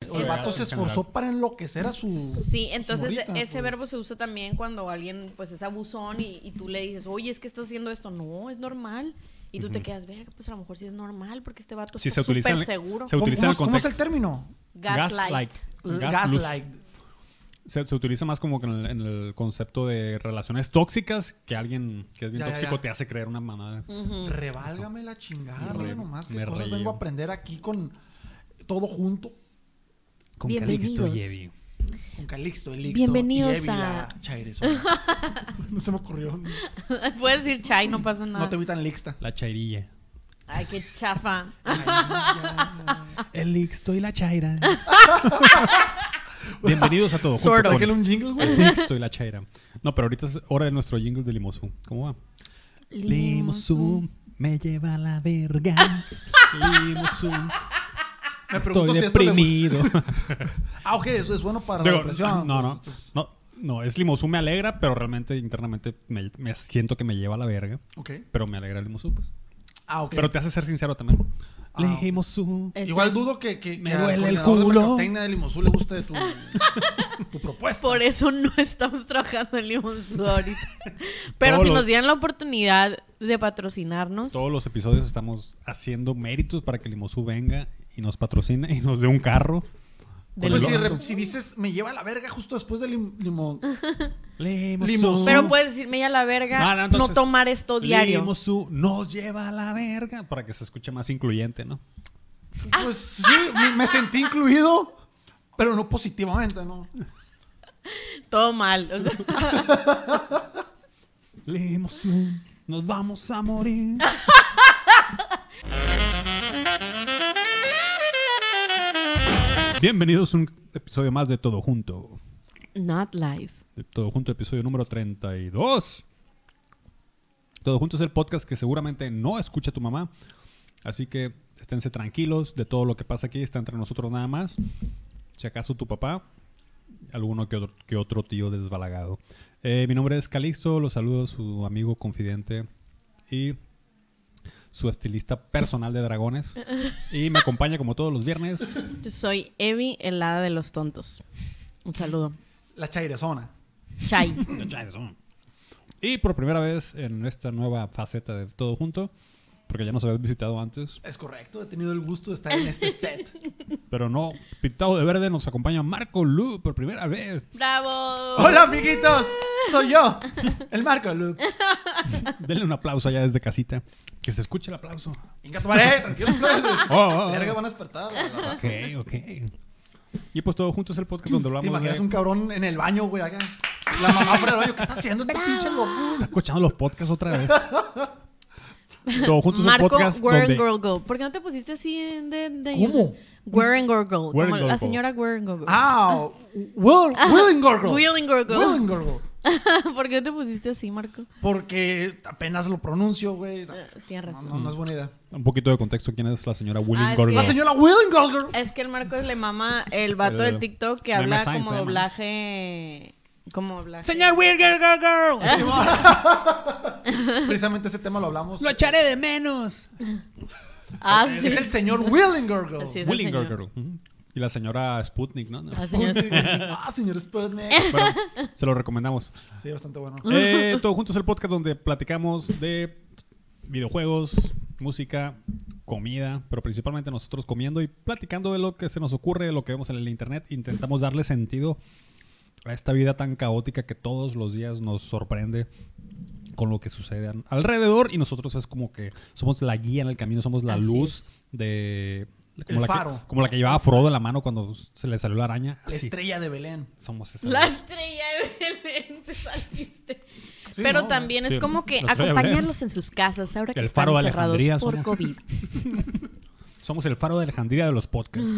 el vato se esforzó para enloquecer a su. Sí, entonces e-, morrita, ese pues. verbo se usa también cuando alguien pues es abusón y, y tú le dices, oye, es que estás haciendo esto. No, es normal. Y tú te quedas, verga, pues a lo mejor sí es normal porque este vato Sí, está se utiliza en súper el- seguro. se ¿Cómo, utiliza en cómo- el cómo es el contexto. término? Gaslight. Gaslight. Gaslight. Se, se utiliza más como que en el, en el concepto de relaciones tóxicas que alguien que es bien Ya, ya, tóxico ya. te hace creer una mamada. Mm. Reválgame la chingada, Sí, mira re- nomás. qué me cosas reí. vengo a aprender aquí con todo junto. Con Cali que estoy, Bienvenidos. Evi. Con Calixto, Elixto Bienvenidos y Evila a- Chaires. no se me ocurrió. Puedes decir chai, no pasa nada. No te vi tan lixta. La chairilla. Ay, qué chafa. Ay, ya. Elixto y la chaira. Bienvenidos a todos. juntos Sordo. con Eh, Sáquele un jingle, güey. Elixto y la chaira. No, pero ahorita es hora de nuestro jingle de Limosú. ¿Cómo va? Limosú me lleva a la verga. Limosú. Me pregunto Estoy si esto le- deprimido. Ah, ok, eso es bueno para Digo, la depresión. pues, No, no. Entonces, No, no, es Limosú me alegra, pero realmente internamente me, me siento que me lleva a la verga. Ok. Pero me alegra el Limosú, pues. Ah, ok. Pero te hace ser sincero también. Ah, ok. Limosú. Ese. Igual dudo que, que, Me que al duele el coordinador culo. De mercadotecnia de Limosú le guste tu, tu propuesta. Por eso no estamos trabajando en Limonzu ahorita. Pero Todos si los- nos dieran la oportunidad de patrocinarnos, Todos los episodios estamos haciendo méritos para que Limosú venga y nos patrocine y nos dé un carro. del Pues el si, oso. re- si dices, me lleva a la verga justo después de lim- limón. Limosú. Limosú. Pero puedes decirme ya la verga, Ah, No, no, no, entonces, tomar esto diario. Limosú nos lleva a la verga. Para que se escuche más incluyente, ¿no? Pues sí, me, me sentí incluido, pero no positivamente, ¿no? Todo mal. o sea, Limosú. Nos vamos a morir. Bienvenidos a un episodio más de Todo Junto. not live. de Todo Junto, episodio número 32. Todo Junto es el podcast que seguramente no escucha tu mamá. Así que esténse tranquilos de todo lo que pasa aquí. Está entre nosotros nada más. Si acaso tu papá, alguno que otro, que otro tío desbalagado. Eh, mi nombre es Calixto. Los saludo su amigo confidente y su estilista personal de dragones. Y me acompaña como todos los viernes. Yo soy Evi, helada de los tontos. Un saludo. La chairezona. Chai. Y por primera vez en esta nueva faceta de Todo Junto, porque ya nos habías visitado antes, Es correcto, he tenido el gusto de estar en este set. pero no, pintado de verde nos acompaña Marco Lu por primera vez ¡Bravo! Oh. Hola, amiguitos. Soy yo, el Marco Lu. Denle un aplauso allá desde casita. Que se escuche el aplauso. Venga, tomaré, tranquilo. pues. Oh, oh, oh. Verga, van a despertar. la raza. Ok, ok. Y pues Todo Junto es el podcast donde ¿Te hablamos de... imaginas un cabrón en el baño, güey? acá? La mamá fuera del baño, ¿qué está haciendo este pinche loco? Está escuchando los podcasts otra vez. Todo Junto es el Marco, podcast Where and donde... Girl Go. ¿por qué no te pusiste así de, de ¿Cómo? Where and Girl Go, Where and como Girl la Go. señora Where and Girl Go. Ah, Will, Willing Gorgo. Willing Gorgo. Willing Gorgo. ¿Por qué te pusiste así, Marco? Porque apenas lo pronuncio, güey. No, Eh, Tienes razón. no, no es buena idea. Un poquito de contexto. ¿Quién es la señora Willing Ah, es que- Gorgo? La señora Willing Gorgo. Es que el Marco es le mama el vato El- del TikTok que Meme habla Science se como llama, ¿no? doblaje. Como doblaje. Señor Willing Gorgo. Precisamente ese tema lo hablamos. Lo echaré de menos. Ah, sí. Es el señor Willing Gorgo. Así es. el Willinger. señor. girl. Ujú. Y la señora Sputnik, ¿no? No. Ah, señor. Ah, señor Sputnik. Bueno, se lo recomendamos. Sí, bastante bueno. Eh, Todo juntos el podcast donde platicamos de videojuegos, música, comida, pero principalmente nosotros comiendo y platicando de lo que se nos ocurre, de lo que vemos en el internet. Intentamos darle sentido a esta vida tan caótica que todos los días nos sorprende con lo que sucede an- alrededor y nosotros es como que somos la guía en el camino, somos la Así luz de... Como El la, faro. que, como la que llevaba Frodo en la mano cuando se le salió la araña. La Así. estrella de Belén. Somos esa La luz. estrella de Belén, te saliste. Sí, Pero no, también es Sí, como que la estrella de Belén. acompañarlos en sus casas ahora que El están faro de cerrados Alejandría por somos. COVID. Somos el faro de Alejandría de los podcasts.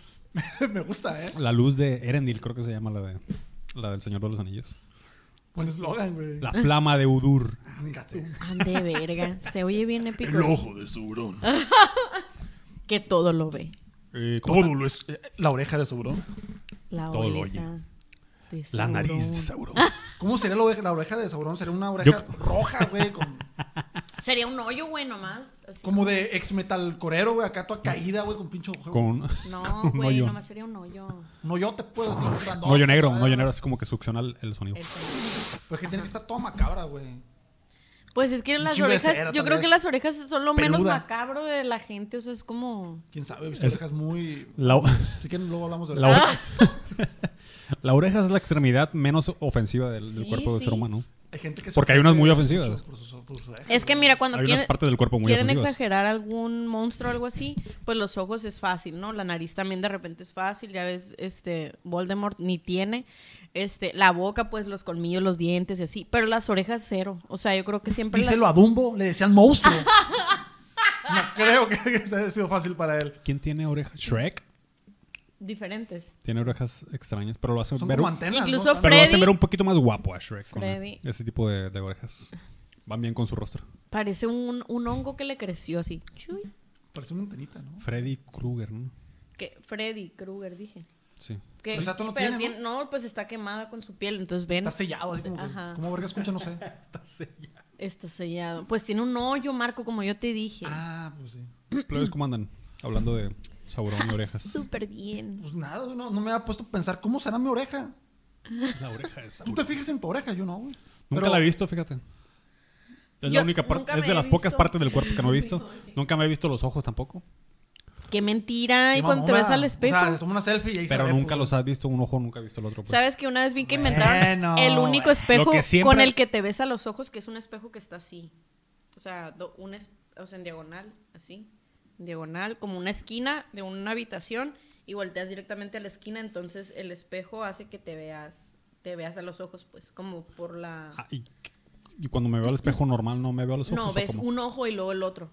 Me gusta, ¿eh? La luz de Erendil, creo que se llama la de la del Señor de los Anillos. Buen eslogan, güey. La flama de Udur. Fíjate. Ande verga. Se oye bien épico. de Sauron. Que todo lo ve. Eh, ¿cómo Todo lo es. La oreja de Sauron. La Todo lo oreja de está? La nariz de Sauron. Ah. Sauron. ¿Cómo sería la oreja, la oreja de Sauron? Sería una oreja Yo- roja, güey, con Sería un hoyo, güey, nomás. así Como de ex metalcorero, güey, acá toda caída, güey, con pinche ojeo. Con con No, un güey, hoyo. nomás sería un hoyo. No, yo te puedo decir. Un hoyo negro, un hoyo negro, así como que succiona el, el sonido. Eso. Pues que tiene que estar toda macabra, güey. Pues es que las chingo de orejas, cera, yo tal creo vez. que las orejas son lo menos Peluda. macabro de la gente, o sea, es como... Quién sabe, viste, Es- orejas muy. La, o- Si quieren, luego hablamos de la, oreja, la oreja es la extremidad menos ofensiva del, del Sí, cuerpo del sí. ser humano. Hay gente que Porque hay sufre unas muy mucho ofensivas. por sus- por sus orejas, Es que güey. mira, cuando Hay quieren, unas partes del cuerpo muy quieren ofensivas. exagerar algún monstruo o algo así, pues los ojos es fácil, ¿no? La nariz también de repente es fácil, ya ves, este, Voldemort ni tiene, este, la boca, pues los colmillos, los dientes y así, pero las orejas cero, o sea, yo creo que siempre... las- Díselo a Dumbo, le decían monstruo. no creo que, que sea- haya sido fácil para él. ¿Quién tiene orejas? Shrek Diferentes. tiene orejas extrañas, pero lo hacen Son ver como un- antenas. Incluso ¿no? Pero lo hacen Freddy. ver un poquito más guapo a Shrek. con Freddy. ese tipo de, de orejas. Van bien con su rostro. Parece un, un hongo que le creció así. Chuy. Parece una antenita, ¿no? Freddy Krueger, ¿no? Que Freddy Krueger, dije. Sí. Que, O sea, tú no pero tienes, tiene- ¿no? pues está quemada con su piel, entonces ven. Está sellado, así como que. Ajá. ¿Cómo verga escucha? No sé. Está sellado. Pues tiene un hoyo, Marco, como yo te dije. Ah, pues sí. Plebes, ¿cómo andan? Hablando de saurón y orejas. Súper bien. Pues nada, güey, no, no me había puesto a pensar cómo será mi oreja. La oreja es Tú te fijas en tu oreja, yo no, güey. Nunca Pero- la he visto, fíjate. Es la Yo única parte, nunca es me de he las pocas visto. partes del cuerpo que no he visto. nunca me he visto los ojos tampoco. Qué mentira. Y Qué cuando te ves mamona. al espejo. O sea, se toma una selfie y ahí se Pero ve, nunca pues, los has visto un ojo, nunca he visto el otro. pues. Sabes que una vez vi que inventaron Bueno, el güey. único Lo espejo que siempre- con el que te ves a los ojos, que es un espejo que está así. O sea, do- un es- o sea, en diagonal, así. En diagonal, como una esquina de una habitación y volteas directamente a la esquina, entonces el espejo hace que te veas te veas a los ojos, pues, como por la... Ah, y, y cuando me veo al espejo normal no me veo a los ojos. no, ¿o ves cómo? un ojo y luego el otro.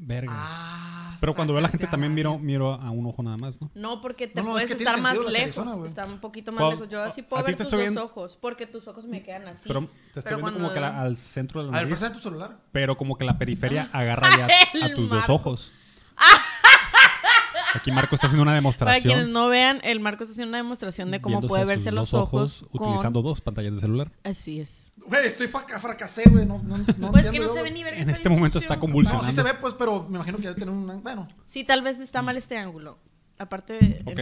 Verga. Ah, Pero cuando veo a la gente sácate también la- miro, miro a un ojo nada más, ¿no? No, porque te No, no, es puedes que tiene estar más sentido la lejos. carizona, güey. está un poquito más Cuando- lejos. Yo así a- puedo a ti ver te tus dos estoy viendo- ojos, porque tus ojos me quedan así. Pero te estoy Pero viendo cuando- como que la- al centro de la A ver, nariz. presenta tu celular. pero como que la periferia agarra ya a El tus dos Marco. ojos. Aquí Marco está haciendo una Para quienes demostración. no vean, el Marco está haciendo una demostración de cómo viéndose puede sus verse dos los ojos, con- utilizando dos pantallas de celular. Así es. Güey, estoy fraca- fracasé, güey. No, no, no Pues entiendo que no yo, se ve güey. ni ver En este momento está No, convulsionando. sí se ve, pues, pero me imagino que ya tiene un. Bueno, Sí, tal vez está mal este ángulo. Aparte de... Ok.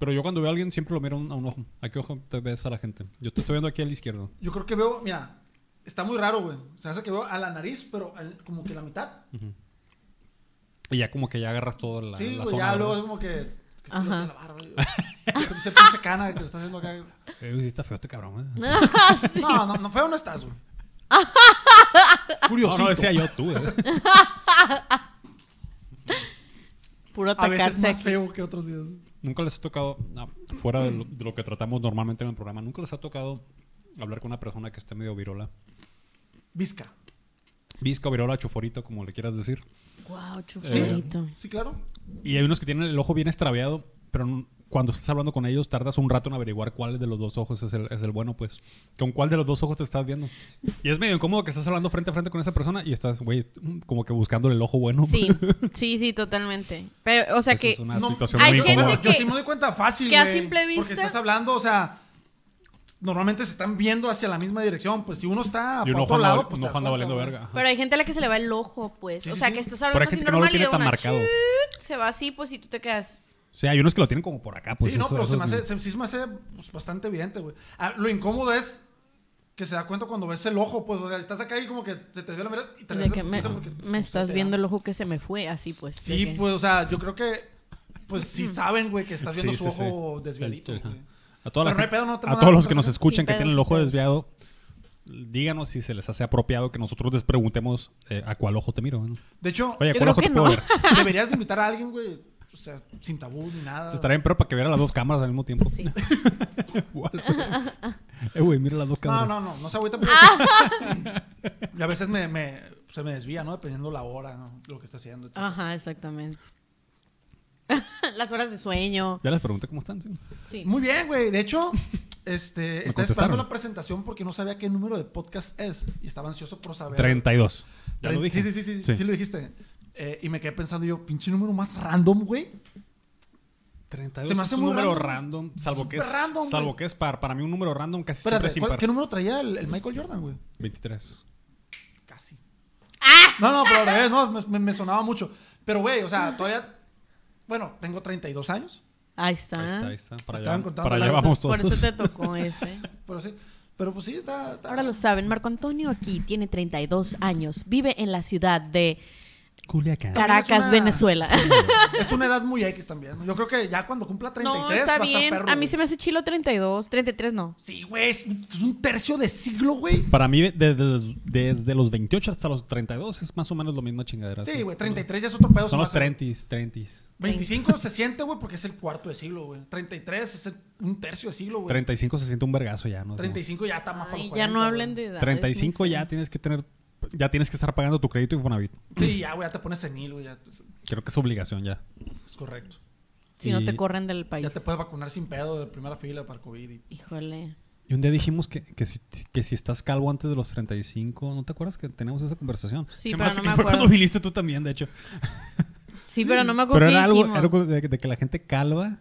Pero yo cuando veo a alguien siempre lo miro a un- a un ojo. ¿A qué ojo te ves a la gente? Yo te estoy viendo aquí al izquierdo. yo creo que veo, mira, está muy raro, güey. Se hace que veo a la nariz, pero al- como que la mitad. Y ya como que ya agarras toda la, sí, la güey, zona. ya luego es ¿verdad? como que. que Ajá. culo tiene la barba, güey. Se- Se pinche cana que lo está haciendo acá. güey. Eh, sí está feo este cabrón. ¿eh? No, no, no, feo no estás, güey. No, Curiosito. no decía yo tú. ¿eh? Puro A veces atacarse más aquí. feo que otros días. Nunca les ha tocado, no, fuera de lo, de lo que tratamos normalmente en el programa, nunca les ha tocado hablar con una persona que esté medio virola. Vizca. Visca, virola, choforito, como le quieras decir. Guau, Eh, Sí, chufarito. sí, claro. Y hay unos que tienen el ojo bien extraviado, pero n- cuando estás hablando con ellos tardas un rato en averiguar cuál de los dos ojos es el, es el bueno, pues. ¿Con cuál de los dos ojos te estás viendo? Y es medio incómodo que estás hablando frente a frente con esa persona y estás, güey, mm, como que buscándole el ojo bueno. Sí, sí, sí, totalmente. Pero, o sea Esa que... es una No, situación hay muy gente incómoda. que- Yo sí me doy cuenta fácil. que a güey, simple vista- Porque estás hablando, o sea, normalmente se están viendo hacia la misma dirección. Pues si uno está Y un por ojo otro anda, lado, pues. un te ojo das cuenta, anda valiendo güey. verga. ajá. Pero hay gente a la que se le va el ojo, pues. Sí, o sí, sea, sí. que estás Pero hay hablando así gente que no lo normal y tiene de tan una marcado. chut, se va así, pues, y tú te quedas... O sea, hay unos que lo tienen como por acá, pues. sí, no, eso- pero eso se me es- hace, se- sí se me hace pues, bastante evidente, güey. Ah, lo incómodo es que se da cuenta cuando ves el ojo, pues, o sea, estás acá y como que se te ve la mirada y te De regresas, que me, o sea, porque me se pues, estás te da. viendo el ojo que se me fue, así pues. de Sí, que- pues, o sea, yo creo que, pues, sí saben, güey, que estás viendo Sí, su sí, sí. ojo desviadito, Ajá. güey. A, toda la Pero no hay gente- pedo, no a tenemos todos nada los que nos contra hacer. escuchan Sin que pedo, tienen el sin ojo pedo. desviado, díganos si se les hace apropiado que nosotros les preguntemos eh, a cuál ojo te miro. ¿no? De hecho, Oye, ¿a Yo cuál creo ojo te que puedo no. ver? deberías de invitar a alguien, güey, o sea, sin tabú ni nada. Se estaría en pero para que viera las dos cámaras al mismo tiempo. Sí. Igual, güey. eh, güey, mira las dos No, cámaras. no, no, no se agüita. porque- y a veces me, me- se me desvía, ¿no? Dependiendo la hora, ¿no? lo que está haciendo. etc. Ajá, exactamente. Las horas de sueño. Ya les pregunté cómo están, sí. Sí. Muy bien, güey. De hecho, este, estaba esperando contestaron. la presentación porque no sabía qué número de podcast es y estaba ansioso por saber. 32. Ya lo Tre- dije. Sí, sí, sí, sí, sí, Sí. lo dijiste. Eh, y me quedé pensando yo, pinche número más random, güey. 32 Se me es hace un muy número random. random, salvo que es, Súper random, salvo güey. que es par. Para mí un número random casi Espérate, siempre es ¿cuál- impar. ¿qué número traía el, el Michael Jordan, güey? 23. Ah. No, no, pero al revés, no, me- me, me sonaba mucho. Pero, güey, o sea, todavía. Bueno, tengo 32 años, Ahí está. Ahí está, ahí está. Para Estaban allá, contando para las- allá vamos todos. Por eso te tocó ese. pero sí. Pero pues sí, está. está- Ahora lo saben, Marco Antonio aquí tiene 32 años, vive en la ciudad de Culiacán. También es Caracas, una- Venezuela. Es una edad muy X también. ¿no? Yo creo que ya cuando cumpla 33 no, está va a estar bien. perro, a mí güey. se me hace chilo 32, 33 no. Sí, güey, es un es un tercio de siglo, güey. Para mí, desde, los- desde los 28 hasta los 32 es más o menos lo mismo chingadera. Sí, güey, 33 ya es otro pedo. se Ah, Son me los hace. 30s, 30s. 25 se siente, güey, porque es el cuarto de siglo, güey. 33 es el- un tercio de siglo, güey. 35 se siente un vergazo ya, ¿no? 35 ya está más para los Ay, 40, ya no güey. hablen de edad. 35 ya tienes que tener, ya tienes que estar pagando tu crédito Infonavit. Sí, ya, güey, ya te pones senil, güey. ya, Es, Creo que es obligación ya. es correcto. Si no Y- te corren del país. Ya te puedes vacunar sin pedo de primera fila para COVID. y- Híjole. Y un día dijimos que, que, si, que si estás calvo antes de los 35, ¿no te acuerdas que tenemos esa conversación? Se Sí, me pero hace no que me fue acuerdo. cuando viniste tú también, de hecho. Sí, pero no me acuerdo Pero qué era algo, dijimos. era algo de, de que la gente calva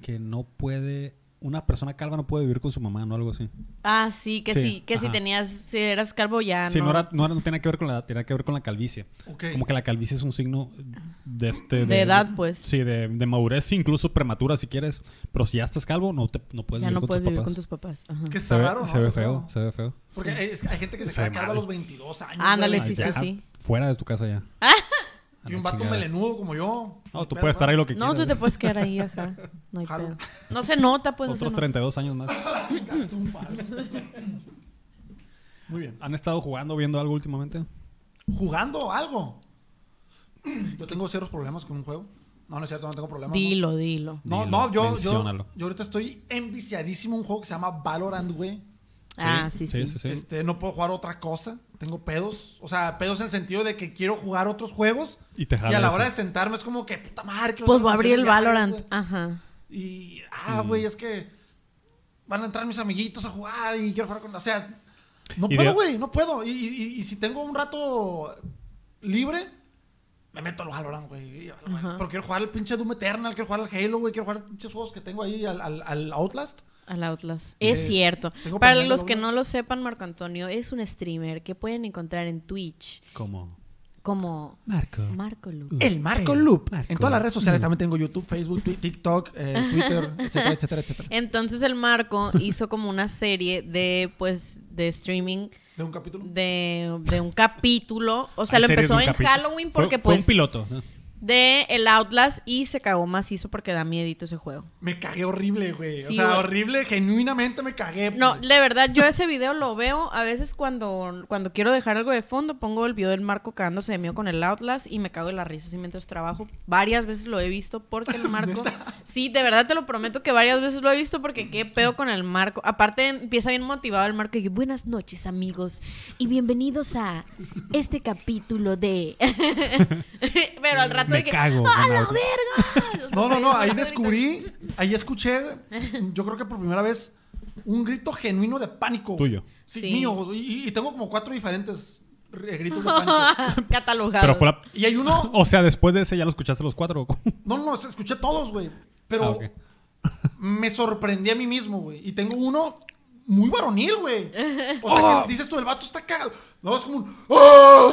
que no puede, una persona calva no puede vivir con su mamá, ¿no? Algo así. Ah, sí, que Sí, sí, que si ajá. tenías, si eras calvo ya, sí, Ah, ¿no? no, era, no, era- no tenía que ver con la edad, tenía que ver con la calvicie. Ok. Como que la calvicie es un signo de este... De edad, pues. Sí, de, de madurez, incluso prematura si quieres. Pero si ya estás calvo, no, te, no puedes ya pues, vivir no con puedes tus vivir papás. con tus papás. Ajá. Es que se está ve, raro, ¿no? se ve Yo feo, creo. se ve feo. Porque es- hay gente que se Se ve queda calva a mal. los 22 años. güey, Ándale, la sí, sí, neta. Ah, sí. Fuera de tu casa ya. A Y la un vato chingada. melenudo como yo. No, tú puedes estar ahí lo que No, quieras. ¿eh? tú te güey. puedes quedar ahí, ajá. No hay Jalo. pedo. No se nota, pues, no se Otros nota. 32 años más. Muy bien. ¿Han estado jugando, viendo algo últimamente? Jugando algo. Yo tengo ciertos problemas con un juego. No, no es cierto, no tengo problemas. ¿no? Dilo, dilo. No, Dilo, no, yo, yo, menciónalo. yo ahorita estoy enviciadísimo a un juego que se llama Valorant, güey. Ah, sí, sí. sí, sí. Este, no puedo jugar otra cosa. Tengo pedos. O sea, pedos en el sentido de que quiero jugar otros juegos. Y te a jala la ese. hora de sentarme es como que, puta madre. quiero Pues hacer voy a abrir el cosas, ya, Valorant. güey. Ajá. Y, ah, Mm. güey, es que van a entrar mis amiguitos a jugar y quiero jugar con... O sea, no Y puedo, de- güey, no puedo. Y, y- y si tengo un rato libre, me meto al Valorant, güey. y- Ajá. Porque quiero jugar al pinche Doom Eternal, quiero jugar al Halo, güey, quiero jugar pinches juegos que tengo ahí al, al- al Outlast. Al Outlast. Es Eh, cierto. tengo Para pendiente los que algunos. no lo sepan, Marco Antonio es un streamer que pueden encontrar en Twitch Como como Marco. Marco Luke. El Marco Mm. El Loop. Marco Mm. En todas las redes sociales también tengo YouTube, Facebook, Twi- TikTok, eh, Twitter, etcétera, etcétera, etcétera. Eh, Entonces el Marco hizo como una serie de, pues, de streaming De un capítulo. de, de un capítulo. O sea, Hay lo series de empezó un en capítulo. Halloween Fue- porque fue pues un piloto. ¿no? de el Outlast y se cagó macizo porque da miedito ese juego. Me cagué horrible, güey. o Sí, sea, güey. horrible, genuinamente me cagué. No, güey. de verdad, yo ese video lo veo a veces cuando, cuando quiero dejar algo de fondo, pongo el video del Marco cagándose de mío con el Outlast y me cago en la risa así mientras trabajo. Varias veces lo he visto porque el Marco... sí, de verdad te lo prometo que varias veces lo he visto porque qué pedo con el Marco. Aparte empieza bien motivado el Marco y buenas noches amigos y bienvenidos a este capítulo de... Pero al rato Me de que... cago. ¡A en la algo. verga! O sea, No, no, no, ahí ahorita- descubrí, ahí escuché, yo creo que por primera vez, un grito genuino de pánico. güey. Tuyo. Sí, Sí. mío. Y, y tengo como cuatro diferentes eh, gritos de pánico. Catalogado. Pero fue la... Y hay uno, O sea, después de ese ya lo escuchaste los cuatro. no, no, se- escuché todos, güey. Pero Ah, ok. me sorprendí a mí mismo, güey. Y tengo uno muy varonil, güey. O sea, Oh. que dices tú, el vato está cagado. No, es como un... ¡Oh!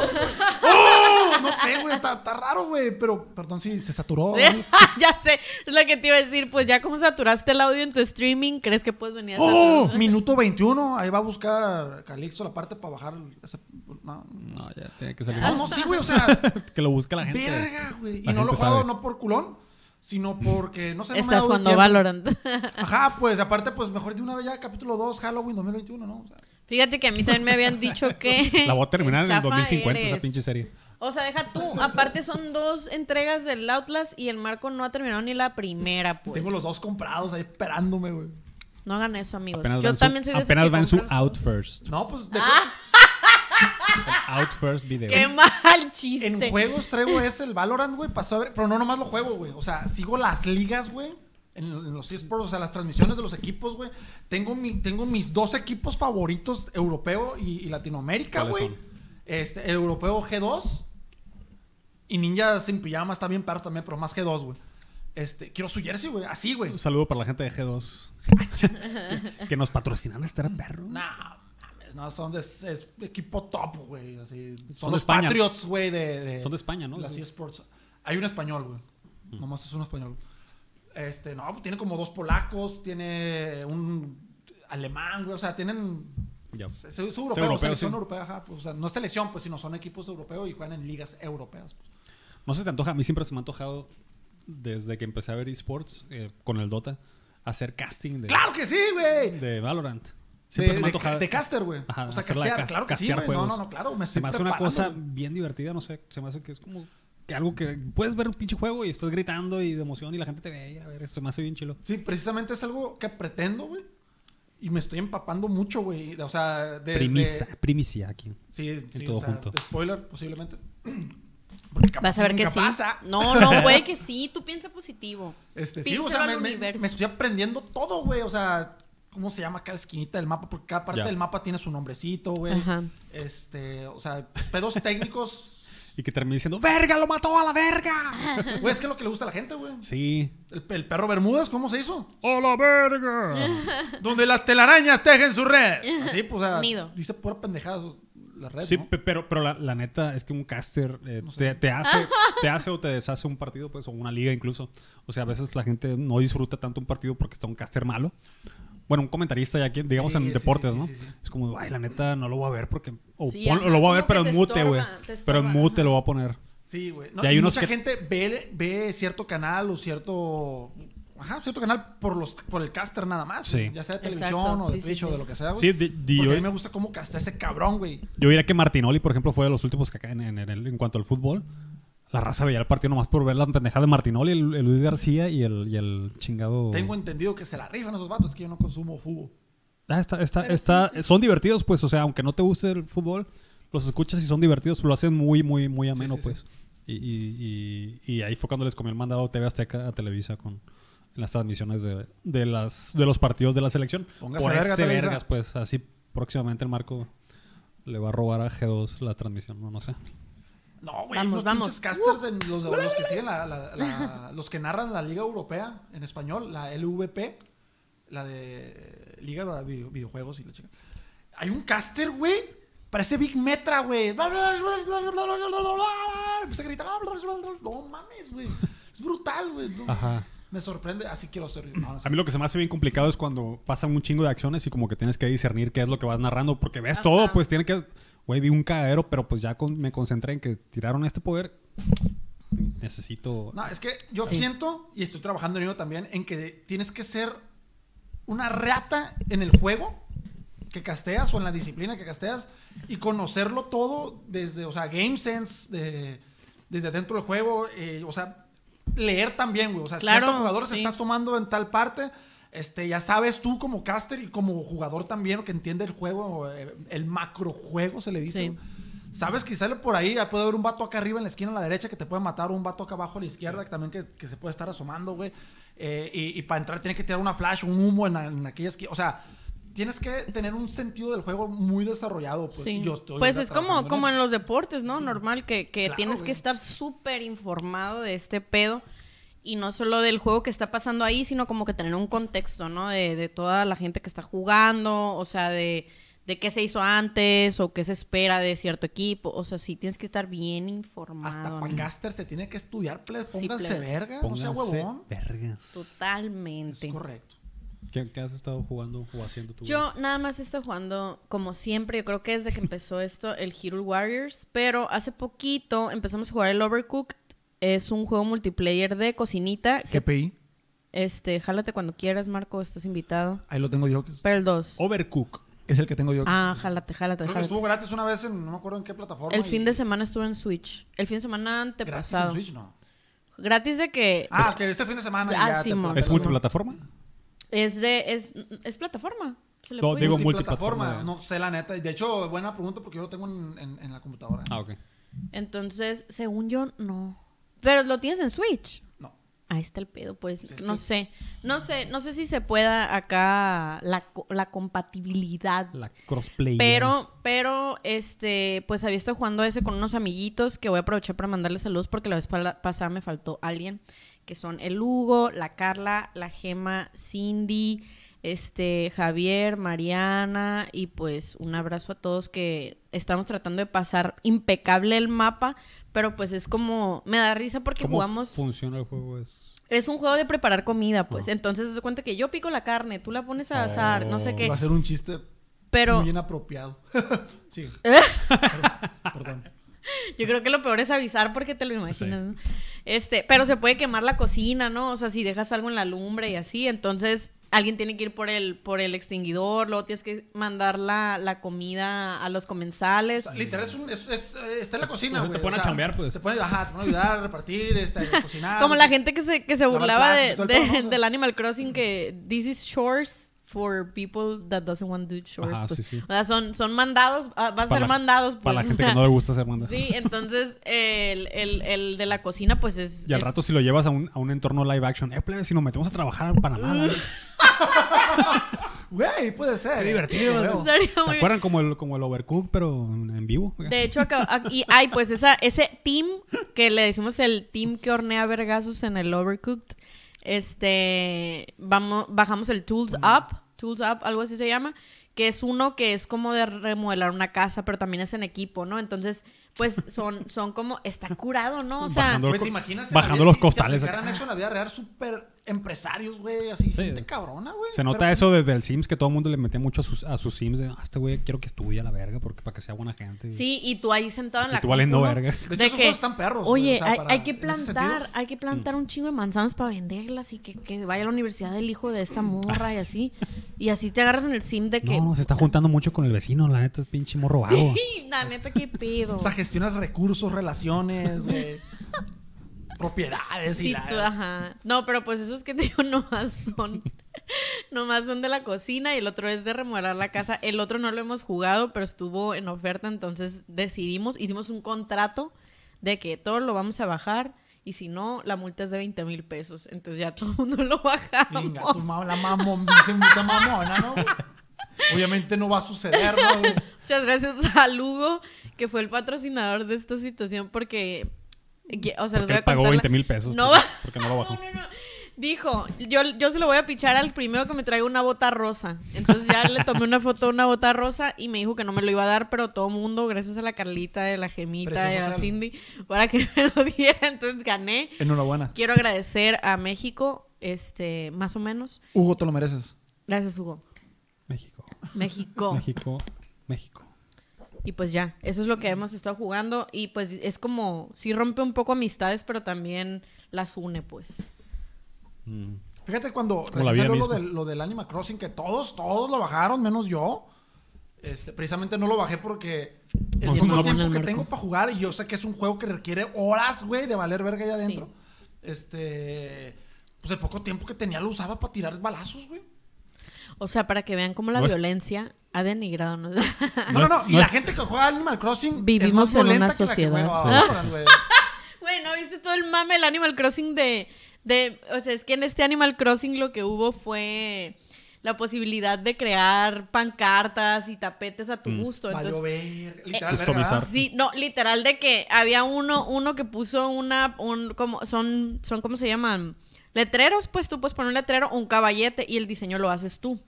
¡Oh! No sé, güey, está, está raro, güey. Pero, perdón si se Oh. saturó. Sí, ¿no? ya sé, es lo que te iba a decir. Pues ya como saturaste el audio en tu streaming, ¿crees que puedes venir a ¡Oh! saturar? Minuto 21, ahí va a buscar Calixto la parte para bajar ese- no. No, ya tiene que Ah, salir. No, no, sí, güey, o sea, Que lo busque la gente. Ah, verga, güey. La Y no lo he gente jugado sabe. no por culón, sino porque, no sé, no me ha Estás dado jugando tiempo. Valorant. Ajá, pues, aparte, pues, mejor de una vez ya, capítulo 2, Halloween 2021, ¿no? O sea, Fíjate que a mí también me habían dicho que. La voy a terminar en el chafa 2050 esa eres. pinche serie. O sea, deja tú. Aparte, son dos entregas del Outlast y el Marco no ha terminado ni la primera, pues. tengo los dos comprados ahí esperándome, güey. No hagan eso, amigos. Apenas va Yo en su- también soy de esos Apenas que va en su compran- out first. No, pues, de- Ah, Out first video. ¡Qué mal chiste! en juegos traigo ese, el Valorant, güey, pasó a ver, pero no nomás lo juego, güey. O sea, sigo las ligas, güey. En, en los esports, o sea, las transmisiones de los equipos, güey. Tengo, mi, tengo mis dos equipos favoritos, europeo y, y Latinoamérica, ¿Cuáles güey. son? Este, el europeo G2 y Ninja sin pijama está bien perro también, pero más G2, güey. Este, quiero su jersey, güey. Así, güey. Un saludo para la gente de G2. que, que nos patrocinan a estar perro. Nah, mames, No, son de es- es equipo top, güey. Así. Son, Son de los España. Patriots, güey, de, de- Son de España, ¿no? Las eSports. Hay un español, güey. Nomás es un español. Este, no, pues, tiene como dos polacos, tiene un alemán, güey. O sea, tienen. Ya. Es, es europeo, europeo, selección sí. europea, ajá. pues, o sea, no es selección, pues, sino son equipos europeos y juegan en ligas europeas. pues. No se te antoja, a mí siempre se me ha antojado, desde que empecé a ver esports eh, con el Dota, hacer casting de, ¡Claro que sí, güey! de Valorant. De, Siempre pues, se me ha de- antojado. de caster, güey. Ajá, O sea, hacerla de castear, cas- claro que sí, castear güey. No, no, juegos. no, claro. Me se estoy me hace una preparando, cosa güey. bien divertida, no sé, se me hace que es como que algo que puedes ver un pinche juego y estás gritando y de emoción y la gente te ve y a ver, eso se me hace bien chilo. Sí, precisamente es algo que pretendo, güey. Y me estoy empapando mucho, güey. O sea, desde... Primicia, primicia aquí. Sí, sí, todo o sea, junto. Spoiler, posiblemente. Porque capaz Vas a ver que nunca sí. pasa. No, no, güey, que sí. Tú piensa positivo. Este, sí, Piénsalo o sea, me, al me- universo. me estoy aprendiendo todo, güey. O sea, ¿cómo se llama cada esquinita del mapa? Porque cada parte Ya. del mapa tiene su nombrecito, güey. Ajá. Este, o sea, pedos técnicos. Y que termine diciendo, ¡verga, lo mató a la verga! Güey, es que es lo que le gusta a la gente, güey. sí. El, el perro Bermudas, ¿cómo se hizo? ¡A la verga! Donde las telarañas tejen su red. Así, pues, o sea, Nido. dice pura pendejada su- la red, sí, ¿no? pe- pero, pero la, la neta es que un caster eh, No sé. te, te hace, te hace o te deshace un partido, pues, o una liga incluso. O sea, a veces la gente no disfruta tanto un partido porque está un caster malo. Bueno, un comentarista ya aquí, digamos Sí, en sí, deportes, sí, sí, ¿no? sí, sí. Es como, ay, la neta, no lo voy a ver porque... O Sí, pon- ajá, lo voy a ver, como pero que en te mute, güey. estorba, te Pero en estorba, mute ajá. lo voy a poner. Sí, güey. No, Y hay y unos mucha que- gente ve, ve cierto canal o cierto. Ajá, cierto canal por los por el caster nada más. Sí. güey. Ya sea de Exacto, televisión o de sí, sí, Twitch o sí. de lo que sea, güey. Sí, di- di- Porque yo- a mí me gusta cómo casta ese cabrón, güey. Yo diría que Martinoli, por ejemplo, fue de los últimos que acá en, en- en el- en cuanto al fútbol. La raza veía el partido nomás por ver la pendejada de Martinoli, el, el Luis García y el, y el chingado... Tengo entendido que se la rifan esos vatos, es que yo no consumo fútbol. Ah, está- está- Pero está- sí, sí, sí. Son divertidos, pues, o sea, aunque no te guste el fútbol, los escuchas y son divertidos, lo hacen muy, muy, muy ameno, sí, pues. Y, y- y- y ahí fue cuando les comí el mandado TV Azteca a Televisa con las transmisiones de, de las, de los partidos de la selección. Póngase Por verga, ese Televisa. vergas, pues, así próximamente el Marco le va a robar a G2 la transmisión, no, no sé. No, güey. Vamos, Vamos, vamos. vamos. casters, en los, los que siguen, la- la- la- los que narran la Liga Europea en español, la LVP, la de Liga de Video- Videojuegos y la chica. Hay un caster, güey. Parece Big Metra, güey. Empieza a gritar. No mames, güey. Es brutal, güey. No, Ajá. Me sorprende. Así quiero ser. No, no sé. A mí lo que se me hace bien complicado es cuando pasan un chingo de acciones y como que tienes que discernir qué es lo que vas narrando, porque ves todo, pues tiene que... Güey, vi un cagadero, pero pues ya con- me concentré en que tiraron este poder. Necesito... No, es que yo Sí. siento, y estoy trabajando en ello también, en que tienes que ser una rata en el juego que casteas o en la disciplina que casteas y conocerlo todo desde, o sea, game sense, de- desde dentro del juego, eh, o sea, leer también, güey. O sea, Claro, cierto jugador se sí. está sumando en tal parte. Este, ya sabes tú como caster y como jugador también que entiende el juego, eh, el macrojuego se le dice. Sí. güey. Sabes que sale por ahí, ya puede haber un vato acá arriba en la esquina a la derecha que te puede matar, un vato acá abajo a la izquierda que también que, que se puede estar asomando, güey. Eh, y, y para entrar tiene que tirar una flash, un humo en, en aquella esquina. O sea, tienes que tener un sentido del juego muy desarrollado. Pues, sí. yo estoy pues ahorita es como, trabajando como en eso. los deportes, ¿no? Normal que, que Claro, tienes güey. que estar súper informado de este pedo. Y no solo del juego que está pasando ahí, sino como que tener un contexto, ¿no? De, de toda la gente que está jugando, o sea, de, de qué se hizo antes o qué se espera de cierto equipo. O sea, sí tienes que estar bien informado. Hasta para amigo. caster se tiene que estudiar, plebes. Ah, Sí, pues. Pónganse plebes. verga, no sea Pónganse huevón. Vergas. Es Totalmente. correcto. ¿Qué, qué has estado jugando o haciendo tú? Yo nada más estoy jugando, como siempre, yo creo que desde que empezó esto, el Hero Warriors, pero hace poquito empezamos a jugar el Overcooked. Es un juego multiplayer de cocinita. Que, GPI, este, jálate cuando quieras, Marco, estás invitado. ahí lo tengo yo. Pero el 2. Overcook. Es el que tengo Oh, yo. Ah, jálate, jálate, Creo que jálate. estuvo gratis una vez en, no me acuerdo en qué plataforma. El y- fin de semana estuve en Switch. El fin de semana gratis en antepasado. Switch, no. Gratis de que Ah, que este fin de semana. Ah, ya te Simón. platico. ¿Es multiplataforma? es de es, es plataforma. Se le No, puede digo- multiplataforma. multiplataforma. No sé, la neta. De hecho, buena pregunta porque yo lo tengo en, en- en la computadora. Ah, ok. Entonces, según yo no. Pero lo tienes en Switch. No. Ahí está el pedo, pues. es no que- sé. No sé, no sé si se pueda acá la, co- la compatibilidad. La crossplay. Pero, pero, este, pues había estado jugando ese con unos amiguitos que voy a aprovechar para mandarles saludos porque la vez pa- pasada me faltó alguien, que son el Hugo, la Carla, la Gema, Cindy, este, Javier, Mariana y pues un abrazo a todos que estamos tratando de pasar impecable el mapa, pero pues es como, me da risa porque ¿Cómo jugamos... funciona el juego? Es... Es un juego de preparar comida, pues. Entonces, se da cuenta que yo pico la carne, tú la pones a asar, no sé qué. Va a ser un chiste Pero muy inapropiado. sí. Perdón. perdón. yo creo que lo peor es avisar porque te lo imaginas. ¿no? Este, pero se puede quemar la cocina, ¿no? O sea, si dejas algo en la lumbre y así, entonces alguien tiene que ir por el por el extinguidor, luego tienes que mandar la, la comida a los comensales. O sea, Literal, es un, es, es, eh, está en la cocina, O sea, te güey. ponen a chambear, pues. Te ponen, ajá, te ponen a ayudar a repartir, este, a cocinar. Como la gente que se, que se Lavar burlaba platos y de, todo el de- pedo, ¿no? del Animal Crossing que this is chores for people that doesn't want to do chores. Ajá, pues. sí, sí. O sea, son, son mandados, ah, va a ser la- mandados. Pues, Para la o gente sea, que no le gusta ser manda. Sí, entonces el, el, el de la cocina pues es... Y al es- rato si lo llevas a un, a un entorno live action, eh, plebe, si nos metemos a trabajar en Panamá. ¿eh? Güey, puede ser. ¿eh? Qué divertido, Huevo. güey. Estaría ¿Se muy- acuerdan como el, como el Overcook, pero en en vivo? De hecho, acá- a- y hay pues esa, ese team que le decimos el team que hornea vergazos en el Overcooked. Este, vamos, bajamos el Tools Mm. Up, Tools Up, algo así se llama, que es uno que es como de remodelar una casa, pero también es en equipo, ¿no? Entonces, pues son, son como, está curado, ¿no? O sea, Bajando- Güey, ¿te imaginas? en la Bajando vida los si- costales Si acá. aplicaran eso en la vida real, súper empresarios, güey, así, gente cabrona, güey. Se nota Pero- eso desde el Sims, que todo el mundo le metía mucho a sus, a sus Sims. De, ah, este güey quiero que estudie a la verga porque para que sea buena gente. Sí, y tú ahí sentado en Y la tú valiendo compu, ¿no? verga. De hecho, esos juegos están perros, güey, Oye, o sea, hay, para- hay que en ese sentido. plantar, hay que plantar un chingo de manzanas para venderlas y que, que vaya a la universidad el hijo de esta morra y así. Y así te agarras en el sim de que. No, no, se está juntando mucho con el vecino, la neta, es pinche morro vago. "Ih, La neta, qué pedo. O sea, gestionas recursos, relaciones, güey. propiedades y Sí, la- tú, ajá. No, pero pues esos que te digo nomás son. nomás son de la cocina y el otro es de remodelar la casa. El otro no lo hemos jugado, pero estuvo en oferta, entonces decidimos, hicimos un contrato de que todo lo vamos a bajar y si no, la multa es de 20 mil pesos. Entonces ya todo el mundo lo bajamos. Venga, tu mamá, la mamón, pinche puta mamona, ¿no? güey? Obviamente no va a suceder, ¿no? güey? Muchas gracias a Lugo, que fue el patrocinador de esta situación, porque. que- O sea, Porque les voy él a pagó contar la- 20 mil pesos No, porque, porque no lo no, bajó. no, no. Dijo, yo, yo se lo voy a pichar al primero que me traiga una bota rosa. Entonces ya le tomé una foto de una bota rosa y me dijo que no me lo iba a dar, pero todo mundo, gracias a la Carlita, a la Gemita, y Preciosa a la sal. Cindy, para que me lo diera. Entonces gané. Enhorabuena. Quiero agradecer a México, este, más o menos. Hugo, te lo mereces. Gracias, Hugo. México, México. México, México. Y pues ya, eso es lo que hemos estado jugando. Y pues es como, sí rompe un poco amistades, pero también las une, pues. Mm. Fíjate cuando Como la recién salió vida lo misma. del, lo del Animal Crossing, que todos, todos lo bajaron, menos yo. Este, precisamente no lo bajé porque el No, mismo no, tiempo no, que Marco. tengo para jugar, y yo sé que es un juego que requiere horas, güey, de valer verga allá adentro. Este. Pues el poco tiempo que tenía lo usaba para tirar balazos, güey. O sea, para que vean cómo la No es- violencia ha denigrado. ¿no? No, No no, es- no. Y no la es- gente que juega Animal Crossing Vivimos es más en violenta una que la que juega sociedad. Valorant, güey. Güey, ¿no viste todo el mame del Animal Crossing de, de... O sea, es que en este Animal Crossing lo que hubo fue la posibilidad de crear pancartas y tapetes a tu gusto. Valió Entonces, eh, verga, literal, Customizar. verga, ¿verdad? Sí, no, literal de que había uno, uno que puso una, un, como, son, son, ¿cómo se llaman? Letreros, pues tú puedes poner un letrero o un caballete y el diseño lo haces tú.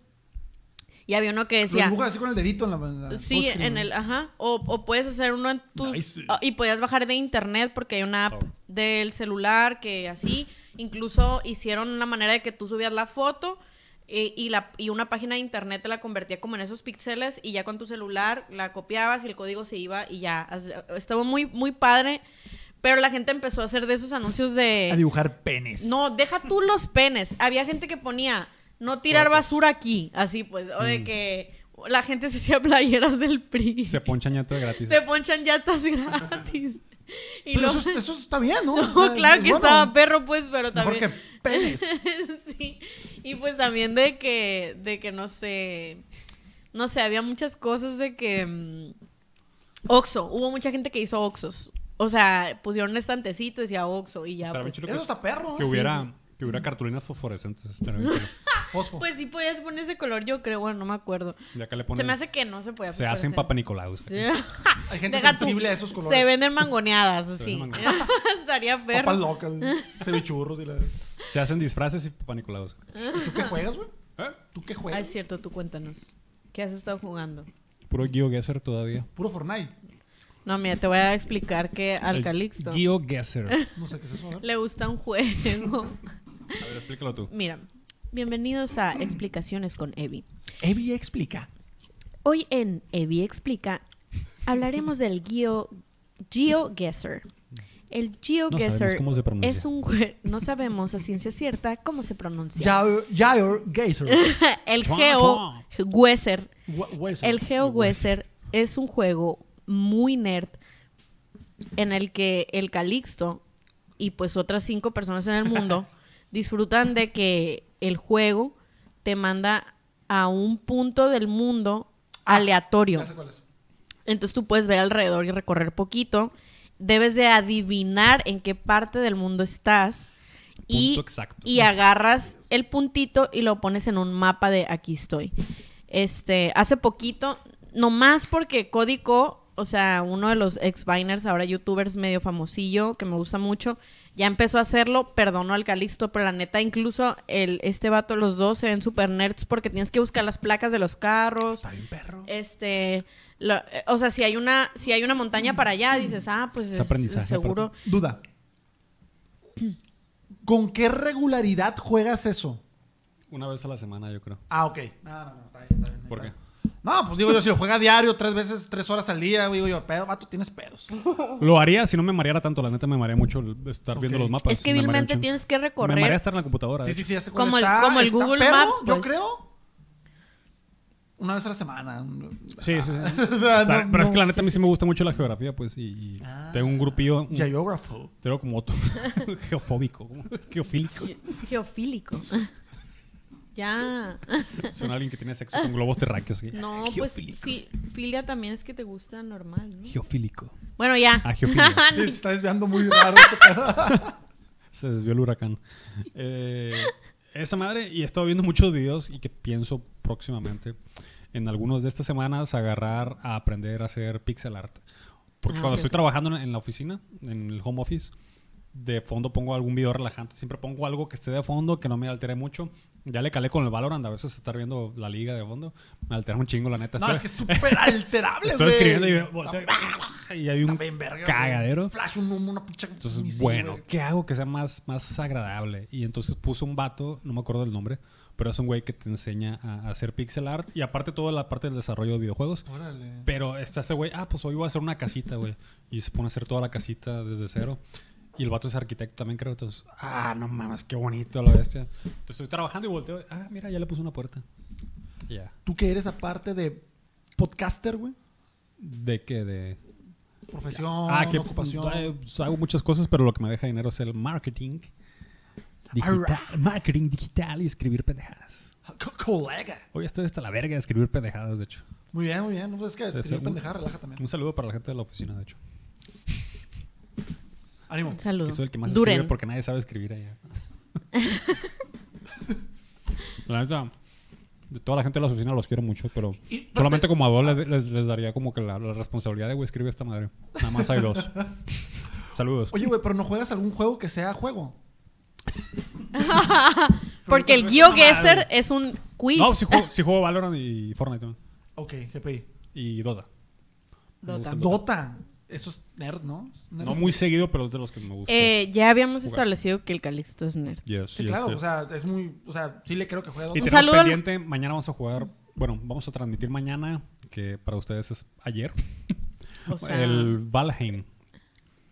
Y había uno que Lo decía... dibujas así con el dedito en la. en la Sí, fullscreen, en güey. el, ajá. O, o puedes hacer uno en tus... Nice. ah, Y podías bajar de internet porque hay una app Oh. del celular que así. Incluso hicieron una manera de que tú subías la foto eh, y, la, y una página de internet te la convertía como en esos píxeles y ya con tu celular la copiabas y el código se iba y ya. As- Estaba muy, muy padre. Pero la gente empezó a hacer de esos anuncios de... A dibujar penes. No, deja tú los penes. Había gente que ponía no tirar basura aquí, así pues, o Mm. de que la gente se hacía playeras del PRI. Se Se, ponchan ñato de gratis. ponchan llantas gratis. Y Pero luego- eso, eso está bien, ¿no? no, O sea, claro es que bueno. estaba perro pues, pero Mejor también que penes. sí. Y pues también de que, de que no sé, no sé, había muchas cosas de que mm, Oxxo, hubo mucha gente que hizo Oxxos. O sea, pusieron un estantecito y decía Oxxo y ya. Estaba bien pues. chido Eso está perro. que ¿no? hubiera, que hubiera cartulinas fosforescentes. estaría bien chido. Fosfo. Pues sí podías poner ese color, yo creo, bueno, no me acuerdo. Y acá le ponen, Se me hace que no se podía pues, se hacen Papa papaneadas. Nicolaus. Hay gente sensible a esos colores. Se venden mangoneadas, así. venden mangoneadas. Estaría Papas perro. locas, güey. cevichurros y la... ¿Y Se hacen disfraces y Papa Nicolaus. ¿Tú qué juegas, güey? ¿Eh? ¿Tú ¿Tú qué Ah, es juegas? cierto, tú cuéntanos. ¿Qué has estado jugando? Puro GeoGuessr todavía. Puro Fortnite. No, mira, te voy a explicar que al El Calixto GeoGuessr. A No sé qué es eso. ¿eh? a ver. le gusta un juego. ver, explícalo tú. Mira, bienvenidos a Explicaciones con Evi. Evi explica. Hoy en Evi Explica hablaremos del Geo, GeoGuessr. El GeoGuessr cómo se pronuncia. es un jue- no sabemos a ciencia cierta cómo se pronuncia. Jair, Jair Geyser. El Chua, Geo chua. GeoGuessr, Wa- Weiser. el GeoGuessr es un juego muy nerd en el que el Calixto y pues otras cinco personas en el mundo disfrutan de que el juego te manda a un punto del mundo aleatorio. Ah, Ya sé cuál es. Entonces tú puedes ver alrededor y recorrer poquito. Debes de adivinar en qué parte del mundo estás. Y, Punto exacto. y agarras el puntito y lo pones en un mapa de aquí estoy. Este, hace poquito, nomás porque Códico, o sea, uno de los ex-biners, ahora youtubers medio famosillo, que me gusta mucho, ya empezó a hacerlo, perdono al Calixto, pero la neta, incluso el, este vato, los dos se ven super nerds porque tienes que buscar las placas de los carros. Está bien perro. Este, lo- eh, o sea, si hay una, si hay una montaña para allá, dices, ah, pues Es es, aprendizaje, seguro. Duda. ¿Con qué regularidad juegas eso? Una vez a la semana, yo creo. Ah, ok. No, no, no. Está bien, está bien. ¿Por está qué? bien. No, pues digo yo, si lo juega diario, tres veces, tres horas al día, digo yo, pedo, vato, tienes pedos. Oh. Lo haría si no me mareara tanto. La neta me marea mucho el estar Ok. viendo los mapas. es que Me marea un vilmente chingo. tienes que Me marea recorrer. estar en la computadora. Sí, de sí, hecho. sí, ya sé cuál Como el- está, como el está Google pedo, Maps, Yo pues. creo. Una vez a la semana. un- Sí, sí, sí. o sea, Pero, Ah, no, Ah, pero es no. que la neta a mí sí, me gusta mucho la geografía, pues, y, y Ah. tengo un grupillo, un- Geógrafo. tengo como otro, geofóbico, como geofílico. Ge- Geofílico. ya. Son alguien que tiene sexo con globos terráqueos. así. No, pues fi- filia también es que te gusta normal, ¿no? Geofílico. Bueno, ya. Ah, geofilia. Sí, se está desviando muy raro. este pedo. Se desvió el huracán. Eh, esa madre, y he estado viendo muchos videos y que pienso próximamente en algunos de estas semanas agarrar a aprender a hacer pixel art. Porque Ah, cuando ok, estoy ok. trabajando en- en la oficina, en el home office, de fondo pongo algún video relajante. Siempre pongo algo que esté de fondo, que no me altere mucho. Ya le calé con el Valorant, a veces estar viendo la liga de fondo. Me altera un chingo, la neta. No, Estoy- es que es súper alterable, Estoy güey. escribiendo y, volteo y- y hay un Está bien verga, güey. cagadero. Flash, un, un- una pinche. Entonces, misil, bueno, güey. ¿qué hago que sea más, más agradable? Y entonces puso un vato, no me acuerdo el nombre, pero es un güey que te enseña a, a hacer pixel art y aparte toda la parte del desarrollo de videojuegos. Órale. Pero está ese güey, ah, pues hoy voy a hacer una casita, güey. Y se pone a hacer toda la casita desde cero. Y el vato es arquitecto también, creo. Entonces, ah, no mames, qué bonito la bestia. Entonces estoy trabajando y volteo, ah, mira, ya le puse una puerta. Y Ya. ¿Tú que eres aparte de podcaster, güey? ¿De qué? De... Profesión, que Ah, ocupación. eh, pues, hago muchas cosas, pero lo que me deja dinero es el marketing. Digital, Alright. Marketing digital y escribir pendejadas. Co- colega. Hoy estoy hasta la verga de escribir pendejadas, de hecho. Muy bien, muy bien. No, pues es que Ese, escribir un- pendejar relaja también. Un saludo para la gente de la oficina, de hecho. Ánimo. Saludos. Que soy el que más escribe porque nadie sabe escribir allá. la neta, de toda la gente de la oficina los quiero mucho, pero Y- pero solamente te- como a dos les, les- les daría como que la, la responsabilidad de, güey, escribe esta madre. Nada más hay dos. Saludos. Oye, güey, pero no juegas algún juego que sea juego. Porque el GeoGuessr es un quiz. No, si juego, sí juego Valorant y Fortnite también. Ok, GPI. Y Dota. Me Dota. gusta el Dota. Eso es nerd, ¿no? Nerd. No muy seguido, pero es de los que me gusta. Eh, ya habíamos Jugar. establecido que el Calixto es nerd. Yes, Sí, yes, claro. yes. O sea, es muy. O sea, sí le creo que juega Dota. y te- un tenemos saludo al- pendiente, mañana vamos a jugar, bueno, vamos a transmitir mañana, que para ustedes es ayer, O sea, el Valheim.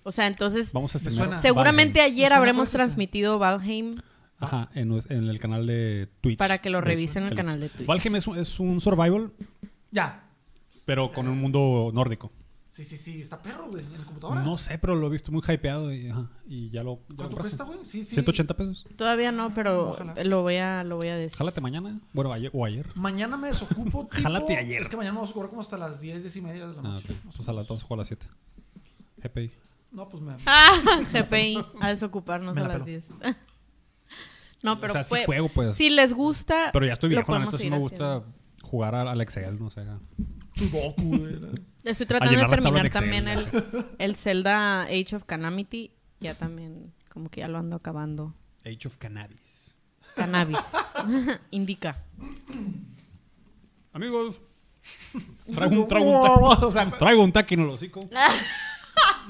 o sea entonces Vamos Me a estrenar suena. Seguramente Valheim. ayer Es una habremos cosa transmitido Valheim. Ajá, en, nues- en el canal de Twitch. Para que lo revisen en el Twitch. canal de Twitch. Valheim es un, es un survival, Ya. pero con un mundo nórdico. Sí, sí, sí. Está perro, güey. En la computadora. No sé, pero lo he visto muy hypeado y, ajá, y ya lo... ya ¿Cuánto lo compré. cuesta, güey? Sí, sí. 180 pesos. Todavía no, pero Ojalá. lo voy a lo voy a decir. Jálate mañana, bueno, ayer, o ayer. Mañana me desocupo. tipo- Jálate ayer. Es que mañana vamos a jugar como hasta las 10, 10 y media de la Ah, noche. ok. Más o Pues a las menos. 12 o a las 7. GPI. No, pues me. Ah, GPI, a desocuparnos Me a la las peló. 10. No, pero o sea, sí pue- juego, pues. si les gusta. Pero ya estoy lo viejo, la neta, podemos sí me ir gusta haciendo. jugar al, al Excel, no sé. ajá. Sudoku, güey. Estoy A tratando de llenar las tablas terminar de también el, Excel, el Zelda Age of Calamity. Ya también, como que ya lo ando acabando. Age of Cannabis. Cannabis. Indica. Amigos, traigo un, traigo un, ta- O sea, traigo un taqui en el hocico.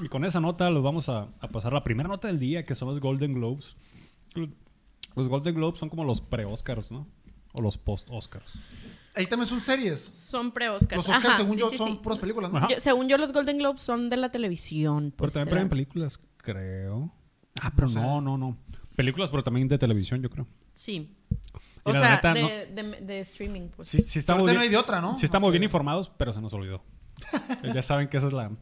Y con esa nota los vamos a, a pasar a la primera nota del día, que son los Golden Globes. Los Golden Globes son como los pre-Oscars, ¿no? O los post-Oscars. ahí también son series. Son pre-Oscars. Los Oscars, Ajá, según sí, yo, sí, son sí. puras películas, ¿no? Ajá. Yo- según yo, los Golden Globes son de la televisión. Pero pues, también será. premian películas, creo. Ah, pero No sé. no, no, no. Películas, pero también de televisión, yo creo. Sí. Y O la sea, neta, de, no- de- de streaming, pues. Sí, sí estamos Ahorita bien, no hay de otra, ¿no? sí estamos Más que- bien informados, pero se nos olvidó. ya saben que esa es la, la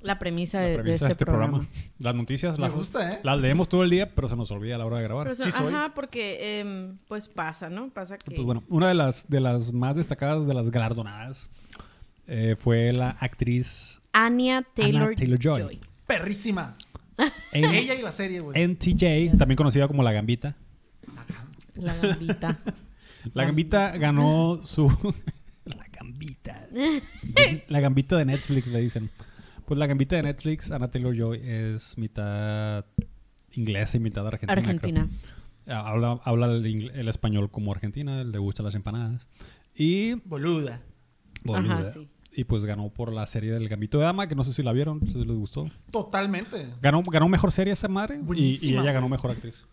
La premisa, de- de, premisa este, de este programa. programa. Las noticias Me las, gusta, ¿eh? las leemos todo el día, pero se nos olvida a la hora de grabar. Pero, o sea, Sí soy. Ajá, porque em, pues pasa, ¿no? Pasa que... Pues bueno, una de las, de las más destacadas, de las galardonadas, eh, fue la actriz Anya Taylor, Taylor-Joy. Joy. Perrísima. Amy Ella y la serie, güey. NTJ, también conocida como La Gambita. La gambita. Ah. La Gambita ganó su... la Gambita. la Gambita de Netflix, le dicen. Pues la Gambita de Netflix, Anna Taylor-Joy, es mitad inglesa y mitad argentina. creo. Argentina. Ah, Habla, habla el, ingle- el español como argentina, le gustan las empanadas. Y Boluda. Boluda. Ajá, sí. Y pues ganó por la serie del Gambito de Dama, que no sé si la vieron, si les gustó. Totalmente. Ganó, ganó mejor serie esa madre y- y, Buenísima, ella ganó güey. mejor actriz.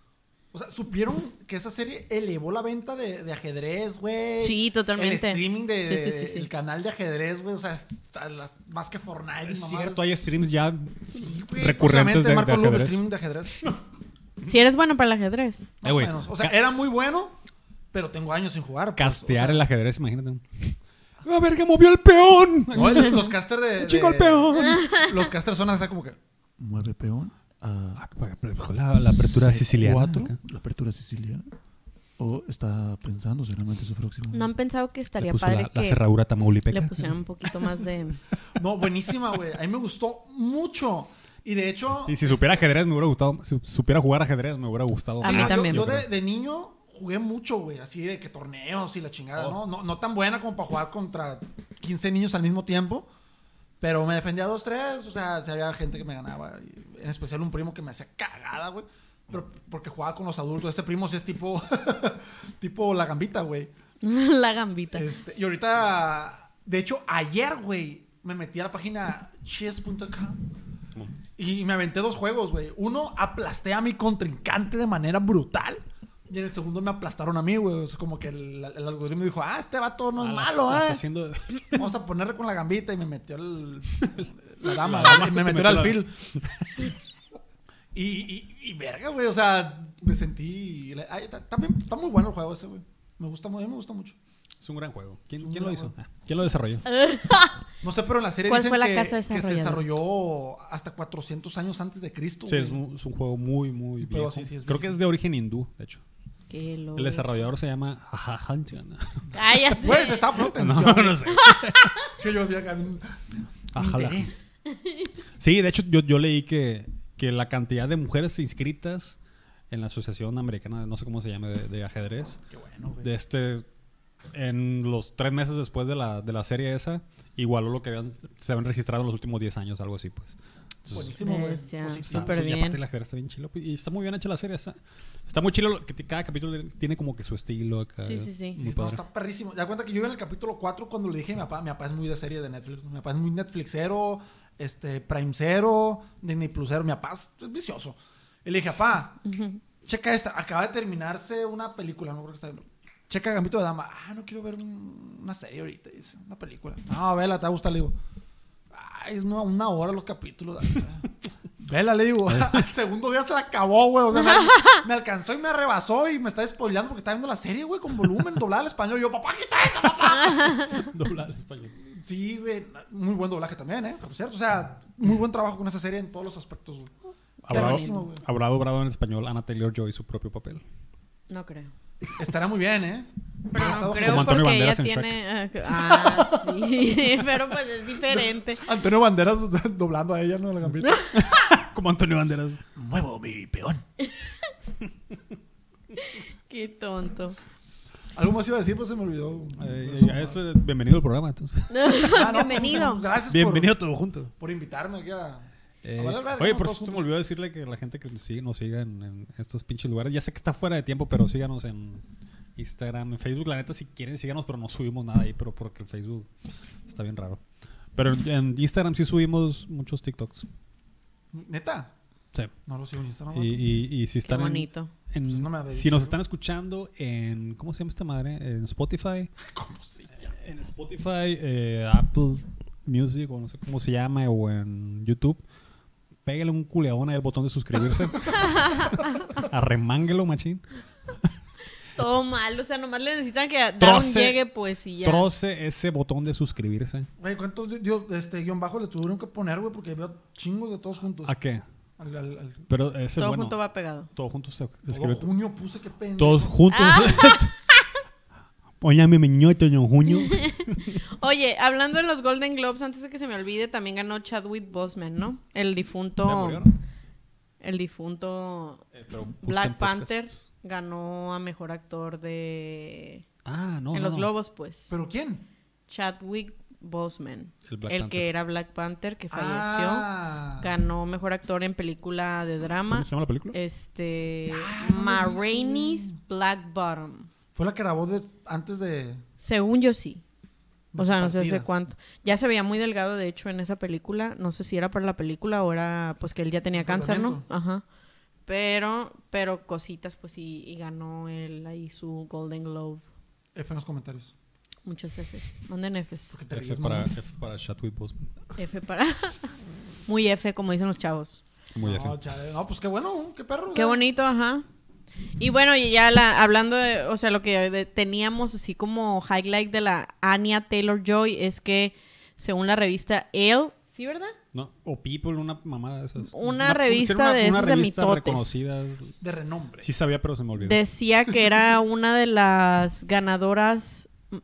O sea, supieron que esa serie elevó la venta de, de ajedrez, güey. Sí, totalmente. El streaming de, Sí, sí, sí, sí. el canal de ajedrez, güey. O sea, es- a las- más que Fortnite. Es mamá. cierto, hay streams ya Sí, güey. recurrentes Justamente, de, de Marco Lugo, ajedrez. streaming de ajedrez. Más Si eres bueno para el ajedrez. Eh, o güey, menos. O sea, ca- era muy bueno, pero tengo años sin jugar. pues. castear O sea, el ajedrez, imagínate. ¡A ver que movió el peón! no, el- los casters de. ¡Chico el de- peón! Los casters son hasta como que. Mueve peón. a Ah, La, la apertura siciliana. C4, acá. La apertura siciliana. O está pensando seguramente su próximo. No han pensado que Le estaría puso padre la, la que cerradura le tamaulipeca. pusieran un poquito más de... No, buenísima, güey. A mí me gustó mucho. Y de hecho. Y si supiera ajedrez me hubiera gustado. Si supiera jugar ajedrez me hubiera gustado. A Sí, mí no, yo- también. Yo, creo. de, de niño jugué mucho, güey, así de que torneos y la chingada, ¿no? ¿no? No tan buena como para jugar contra 15 niños al mismo tiempo, pero me defendía dos, tres, o sea, si había gente que me ganaba, y en especial un primo que me hacía cagada, güey, pero porque jugaba con los adultos, ese primo sí es tipo, tipo la gambita, güey. la gambita. Este, y ahorita, de hecho, ayer, güey, me metí a la página chess.com y me aventé dos juegos, güey. Uno, aplasté a mi contrincante de manera brutal. Y en el segundo me aplastaron a mí, güey. O sea, como que el, el algoritmo dijo, ah, este vato no es Ah, la- malo, la eh. está haciendo- Vamos a ponerle con la gambita y me metió el, la dama, La dama, y me te metió el metió la- alfil. Y, y, y verga, güey, o sea, me sentí... ay, está, está bien- está muy bueno el juego ese, güey. Me gusta muy, a mí me gusta mucho. Es un gran juego. ¿Quién, Es un quién lo gran hizo? juego. Ah, ¿Quién lo desarrolló? No sé, pero en la serie ¿Cuál dicen fue la que, casa que se desarrolladora? desarrolló hasta 400 años antes de Cristo. Sí, es güey. un, es un juego muy, muy Pero viejo. sí, sí, es Creo que viejísimo. es de origen hindú, de hecho. Que lo... El desarrollador se llama Ajahantian. Cállate. Güey, te estaba poniendo No, atención. no sé. Que yo había ganado. Ajala. Interés. Sí, de hecho, yo, yo leí que, que la cantidad de mujeres inscritas en la Asociación Americana, de- no sé cómo se llama, de, de ajedrez, Qué bueno, güey. de este, en los tres meses después de la, de la serie esa, igualó lo que habían, se habían registrado en los últimos 10 años, algo así, pues. Entonces, Buenísimo, güey. Bestia. Pues sí, está- sí. Súper y aparte bien. el ajedrez está bien chilo. pues, Y está muy bien hecha la serie. Está, está muy chilo lo que t- cada capítulo tiene como que su estilo acá. Sí, sí, sí. muy Sí, no, padre. está perrísimo. Ya cuenta que yo iba en el capítulo 4 cuando le dije a mi papá, mi papá es muy de serie de Netflix. Mi papá es muy Netflixero, este, Primecero, Disney Plusero. Mi papá es es vicioso. Y le dije, papá, checa esta. Acaba de terminarse una película, no creo que está viendo. Checa Gambito de Dama. Ah, no quiero ver un- una serie ahorita, dice. Una película. No, vela, te va a gustar, le digo. Ay, es una, una hora los capítulos. Vela, le digo. Al segundo día se la acabó, güey. O sea, me, me alcanzó y me rebasó y me está spoileando porque está viendo la serie, güey, con volumen doblada al español. Y yo, papá, ¿qué está eso, papá? Doblada al español. Sí, güey. Muy buen doblaje también, ¿eh? Por cierto, o sea, muy buen trabajo con esa serie en todos los aspectos, güey. Habrá, Perrísimo, güey. habrá doblado en español Ana Taylor Joy su propio papel. No creo. Estará muy bien, ¿eh? Pero Ha estado- no creo Como porque Antonio ella Banderas en tiene... Ah, sí. Pero pues es diferente. Antonio Banderas doblando a ella, ¿no? La gambita. Como Antonio Banderas. Muevo mi peón. Qué tonto. Algo más iba a decir, pues se me olvidó. Eh, eh, eso es- bienvenido al programa, entonces. Ah, no, Bienvenido. pues, Gracias por- Bienvenido todos juntos. por invitarme aquí a Eh, A valer verga, oye, ¿no? por Todos cierto, me juntos. olvidó decirle que la gente que sí, nos siga en, en estos pinches lugares. Ya sé que está fuera de tiempo, pero síganos en Instagram, en Facebook. La neta, si quieren, síganos, pero no subimos nada ahí, pero porque el Facebook está bien raro. Pero en- en Instagram sí subimos muchos TikToks. Neta. Sí. No lo sigo en Instagram. Y, y- y si Qué están en- bonito. en- Ah, Pues no me había si dicho, ¿no? nos están escuchando en ¿cómo se llama esta madre? En Spotify. ¿Cómo se En Spotify, eh, Apple Music o no sé cómo se llama o en YouTube. Pégale un culeadón al botón de suscribirse. Arremánguelo, machín. Todo mal, o sea, nomás le necesitan que dar un Troce- llegue, pues, y ya. Troce ese botón de suscribirse. Güey, ¿cuántos di- dio- este, guión bajo le tuvieron que poner, güey? Porque había chingos de todos juntos. ¿A qué? Al, al, al- Pero ese Todo bueno. junto va pegado. Todos juntos se, se todo escribe. junio puse, qué pendejo. Todos juntos. Ah. Óñame, meñote, ñon junio. Oye, hablando de los Golden Globes, antes de que se me olvide, también ganó Chadwick Boseman, ¿no? El difunto... El difunto Eh, Black Panther ganó a mejor actor de... Ah, no. en no, los no. Globos, pues. ¿Pero quién? Chadwick Boseman. El Black Panther. que era Black Panther, que falleció. Ah. Ganó mejor actor en película de drama. ¿Cómo se llama la película? Este. Ah, no la he Marraine's Black Bottom. Fue la que grabó de- antes de... Según yo sí. de O su sea, no sé partida. hace cuánto. Ya se veía muy delgado, de hecho, en esa película. No sé si era para la película o era pues que él ya tenía El cáncer, ¿no? tratamiento. Ajá. Pero, pero cositas, pues sí, y ganó él ahí su Golden Globe. F en los comentarios. Muchos Fs. Manden Fs. Porque te F ríes, para, mamón. F para Chadwick Boseman. F para. Muy F, como dicen los chavos. Muy no, F. chale. No, pues qué bueno, qué perro. o Qué sea. bonito, ajá. Y bueno, y ya la, hablando de, o sea, lo que de- teníamos así como highlight de la Anya Taylor Joy es que, según la revista Elle, ¿sí, verdad? No, o People, una mamada de esas. Una revista de esas de mitotes. reconocida. De renombre. Sí sabía, pero se me olvidó. Decía que era una de las ganadoras, mm,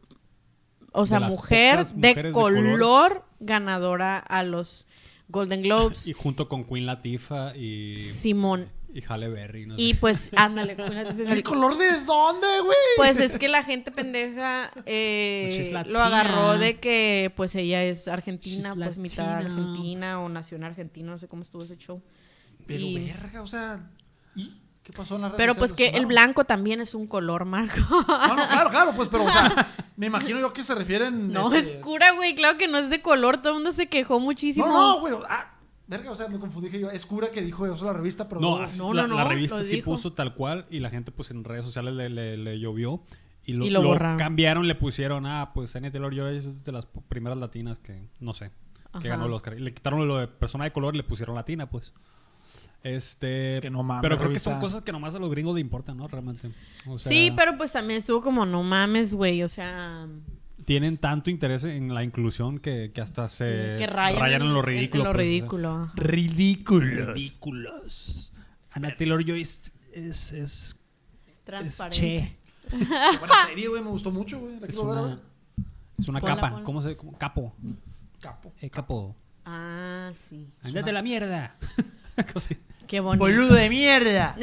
o De sea, las mujer pocas de mujeres de color, color. ganadora a los Golden Globes. y junto con Queen Latifah y, Simón. y Halle Berry. No Y sé. pues, ándale, cuídate, ¿El fíjate. color de dónde, güey? Pues es que la gente pendeja eh, She's lo Pues latina. agarró de que pues ella es argentina, She's pues mitad latina. argentina o nació en Argentina, no sé cómo estuvo ese show. Pero y- verga, o sea... ¿Y qué pasó en la Pero pues que el blanco también es un color, Marco. No, no, claro, claro, pues, pero, o sea, me imagino yo que se refieren... No, este, es cura, güey, claro que no es de color, todo el mundo se quejó muchísimo. No, no, güey. Ah, verga, o sea, me confundí. Dije yo, es cura que dijo eso la revista, pero. no, luego- así- no, la, no, la no, revista lo sí dijo. puso tal cual y la gente pues en redes sociales le, le- le llovió. Y lo, Y lo lo borraron. cambiaron, le pusieron, ah, pues Anya Taylor-Joy es de las po- primeras latinas que, no sé, Ajá. que ganó el Oscar. Y le quitaron lo de persona de color y le pusieron latina, pues. Este... Es que no mames, Pero creo que son revista. cosas que nomás a los gringos le importan, ¿no? Realmente. O sea, sí, pero pues también estuvo como, no mames, güey, o sea... tienen tanto interés en la inclusión que, que hasta se que rayan, en lo ridículo. en lo pues, o sea. ridículo, ajá. Ridículos. Ana Taylor Joy es, es, es, transparente. che. Qué buena serie, güey. Me gustó mucho, güey. La Es quiero ver, una, güey. es una Ponla, capa. ponla. ¿Cómo se cómo? Capo. Capo. Eh, capo. Ah, sí. Andate a la mierda. Cosí. Qué bonito. de mierda.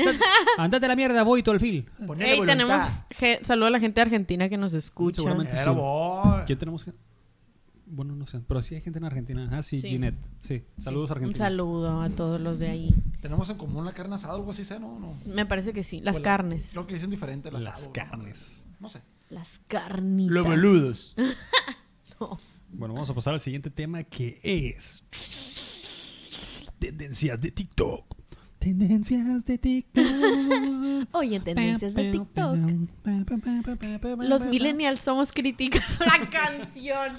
Andate a la mierda, voy, tu alfil. Ponele Hey, voluntad. Eh, tenemos... ge- Saludo a la gente de Argentina que nos escucha. Seguramente. Era vos. ¿Quién tenemos? gen- Bueno, no sé. Pero sí hay gente en Argentina. Ah, sí, Sí. Ginette. Sí. Saludos, Un Argentina. saludo a todos los de ahí. Tenemos en común la carne asada, algo así, sea, ¿no? no. Me parece que sí. Las O la- carnes. Creo que le dicen diferente. El Las asado, güey. carnes. No sé. Las carnitas. No. Bueno, vamos a pasar al siguiente tema que es tendencias de TikTok. Tendencias de TikTok. Oye, tendencias de TikTok. Los millennials somos críticos. La canción.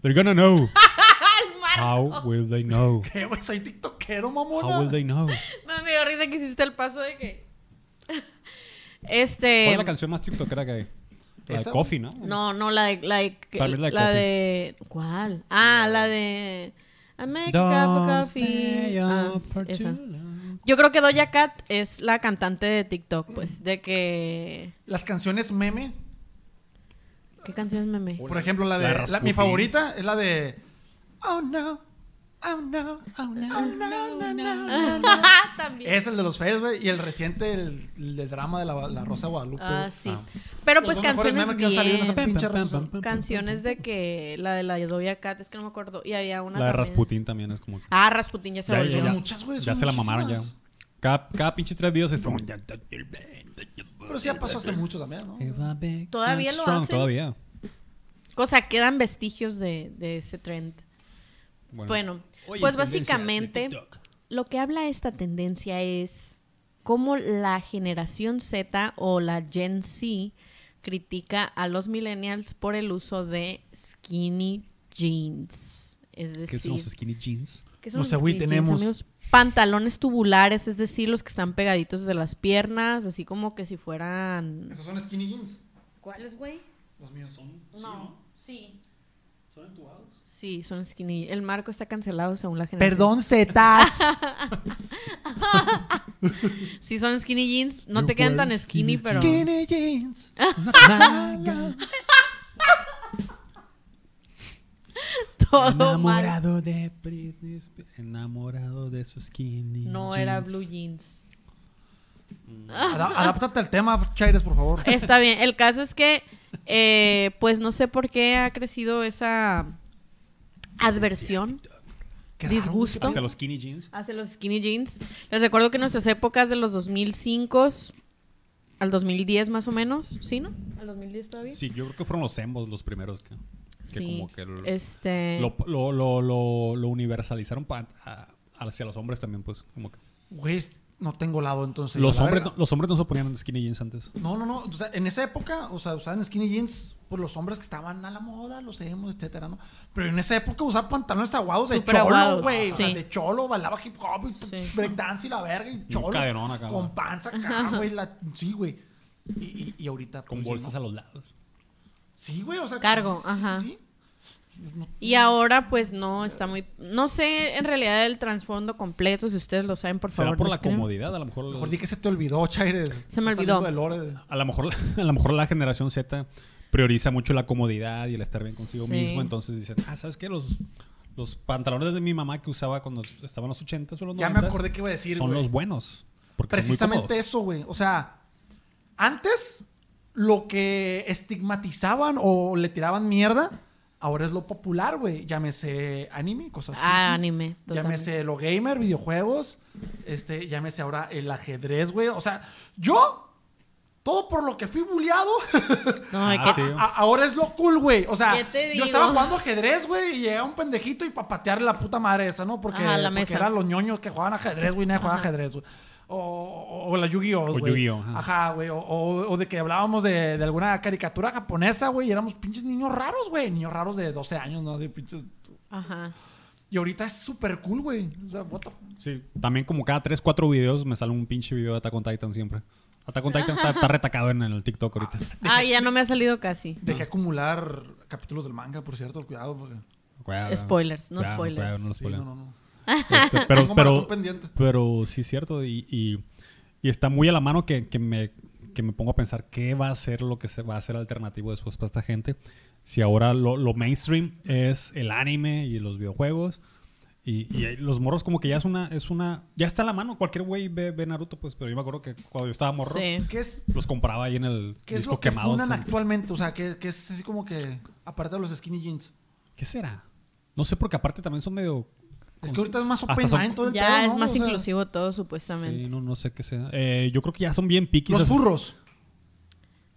They're gonna know. Al mar. How will they know? ¿Qué, güey? Soy tiktokero, How will mamona. they know? Me dio risa que hiciste el paso de que. ¿Cuál Este. es la canción más tiktokera que hay? La de ¿Esa? Coffee, ¿no? No, no, la de. La de, Para mí es la de coffee. de- ¿Cuál? Ah, la de. I make a cup of Don't coffee. stay Ah, up for esa. too long. Yo creo que Doja Cat es la cantante de TikTok, pues, de que... Las canciones meme. ¿Qué canciones meme? Por ejemplo, la La de de. la- mi Rasputin. favorita es la de. Oh no. Oh no, oh no, oh no, no, no, no. También. Es el de los feos, güey. Y el reciente, el, el de drama de la, la Rosa de Guadalupe. Ah, güey. sí. Ah. Pero Los pues dos mejores canciones memes que han salido en esa bien. pinche Pam, pam, red social. pam, pam. Canciones de que la de la Doja Cat, es que no me acuerdo. Y había una La de también. Rasputin también es como. que- Ah, Rasputin ya se Ya, Son ya, volvió. ya. muchas, güey. ya son se la mamaron ya. muchísimas. Cada, cada pinche tres videos es. Pero sí ya pasó hace mucho también, ¿no? Todavía lo hacen. Todavía. O sea, quedan vestigios de, de ese trend. Bueno, pues básicamente lo que habla esta tendencia es cómo la generación Z o la Gen Z critica a los millennials por el uso de skinny jeans. Es decir, Que son los skinny jeans. ¿Qué son Los los Sawí skinny jeans, tenemos. amigos? Pantalones tubulares, es decir, los que están pegaditos de las piernas, así como que si fueran... Esos son skinny jeans. ¿Cuáles, güey? Los míos son. No, sí. ¿Son entubados? Sí, son skinny. El marco está cancelado según la generación. Perdón, Zetas. Sí, son skinny jeans. No You te quedan wear tan skinny, skinny pero... Skinny jeans. Todo mal. de Britney Spears, Enamorado de sus skinny No era blue jeans. Adá- Adáptate al tema, Chaires, por favor. Está bien. El caso es que, eh, pues no sé por qué ha crecido esa adversión Qué raro, disgusto. güey, Hacia los skinny jeans. hacia los skinny jeans. Les recuerdo que en nuestras épocas de los 2005 al 2010 más o menos, ¿sí, no? ¿Al 2010 todavía? Sí, yo creo que fueron los embos los primeros que, que como que lo, este... lo, lo, lo, lo- lo universalizaron pa- a- hacia los hombres también, pues. Como que. Güey, es- no tengo lado entonces. los, a la hombres, verga. no- los hombres no se ponían skinny jeans antes. No, no, no. O sea, en esa época, o sea, usaban skinny jeans por los hombres que estaban a la moda, los emos, etcétera, ¿no? Pero en esa época usaban pantalones aguados de Súper cholo, aguados, güey. O sea, sí. de cholo, bailaba hip hop, y Sí. breakdance y la verga, y cholo. caderón acá, Con güey. panza acá, güey. la- Sí, güey. Y, y- y ahorita. Con pues, bolsas ¿no? a los lados. Sí, güey, o sea. Cargo, sí, ajá. Sí, sí. No- Y ahora, pues no, está muy... No sé en realidad el trasfondo completo, si ustedes lo saben, por Será favor. por nos la escriben. comodidad, a lo mejor. Mejor di que se te olvidó, Chaires. Se me Estás saliendo olvidó. del ore. A lo mejor, a lo mejor la generación Z prioriza mucho la comodidad y el estar bien consigo Sí. mismo. Entonces dicen, ah, ¿sabes qué? Los, los pantalones de mi mamá que usaba cuando estaban los 80s o los 90s. Ya me acordé qué iba a decir, Son güey. los buenos. Porque Precisamente son eso, güey. O sea, antes lo que estigmatizaban o le tiraban mierda, ahora es lo popular, güey. Llámese anime, cosas Ah, frikis. anime, Llámese lo gamer, videojuegos. Este, llámese ahora el ajedrez, güey. O sea, yo, todo por lo que fui bulleado, No, Ah, hay que- sí. a- ahora es lo cool, güey. O sea, ¿Qué te yo digo? estaba jugando ajedrez, güey, y llegaba un pendejito y para patearle la puta madre esa, ¿no? Porque, Ajá, la porque mesa. eran los ñoños que jugaban ajedrez, güey, nadie jugaba ajedrez, güey. O, o- o la Yu-Gi-Oh! güey. Yu-Gi-Oh, ajá. Ajá, güey. O, o- o de que hablábamos de, de alguna caricatura japonesa, güey, y éramos pinches niños raros, güey. Niños raros de 12 años, ¿no? De pinches... Ajá. Y ahorita es súper cool, güey. O sea, what the... Sí, también como cada 3, 4 videos me sale un pinche video de Attack on Titan siempre. Attack on Titan está, está retacado en el TikTok ahorita. Ah, ya no me ha salido casi. Dejé acumular capítulos del manga, por cierto, cuidado. Porque... Cuidado. Spoilers, no Cuidado, spoilers. cuidado, no los Sí, spoilers. no, no, no. Este, pero, Tengo pero, maratón pendiente. pero sí es cierto. Y, y- y está muy a la mano que, que me, que me pongo a pensar qué va a ser lo que se va a hacer alternativo después para esta gente. Si ahora lo, lo mainstream es el anime y los videojuegos. Y, y ahí los morros como que ya es una, es una... Ya está a la mano. Cualquier güey ve, ve Naruto, pues. Pero yo me acuerdo que cuando yo estaba morro, Sí. ¿Qué es, los compraba ahí en el ¿Qué es disco lo que quemado. funan en- actualmente? O sea, que, que es así como que, aparte de los skinny jeans. ¿Qué será? No sé, porque aparte también son medio... Es que ahorita es más Hasta open mind son- todo el Ya pedo, es ¿no? más O sea, inclusivo todo, Sí, supuestamente. no, no sé qué sea. Eh, yo creo que ya son bien piquis. Los así- furros.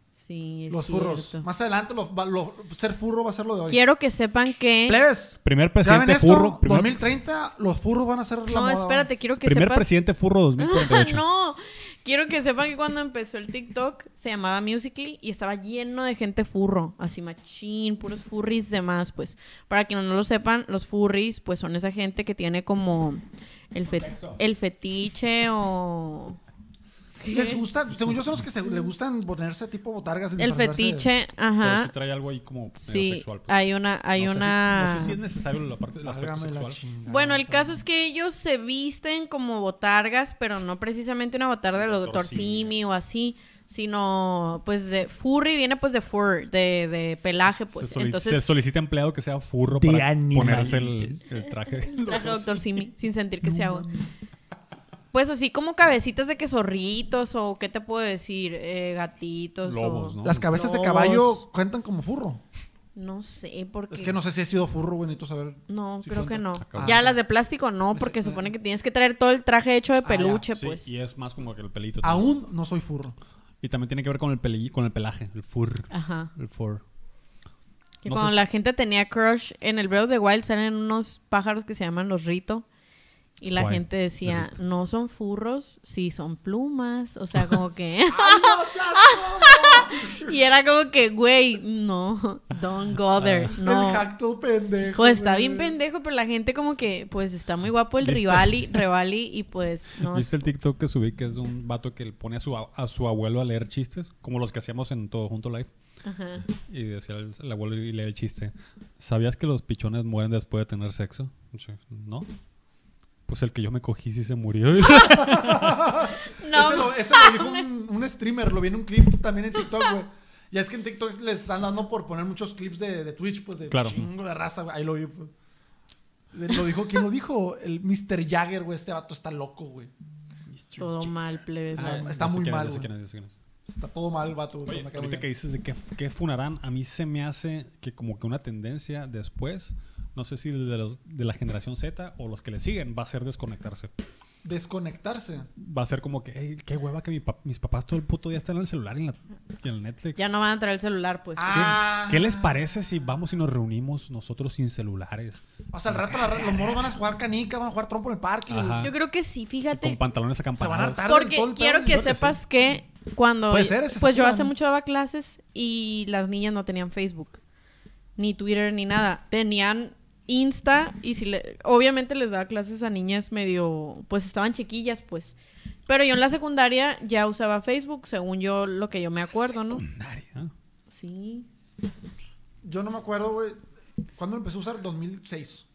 Sí, es Los furros. cierto. Más adelante, los- va- lo- ser furro va a ser lo de hoy. Quiero que sepan que... Plebes. Primer Graben presidente esto. furro. primer- 2030, los furros van a ser la No, moda. espérate, quiero que Primer sepas... presidente furro 2048. Ah, no, quiero que sepan que cuando empezó el TikTok se llamaba Musically y estaba lleno de gente furro, así machín, puros furries demás, pues. Para quienes no lo sepan, los furries pues son esa gente que tiene como el, fe- el fetiche o Les gusta, según yo, son los que se, le gustan ponerse tipo botargas. y el disfrazarse. fetiche, Pero sí ajá. trae algo ahí como medio Sí, sexual. pues. hay una hay No sé una si- no sé si es necesario la parte del aspecto Válgame la sexual. chingada. Bueno, el caso es que ellos se visten como botargas, pero no precisamente una botarga de Doctor doctor Simi. Simi o así, sino pues de furry viene pues de fur, de, de pelaje, pues. se, soli- se Entonces, solicita empleado que sea furro De para animal. ponerse el, el traje. traje doctor Simi sin sentir que sea agua. Pues así como cabecitas de que zorritos o qué te puedo decir, Eh, gatitos Lobos, o... ¿no? Las cabezas de Lobos. caballo cuentan como furro. No sé, porque... Es que no sé si he sido furro, güey, necesito saber. No, Sí creo que cuenta. no. Acabo. Ya las de plástico no, Ese- porque supone que tienes que traer todo el traje hecho de ya. peluche, Sí, pues. y es más como que el pelito. también. Aún no soy furro. Y también tiene que ver con el, peli- con el pelaje, el fur. Ajá. El fur. Que No cuando sé si- la gente tenía crush en el Breath of the Wild salen unos pájaros que se llaman los Rito. Y la Guay, gente decía, los no son furros, sí son plumas. O sea, como que. y era como que, güey, no, don't go there. No. El jacto pendejo. Pues está güey. bien pendejo, pero la gente como que, pues está muy guapo el ¿Viste? Rivali, Revali, y pues no. ¿Viste el TikTok que subí que es un vato que le pone a su, a, a su abuelo a leer chistes? Como los que hacíamos en Todo Junto Live. Ajá. Y decía el, el abuelo y leía el chiste. ¿Sabías que los pichones mueren después de tener sexo? Sí. No. Pues el que yo me cogí sí se murió. No, Ese lo, ese lo dijo un, un streamer, lo vi en un clip también en TikTok, güey. Y es que en TikTok le están dando por poner muchos clips de, de Twitch, pues de Claro. chingo de raza, güey. Ahí lo vi, pues. Le- Lo dijo, ¿quién lo dijo? El Mr. Jagger, güey. Este vato está loco, güey. todo mal, plebes. la Ah, neta. está muy mal, güey. mal. Está todo mal, el vato, güey. pero Oye, me cae muy ahorita que bien. dices de qué, qué funarán, a mí se me hace que como que una tendencia después, no sé si de, los- de la generación Z o los que le siguen, va a ser desconectarse. Desconectarse. Va a ser como que, "Ey, qué hueva que mi pap- mis papás todo el puto día están en el celular y en, la, y en el Netflix. Ya no van a traer el celular, pues. ¿Qué, Ah. qué les parece si vamos y nos reunimos nosotros sin celulares? O sea, al rato la ra- los moros van a jugar canica, van a jugar trompo en el parque. güey. Ajá. Yo creo que sí, fíjate. Con pantalones Se van a acampanados. hartar del Porque todo el pedo, quiero güey. que Creo que sepas que cuando. Puede ser, ese pues yo sentido, hace ¿no? mucho daba clases y las niñas no tenían Facebook, ni Twitter, ni nada. Tenían Insta y si le- obviamente les daba clases a niñas medio. Pues estaban chiquillas, pues. Pero yo en la secundaria ya usaba Facebook, según yo lo que yo me acuerdo, ¿no? Secundaria. ¿eh? Sí. Yo no me acuerdo, güey. ¿Cuándo empecé a usar? 2006.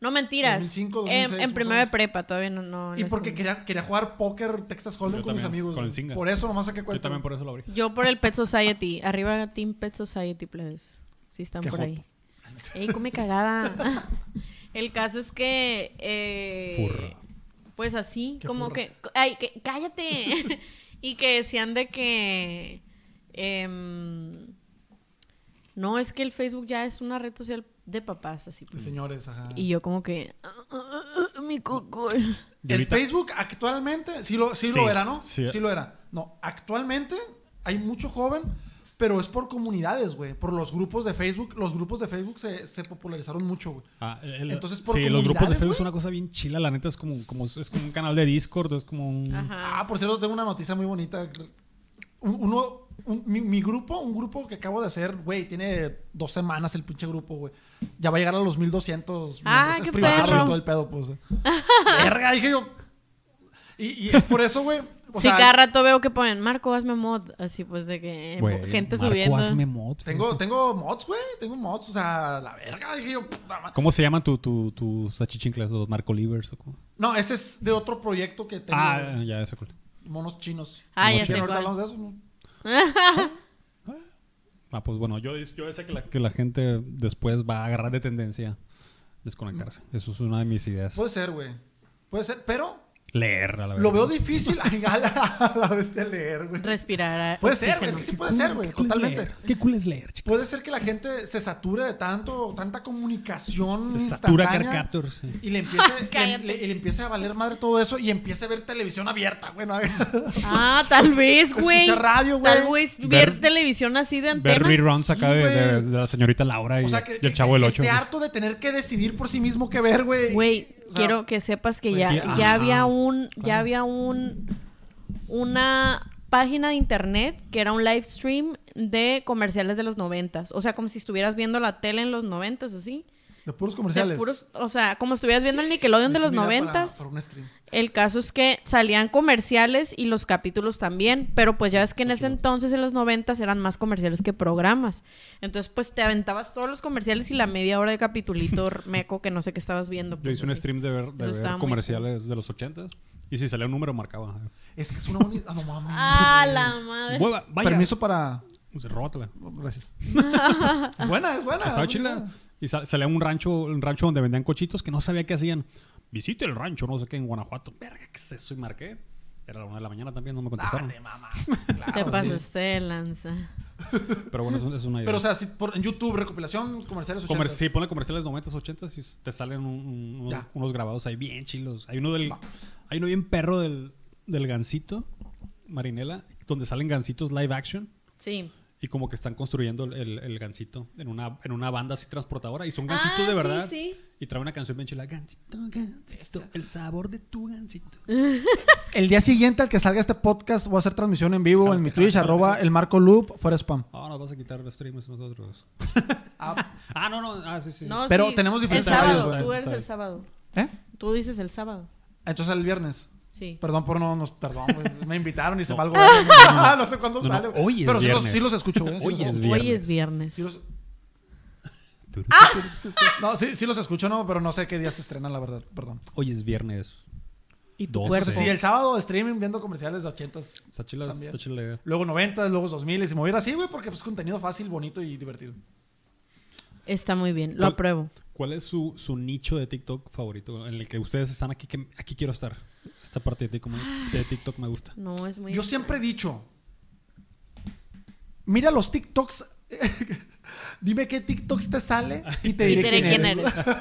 No mentiras. 2005, Em- 2006, en más o primero de menos. prepa, todavía no. no en Y la porque secundaria. quería, quería jugar póker Texas Hold'em Yo con mis también, amigos. con el güey. Singa. Por eso nomás saqué cuenta. Yo también por eso lo abrí. Yo por el Pet Society. Arriba Team Pet Society, plebes. Si están Qué por joto. ahí. Ey, come cagada. el caso es que. eh, Furra. Pues así, Qué como furra. que. Ay, que, cállate. y que decían de que. em, no, es que el Facebook ya es una red social de papás, así De pues. Señores, ajá. Y yo como que. "Ah, ah, ah, mi coco. Y El ahorita- Facebook actualmente sí lo, sí Sí, lo era, ¿no? sí. Sí. lo era. No, actualmente hay mucho joven, pero es por comunidades, güey. Por los grupos de Facebook. Los grupos de Facebook se, se popularizaron mucho, güey. Ah, el- Entonces, por sí, los grupos comunidades, de Facebook es güey. una cosa bien chila, la neta es como, como es como un canal de Discord, es como un Ajá. Ah, por cierto, tengo una noticia muy bonita. Un- Uno, un- mi, mi grupo, un grupo que acabo de hacer, güey, tiene dos semanas el pinche grupo, güey. Ya va a llegar a los 1200. Ah, miembros. qué es privado perro. y todo el pedo, pues. Verga, dije yo. Y, y es por eso, güey. o sí, sea, cada rato veo que ponen Marco, hazme mod. Así pues de que. eh, Güey, gente Marco, subiendo. hazme mod, Tengo, fíjate. tengo mods, güey. Tengo mods. O sea, la verga. Dije yo, puta madre. ¿Cómo se llaman tu, tu, tus achichinclas, los Marco Livers? o cómo? No, ese es de otro proyecto que tengo. Ah, ya, ese cool. monos chinos. Ah, Monos ya sé chinos, ahorita cuál. hablamos de eso, ¿no? Ah, pues bueno, yo, yo esa que la, que la gente después va a agarrar de tendencia desconectarse. Mm. Eso es una de mis ideas. Puede ser, güey. Puede ser, pero Leer, a la Pues, lo verga. veo difícil. Ay, a la, a la bestia leer, güey. Respirar. Puede ser, güey. Es oxígeno. que sí puede ser, güey. Qué cool es Totalmente. leer, Qué cool es leer, chicos. Puede ser que la gente se sature de tanto, tanta comunicación. Se satura Pues, instantánea Carcaptor, sí. Y le empiece, le, Cállate. le- le empiece a valer madre todo eso y empiece a ver televisión abierta, güey. ¿no? Ah, tal vez, güey. Escuchar radio, güey. Tal vez ver, Ver- televisión así de Ver antena. reruns acá de, Sí, güey. de- de la señorita Laura y, pues, O sea, que, y el chavo del que 8. esté harto de tener que decidir por sí mismo qué ver, güey. Güey, O sea, pues quiero que sepas que Güey, ya, sí, ya ajá, había un, ya claro. había un, una página de internet que era un live stream de comerciales de los noventas. O sea, como si estuvieras viendo la tele en los noventas, así. De puros De comerciales. puros, o sea, como estuvieras viendo el Nickelodeon de Es los una idea para- noventas. para un stream. El caso es que salían comerciales y los capítulos también, pero pues ya ves que en ese entonces, en los noventas, eran más comerciales que programas. Entonces, pues te aventabas todos los comerciales y la media hora de capitulito meco que no sé qué estabas viendo. Yo pues, hice un así. stream de ver, de Eso ver estaba muy comerciales de los 80 Y si salía un número, marcaba. Es que es una bonita. Ah, no mames. Ah, la madre. Vuelva, vaya. Permiso para. Pues, róbatela. Gracias. Ah, buena, es buena. Estaba es chila. buena. Y sa- salía un rancho, un rancho donde vendían cochitos que no sabía qué hacían. Visite el rancho, no sé qué, en Guanajuato. Verga, qué es eso. Y marqué. Era la una de la mañana también, no me Ah, contestaron. te mamas. claro, Te sí. pasaste de lanza. Pero bueno, eso es una idea. Pero, o sea, si por, en YouTube, recopilación, comerciales, Comer- 80. sí, ponle comerciales 90s, 80s y te salen un- un- unos, Ya. unos grabados ahí bien chilos. Hay uno del. Hay uno bien perro del, del Gancito, Marinela, donde salen Gancitos live action. Sí. Y como que están construyendo el, el, el gancito en una, en una banda así transportadora. Y son gancitos Ah, de sí, verdad. sí. Y trae una canción bien chila. Gancito, gancito, el sabor de tu gancito. Eh. El día siguiente al que salga este podcast, voy a hacer transmisión en vivo Claro en mi que claro, Twitch, claro que arroba sí. el marco loop, fuera spam. Ah, nos vas a quitar los streams nosotros. Ah, Ah, no, no. Ah, sí, sí. No, Pero sí. tenemos diferentes El sábado, horarios, tú güey. eres Sorry. el sábado. ¿Eh? Tú dices el sábado. Entonces el viernes. Sí. Perdón por no, nos, perdón, güey, me invitaron y se No. me algo. Ah, No, no, no. sé cuándo No, no, sale. hoy es Pero sí los- viernes. sí los escucho, güey. sí Hoy los es escucho. viernes. Hoy es viernes. Sí los- Turu. No, sí, sí los escucho, no, pero no sé qué día se estrena, la verdad. Perdón. Hoy es viernes. Y tu Doce. cuerpo. Sí, el sábado streaming viendo comerciales de 80s, Está chila, También. está chila la idea. luego 90s, luego 2000 y me voy a ir así, güey, porque es contenido fácil, bonito y divertido. Está muy bien. Lo ¿Cuál- apruebo. ¿Cuál es su, su nicho de TikTok favorito? En el que ustedes están aquí, que aquí quiero estar. Esta parte de TikTok, me- de TikTok me gusta. No, es muy Yo siempre he dicho, mira los TikToks, dime qué TikToks te sale y te Y diré, diré quién, quién eres. eres.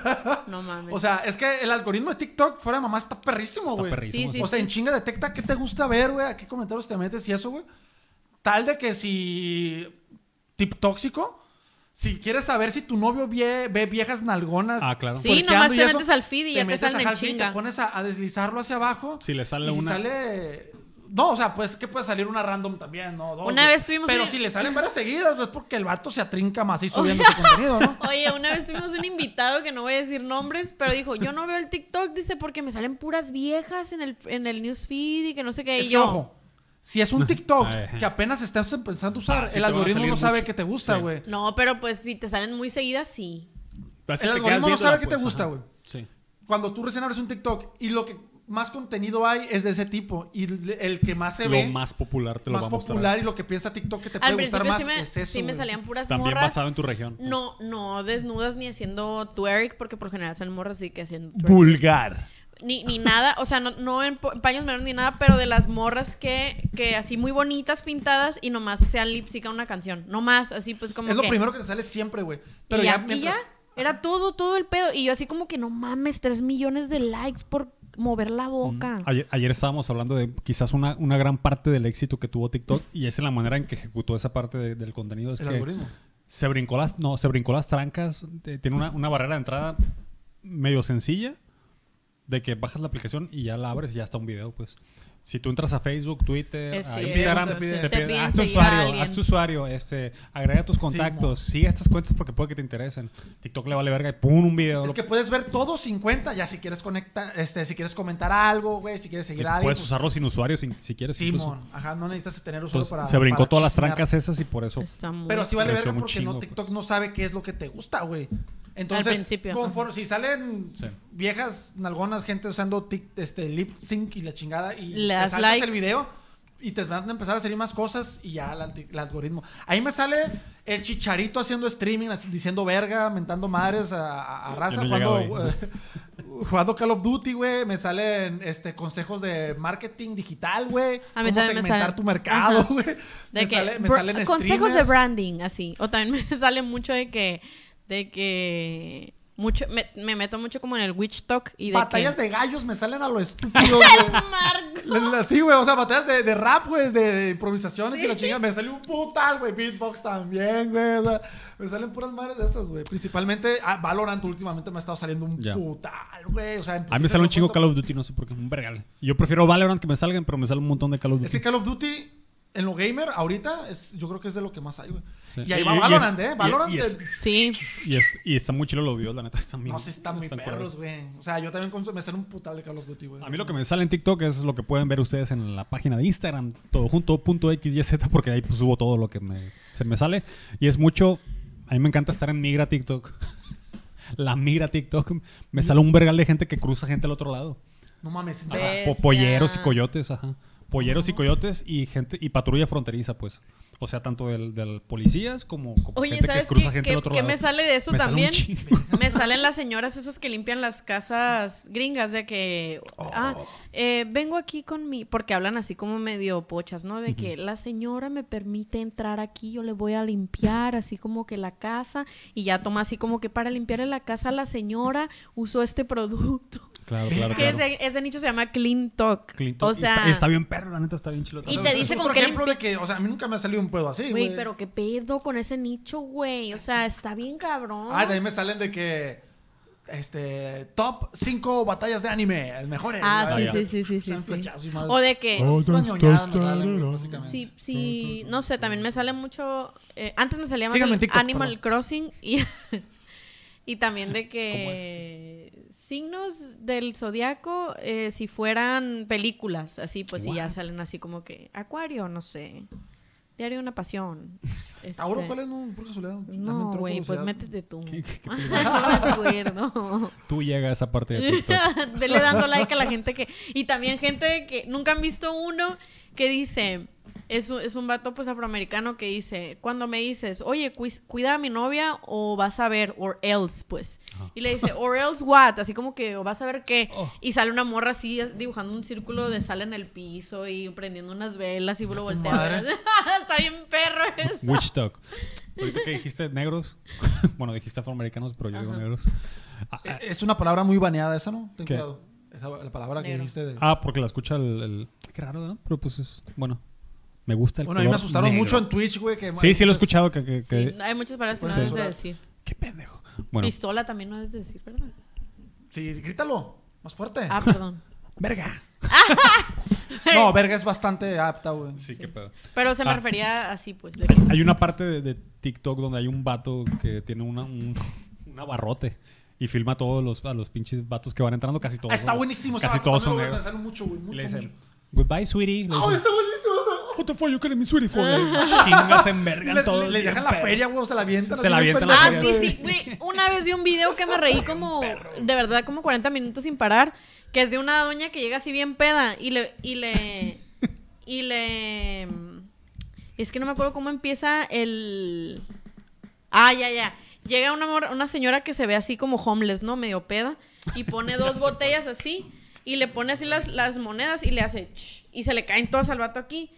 No mames. O sea, es que el algoritmo de TikTok fuera de mamá está perrísimo, Está güey. perrísimo. Sí, sí. O sea, en chinga detecta qué te gusta ver, güey, a qué comentarios te metes y eso, güey. Tal de que si tip tóxico, si quieres saber si tu novio vie- ve viejas nalgonas. Ah, claro. Sí, twerkeando nomás te y metes al feed y ya te metes salen en al feed, chinga. Te pones a, a deslizarlo hacia abajo. Si le sale y una- Si sale... No, o sea, pues que puede salir una random también, ¿no? Dos, Una güey. vez tuvimos Pero un- si le salen varias seguidas, pues, es porque el vato se atrinca más y subiendo su contenido, ¿no? Oye, una vez tuvimos un invitado que no voy a decir nombres, pero dijo, yo no veo el TikTok, dice, porque me salen puras viejas en el, en el newsfeed y que no sé qué. Es y que, yo, ojo, si es un TikTok Ajá. que apenas estás empezando a usar, Ah, sí el te van a algoritmo salir no sabe mucho. que te gusta, Sí. güey. No, pero pues si te salen muy seguidas, sí. Así El te algoritmo quedas no sabe viéndola, qué te pues, gusta, ajá. güey. Sí. Cuando tú recién abres un TikTok y lo que más contenido hay es de ese tipo y el- el que más se Lo ve, más popular te lo más va a mostrar. popular y lo que piensa TikTok que te puede Al gustar principio más sí me, es eso. sí me güey. salían puras También morras. basado en tu región. No, no desnudas ni haciendo twerk, porque por general salen morras así que hacen twerk. Vulgar. Ni, ni nada, o sea, no, no en, po- en paños menores ni nada, pero de las morras que, que así muy bonitas pintadas y nomás sean lipsica una canción. No más, así pues como Es lo que- primero que te sale siempre, güey. Pero y ya, ya, y mientras... ya, era todo, todo el pedo. Y yo así como que no mames, tres millones de likes por mover la boca. Ayer, ayer estábamos hablando de quizás una, una gran parte del éxito que tuvo TikTok y es en la manera en que ejecutó esa parte de- del contenido. Es El que algoritmo. Se brincó las, no, se brincó las trancas. te- tiene una, una barrera de entrada medio sencilla de que bajas la aplicación y ya la abres y ya está un video, pues. Si tú entras a Facebook, Twitter, Es a cierto, Instagram, te te piden- piden, te piden haz tu seguir a usuario, alguien". haz tu usuario, este, agrega tus contactos, sigue estas cuentas porque puede que te interesen. TikTok le vale verga y pum, un video. Es lo- que puedes ver todos 50, ya si quieres conectar, este, si quieres comentar algo, güey, si quieres seguir a alguien. puedes pues, usarlo sin usuario sin- si quieres. incluso. Simon, ajá, no necesitas tener usuario Entonces, para. se brincó para todas las chismear. trancas esas y por eso. Está muy... Pero sí vale Creció verga un porque no, chingo, pues. TikTok no sabe qué es lo que te gusta, güey. Entonces, principio, conforme- si salen Sí. viejas nalgonas, gente usando tic- este, lip sync y la chingada, y Le te das saltas like. el video y te van a empezar a salir más cosas y ya la- el algoritmo. Ahí me sale el chicharito haciendo streaming, así, diciendo verga, mentando madres a, a- a raza, Yo no he jugando, llegado eh, jugando Call of Duty, güey. Me salen este, consejos de marketing digital, güey. A mí Cómo también me segmentar salen. tu mercado, Ajá. güey. De Me, que sale- me br- salen consejos de streamers. branding, así. O también me sale mucho de que... De que... Mucho, me, me meto mucho como en el witch talk y de Batallas que... de gallos me salen a lo estúpido, güey. Marco. La- la- Sí, güey, o sea, batallas de, de rap, güey, de, de improvisaciones y la chingada. Me salió un putal, güey, beatbox también, güey. O sea, me salen puras madres de esas, güey. Principalmente ah, Valorant últimamente me ha estado saliendo un Ya. putal, güey. O sea, en A mí me sale un chingo Call of Duty, no sé por qué, un vergal. Yo prefiero Valorant que me salgan, pero me sale un montón de Call of Duty. Es que Call of Duty en lo gamer ahorita es, yo creo que es de lo que más hay, güey. Sí. Y ahí Y- va y- y- Valorant, ¿eh? y- Valorant y es- eh, Sí. Y, es- y está muy chido los videos, la neta. Están bien, no sé, están muy están perros, culeros. güey. O sea, yo también consu- me sale un putal de Call of Duty, güey. A mí lo que me sale en TikTok es lo que pueden ver ustedes en la página de Instagram, todo junto, punto XYZ, porque ahí pues, subo todo lo que me, se me sale. Y es mucho. A mí me encanta estar en migra TikTok. la migra TikTok. Me sale un vergal de gente que cruza gente al otro lado. No mames. Ajá, neta. Ve. po- Bestia. polleros y coyotes, ajá. Polleros y coyotes y gente y patrulla fronteriza, pues. O sea, tanto del, del policías como, como Oye, gente ¿sabes que cruza qué, gente qué- del otro qué lado. me sale de eso Me sale un también? chingo. me salen las señoras esas que limpian las casas gringas de que, ah, Oh. eh, vengo aquí con mi, porque hablan así como medio pochas, ¿no? De que la señora me permite entrar aquí, yo le voy a limpiar así como que la casa y ya toma así como que para limpiarle la casa a la señora usó este producto. Claro, claro, Que Ah, claro. ese, ese nicho se llama Clean Talk. Clinton- o y está- y sea, está, bien perro, la neta está bien chilo. Y O sea, te es dice con otro qué ejemplo de que, o sea, a mí nunca me ha salido un pedo así, güey, güey. pero qué pedo con ese nicho, güey. O sea, está bien cabrón. Ah, de ahí me salen de que. Este. Top 5 batallas de anime. Mejores. Ah, La- sí, ya. sí, sí, sí, sí, Están sí. flechados y madres. O de que, Puras ñoñadas me salen, güey, básicamente. sí, sí, no sé, también me sale mucho, eh, antes me salía más Síganme en el TikTok, Animal perdón. Crossing y, y también de que signos del zodiaco eh, si fueran películas, así pues y ya salen así como que Acuario, no sé, Diario de una pasión. Ahora, este, ¿cuál es? No, por casualidad. Dame No, otra güey, pues curiosidad. métete tú. ¿Qué- qué- qué no me acuerdo. Tú llegas a esa parte de TikTok. Dele dando like a la gente que. Y también gente que nunca han visto uno que dice. Es un, es un vato pues afroamericano que dice, cuando me dices, oye, cuis- cuida a mi novia o vas a ver, or else, pues. Y le dice, or else what, así como que, o vas a ver qué. Oh. Y sale una morra así dibujando un círculo de sal en el piso y prendiendo unas velas y lo voltea. a ver. Madre. Está bien perro eso. Witch Talk. Ahorita que dijiste negros, bueno, dijiste afroamericanos, pero yo digo negros. Ah, Eh, Es una palabra muy baneada esa, ¿no? Ten ¿Qué? cuidado. Esa, la palabra que Negro. dijiste de... ah, porque la escucha el, el- Qué raro, ¿no? Pero pues es... Bueno, me gusta el Bueno, a mí me color asustaron negro. mucho en Twitch, güey. que- Sí, sí lo he muchas- escuchado. Que, que- que- Sí, hay muchas palabras que no Sí. debes de decir. Qué pendejo. Pues Bueno, Pistola también no debes de decir, ¿verdad? Sí, grítalo. Más fuerte. Ah, perdón. verga. No, verga es bastante apta, güey. Sí, qué pedo. Pero se me Ah. refería así, pues. de que- Hay una parte de, de TikTok donde hay un vato que tiene una, un, un abarrote y filma a todos los, a los pinches vatos que van entrando, casi todos. Ah, está son- buenísimo. ese Casi vato, todos son también lo voy a negros. pensar mucho, güey. Y Mucho, le mucho. dicen, goodbye, sweetie. Le Ah, dicen, está buenísimo. o sea, What the fuck, you calling me sweetie for? Chingas, se envergan Le, todos. le- le dejan la Pero- feria, güey. Se la avientan. Se la así, avientan bien la Ah, pendejo, sí, güey. sí, güey. Una vez vi un video que me reí como, de verdad, como 40 minutos sin parar, que es de una doña que llega así bien peda y le, y le, y le, es que no me acuerdo cómo empieza el, ah, ya, ya. Llega una, mor- una señora que se ve así como homeless, ¿no? Medio peda y pone dos botellas así y le pone así las, las monedas y le hace, ch, y se le caen todas al vato aquí.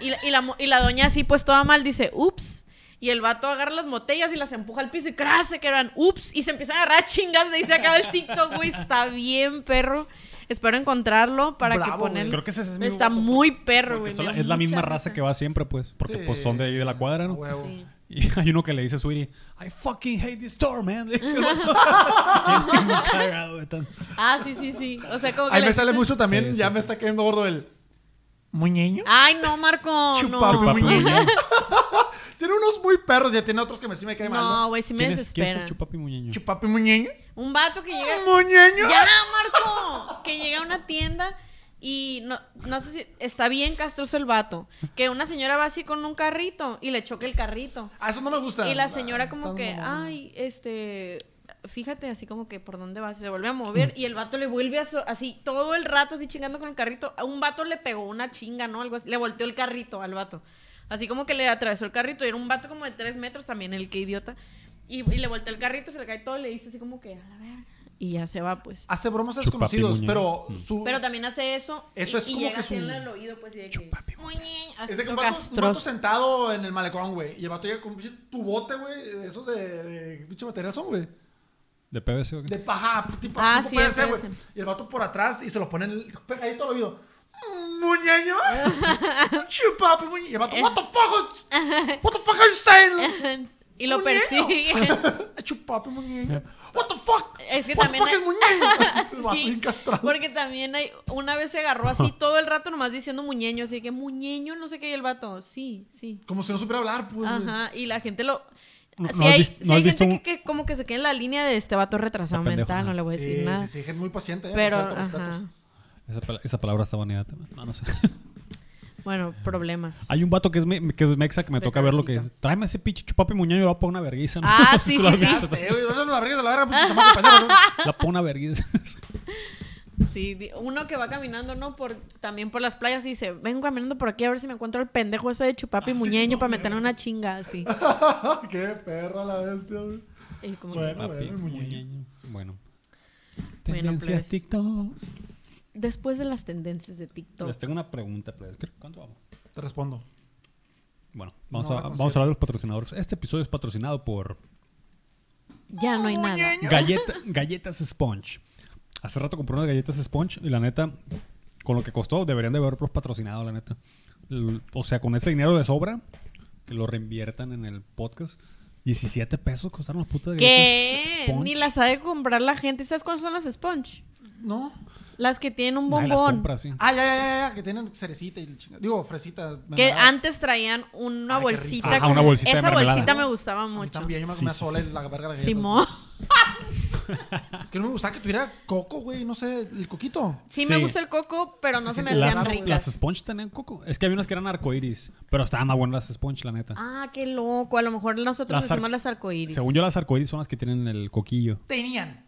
Y la, y, la, mo- y la doña así, pues toda mal, dice, ups. Y el vato agarra las botellas y las empuja al piso y cras, se quedan, ups. Y se empiezan a agarrar chingas y se acaba el TikTok, güey. Está bien, perro. Espero encontrarlo para Bravo, que ponen. güey. Creo que ese es mi Está guapo, muy perro, Porque güey. me son la- da es la mucha misma raza que va siempre, pues. Porque Sí. pues son de ahí de la cuadra, A ¿no? huevo. Sí. Y hay uno que le dice a Sweetie, I fucking hate this store, man. Le dice el vato. Y el niño cagado de tan- Ah, sí, sí, sí. O sea, como que. Ahí le me sale dice- mucho también. Sí, sí, ya sí. me está cayendo gordo el... Muñeño. Ay, no, Marco. Chupapi, no. Papi, Muñeño. muñeño. Tiene unos muy perros. Ya tiene otros que me, sí me caen mal. No, ¿no? güey, sí me ¿Quién es, quién ¡Oh, es el desespera. chupapi muñeño? Chupapi muñeño. Un vato que llega. Muñeño. Ya, Marco, que llega a una tienda y no, no sé si está bien castroso el vato, que una señora va así con un carrito y le choca el carrito. Ah, eso no me gusta. Y la señora como Están que, ah. mamones. ay, este, fíjate así como que por dónde vas, se vuelve a mover Mm. y el vato le vuelve a so- así todo el rato así chingando con el carrito. A un vato le pegó una chinga, ¿no? Algo así, le volteó el carrito al vato. Así como que le atravesó el carrito y era un vato como de tres metros también, el que idiota. Y, y le volteó el carrito, se le cae todo y le dice así como que, a la verga. Y ya se va, pues. Hace bromas a Chupapi desconocidos, muñeño. pero Mm. su... Pero también hace eso. pues. Eso y, es y como llega que así es en un- el oído, pues, y de que. Chupapi, "Muñe", así Es de que un todo vato, un vato castroso. sentado en el malecón, güey. Y el vato llega con un pinche tubote, güey. de Esos de, de pinche material son, güey. ¿De PVC o qué? De paja, tipo, Ah, tipo sí, PVC, de güey. PVC. Y el vato por atrás y se lo pone en el- pegadito al oído. Muñeño. Chupapi, muñeño. Y el Eh. vato, what the fuck? is- What the fuck are you saying? y lo Muñeño. persigue. Chupapi, muñeño. What the fuck? Es que What también the fuck hay- is muñeño? El vato Sí, bien castrado. porque también hay, una vez se agarró así todo el rato nomás diciendo muñeño, así que muñeño, no sé qué, y el vato, sí, sí. Como si no supiera hablar, pues. güey. Ajá, y la gente lo... No- si no has hay, vis- sí no hay has visto gente un- que, que como que se queda en la línea de este vato retrasado Está pendejo, mental, no ajá. le voy a decir Sí, nada. sí, sí, gente muy paciente, eh, por pues Pero, cierto, ajá. respetos. Esa, pala- esa palabra está baneada también. No, no sé. Bueno, problemas. Hay un vato que es, me- que es mexa que me De toca verlo que cabecita. es, tráeme ese pinche chupapi muñeño y lo va a poner una vergüenza. ¿no? Ah, No sé sí, si lo sí, has sí. Ya visto. sé, güey. No se la vergüenza, la verga, pinche chamaco pendejo, ¿no? La pone a vergüenza. Sí, di- uno que va caminando, ¿no? Por, también por las playas y dice, vengo caminando por aquí a ver si me encuentro el pendejo ese de Ah, Chupapi Muñeño para meterle una chinga así. Qué perra la bestia. güey. Y como Bueno. que, Papi, bueno, muñeño. muñeño. Bueno. Bueno, pues, Tendencias plebes. TikTok. después de las tendencias de TikTok. Les tengo una pregunta, plebes. ¿Qué- ¿Cuánto vamos? Te respondo. Bueno, vamos, No, a, no sé. vamos a hablar de los patrocinadores. Este episodio es patrocinado por Ya no hay nada. Galleta- Galletas Sponge. Hace rato compré unas galletas Sponge y la neta, con lo que costó, deberían de haberlos patrocinado, la neta. L- O sea, con ese dinero de sobra, que lo reinviertan en el podcast. 17 pesos costaron las putas galletas Que ni las sabe comprar la gente. ¿Sabes cuáles son las sponge? ¿No? Las que tienen un Nadie las bombón. compra así. Ah, ya, ya, ya, ya, que tienen cerecita y el chinga- Digo, fresita. Que mermelada. antes traían una Ay, qué rico. bolsita. Ajá, con- una bolsita de Esa mermelada. bolsita me gustaba A mí mucho. También yo me Sí, comía sí, sola sí. y la verga de galletas. Simón. Es que no me gustaba que tuviera coco, güey. No sé, el coquito. Sí, Sí. me gusta el coco, pero no Sí, se me sí, hacían Las, las ricas. Sponge tenían coco. Es que había unas que eran arcoiris, pero estaban más buenas las Sponge, la neta. Ah, qué loco. A lo mejor nosotros Las ar- decimos las arcoíris. Según yo, las arcoiris son las que tienen el coquillo. Tenían.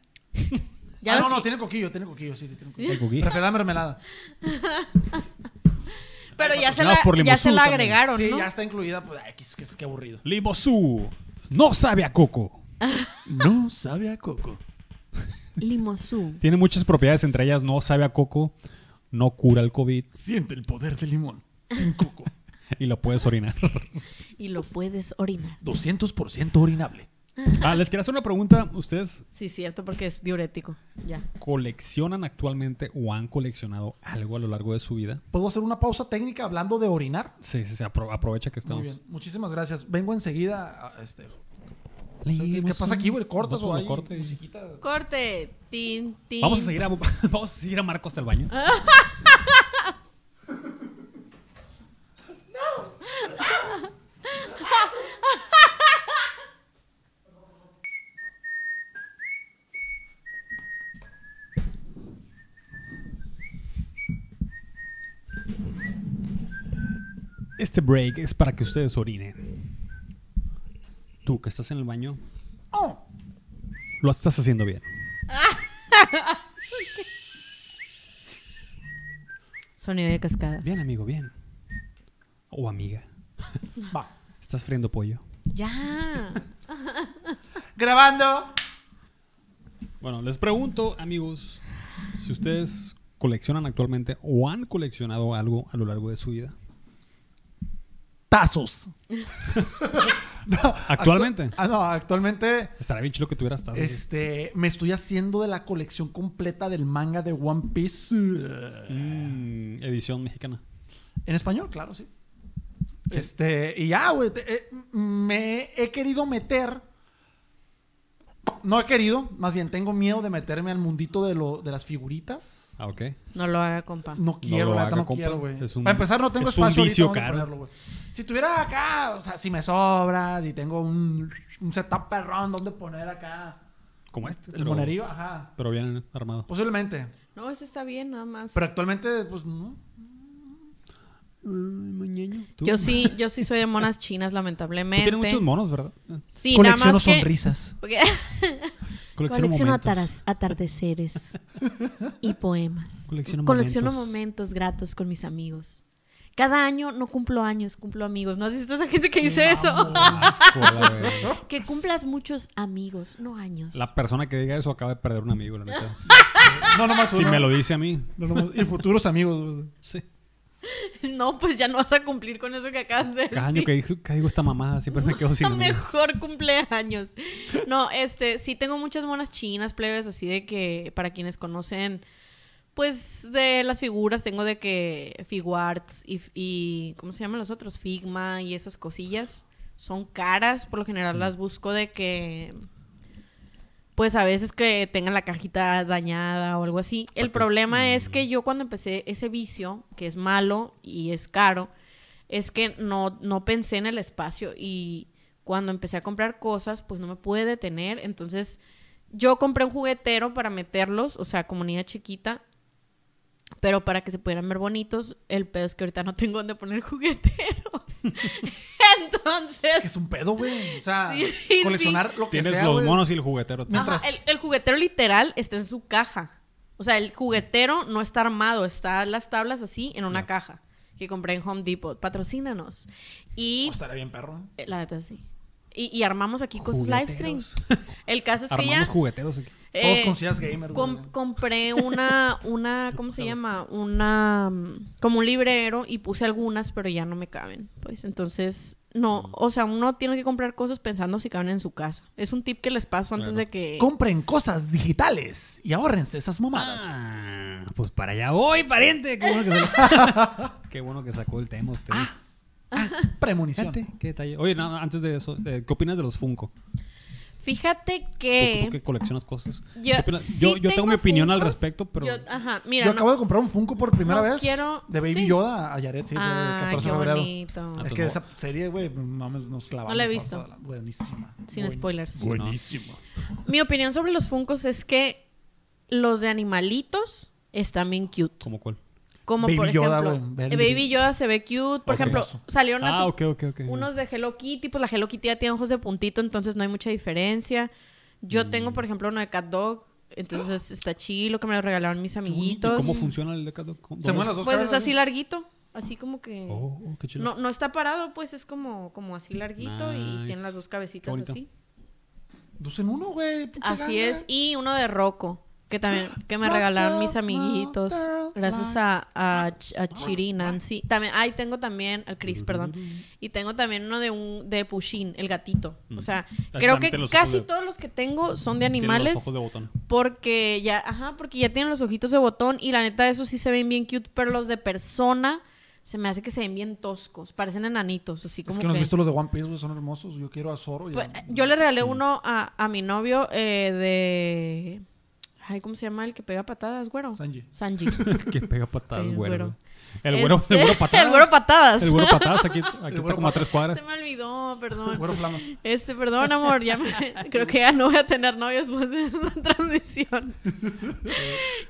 Ya ah, lo no, no, que- tiene coquillo, tiene coquillo, sí, sí, tiene coquillo. El coquillo. Prefiero la mermelada. Pero ya se la, patrocinadas por ya se Limosú la también. agregaron, Sí, ¿no? ya está incluida, pues, ay, qué, qué- qué aburrido. Limosú no sabe a coco. No sabe a coco. Limosú. Tiene muchas propiedades, entre ellas no sabe a coco, no cura el COVID Siente el poder del limón. Sin coco. y lo puedes orinar. Y lo puedes orinar. 200% orinable. Ah, les quiero hacer una pregunta. ¿Ustedes Sí, cierto, porque es diurético. Ya. coleccionan actualmente o han coleccionado algo a lo largo de su vida? ¿Puedo hacer una pausa técnica hablando de orinar? Sí, sí, sí. apro- aprovecha que estamos. Muy bien, muchísimas gracias. Vengo enseguida a este. ¿Qué, qué pasa aquí, güey? ¿Cortas o Botón de hay corte. musiquita? Corte. Tin, tin. Vamos a seguir a, vamos a seguir a Marco hasta el baño. Este break es para que ustedes orinen. Tú que estás en el baño, Oh, lo estás haciendo bien. Sonido de cascadas. Bien, amigo, bien. O amiga. va. Estás friendo pollo. Ya. Grabando. Bueno, les pregunto, amigos, si ustedes coleccionan actualmente o han coleccionado algo a lo largo de su vida. Tazos. No, Actualmente. actu- ah, no, actualmente. Estaría bien chido que tuvieras tazos. Este, me estoy haciendo de la colección completa del manga de One Piece. Mm, edición mexicana. En español, claro, sí. Este, y ya, güey, te- eh, me he querido meter. No he querido, más bien tengo miedo de meterme al mundito de, lo, de las figuritas. Ah, ok. No lo haga, compa. No quiero, lo la haga, neta, no compa. quiero, güey. Es un- Para empezar, no tengo es un espacio ahorita vicio donde caro. ponerlo, güey. Si tuviera acá, o sea, si me sobra, si tengo un, un setup perrón donde poner acá Como este. el monerío, ajá. Pero bien armado. Posiblemente. No, ese está bien, nada más. Pero actualmente, pues no. ¿Tú? Yo sí, yo sí soy de monas chinas, Tú lamentablemente. tienes muchos monos, ¿verdad? Sí, nada Colecciono más que... sonrisas. Porque- Colecciono, momentos. ataras- atardeceres y poemas. Colecciono momentos. gratos con mis amigos. Cada año no cumplo años, cumplo amigos. No sé si está esa gente que dice eso. Asco, la verga. que cumplas muchos amigos, no años. La persona que diga eso acaba de perder un amigo, la neta. No, nomás Si uno. me lo dice a mí. No, nomás- Y futuros amigos. güey. Sí. No, pues ya no vas a cumplir con eso que acabas de Cada año decir. que digo, que digo esta mamada siempre me quedo sin amigos. Mejor cumpleaños. No, este, sí tengo muchas monas chinas, plebes, así de que para quienes conocen, pues de las figuras, tengo de que Figuarts y, y ¿cómo se llaman los otros? Figma y esas cosillas. Son caras, por lo general las busco de que, pues a veces que tengan la cajita dañada o algo así. El problema es que yo cuando empecé ese vicio, que es malo y es caro, es que no, no pensé en el espacio y cuando empecé a comprar cosas, pues no me pude detener. Entonces, yo compré un juguetero para meterlos, o sea, comunidad chiquita, pero para que se pudieran ver bonitos. El pedo es que ahorita no tengo dónde poner juguetero. Que Entonces, es un pedo, güey. O sea, Sí, sí. coleccionar lo que Tienes sea, los güey. monos y el juguetero. ajá, el, el juguetero literal está en su caja. O sea, el juguetero no está armado, está las tablas así en una caja que compré en Home Depot. Patrocínanos. Y Oh, estaría bien, perro. ¿eh? eh, la neta sí. Y, y armamos aquí cosas live streams. El caso es que Armamos ya jugueteros aquí. Todos eh, con sillas gamer, güey. com- compré una una ¿cómo se llama? Una mm, como un librero y puse algunas, pero ya no me caben. Pues entonces Mm. no, o sea, uno tiene que comprar cosas pensando si caben en su casa. Es un tip que les paso antes Claro. de que Compren cosas digitales y ahórrense esas mamadas. Ah, pues para allá voy, pariente. Qué bueno que sacó, Qué bueno que sacó el tema usted. Ah. Premonición. Fíjate, qué detalle. Oye, no, antes de eso, eh, ¿qué opinas de los Funko? ¿Tú- Fíjate Tú, que que coleccionas cosas. Eh, yo, ¿Qué opinas? sí yo, yo tengo mi opinión al Funkos. respecto, pero Yo- ah, ajá, mira, Yo no- acabo de comprar un Funko por primera no vez. quiero- De Baby sí. Yoda a Yaret, sí, de Ah, 14 de qué febrero. bonito. Ah, Es pues que no. esa serie, güey, mames, nos clavamos. No la he por visto. toda la- Buenísima. Sin Buen- spoilers. Buenísima. Mi opinión sobre los Funkos es que los de animalitos están bien cute. ¿cómo cuál? Como Baby por Yoda, ejemplo, güey, ver- eh, Baby Yoda se ve cute. Ok. Por ejemplo, salieron hace Ah, ok, ok, ok. unos de Hello Kitty, pues la Hello Kitty ya tiene ojos de puntito, entonces no hay mucha diferencia. Yo Mm. tengo, por ejemplo, uno de Cat Dog, entonces está chilo que me lo regalaron mis ¿Y amiguitos. ¿Cómo funciona el decado? Se mueven las dos Pues caras, es así güey. larguito, así como que Oh, qué chido. no, no está parado, pues es como, como así larguito y Nice. tiene las dos Qué cabecitas bonito. así. Dos en uno, güey. pinche Así ganga. es. Y uno de Rocco, que también que me Rocco, regalaron mis my amiguitos. girl, Gracias my- a, a, Ch- a Chiri Nancy. También, ay, tengo también, al Chris, perdón. Y tengo también uno de un de Pushin, el gatito. O sea, Ah, creo también que tiene los casi ojos de- todos los que tengo son de Tiene animales. Los ojos de botón. Porque ya, ajá, porque ya tienen los ojitos de botón y la neta esos sí se ven bien cute, pero los de persona se me hace que se ven bien toscos, parecen enanitos, así Es como que no has visto los de One Piece, güey, son hermosos. Yo quiero a Zoro. y pues, a- yo le regalé uno a, a mi novio eh, de. Ay, ¿cómo se llama el que pega patadas, güero? Sanji. Sanji. que pega patadas, El güero. güero. El güero, Este- el güero patadas. el güero patadas. El güero patadas, aquí, aquí está güero como a tres cuadras. Se me olvidó, Güero perdón. Flamas. Este, perdón, amor, ya me- creo que ya no voy a tener novio después de esta transmisión.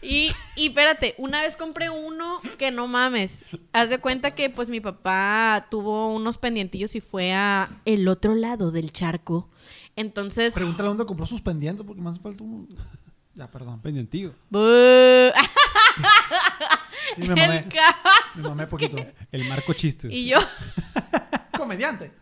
Y, y espérate, una vez compré uno que no mames. Haz de cuenta que pues mi papá tuvo unos pendientillos y fue a el otro lado del charco. Entonces, Pregúntale dónde compró sus pendientes, porque me hace falta uno. Ya, perdón. Pendientillo. bu- Sí, me el mamé. ca- Me mamé poquito. El marco chiste. Y yo, Comediante.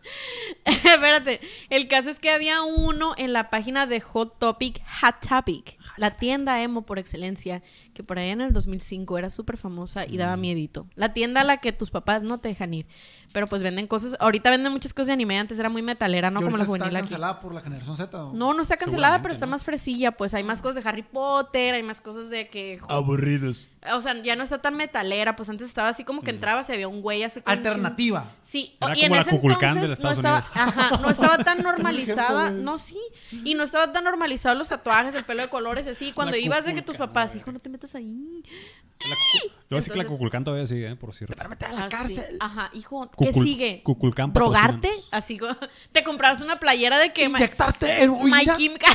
espérate, el caso es que había uno en la página de Hot Topic, Hot Topic, la tienda emo por excelencia, que por allá en el 2005 era súper famosa y Mm. daba miedito. La tienda a la que tus papás no te dejan ir, pero pues venden cosas, ahorita venden muchas cosas de anime, antes era muy metalera, no Y como la ahorita juvenil está aquí. cancelada por la generación Z. ¿o? No, no está cancelada, Seguramente, pero está ¿no? más fresilla, pues hay más cosas de Harry Potter, hay más cosas de que... Ah, Aburridos. O sea, ya no está tan metalera, pues antes estaba así como Mm. que entrabas y había un güey así como un chingo- Alternativa. Sí, Era o- y como en la ese Cuculcán de entonces los Estados no estaba, Unidos. ajá, no estaba tan Por normalizada, ejemplo, güey. no sí, y no estaba tan normalizado los tatuajes, el pelo de colores, así, cuando La ibas de que tus Cuculcán, papás, güey. hijo, no te metas ahí. Yo voy a decir que la Entonces- Cuculcán todavía sigue, eh, por cierto. Para meter a la Así, cárcel. Ajá, hijo, ¿qué Cucul- sigue? Cuculcán ¿Drogarte? patrocínanos. Así, co- te comprabas una playera de que My, Inyectarte heroína. Química,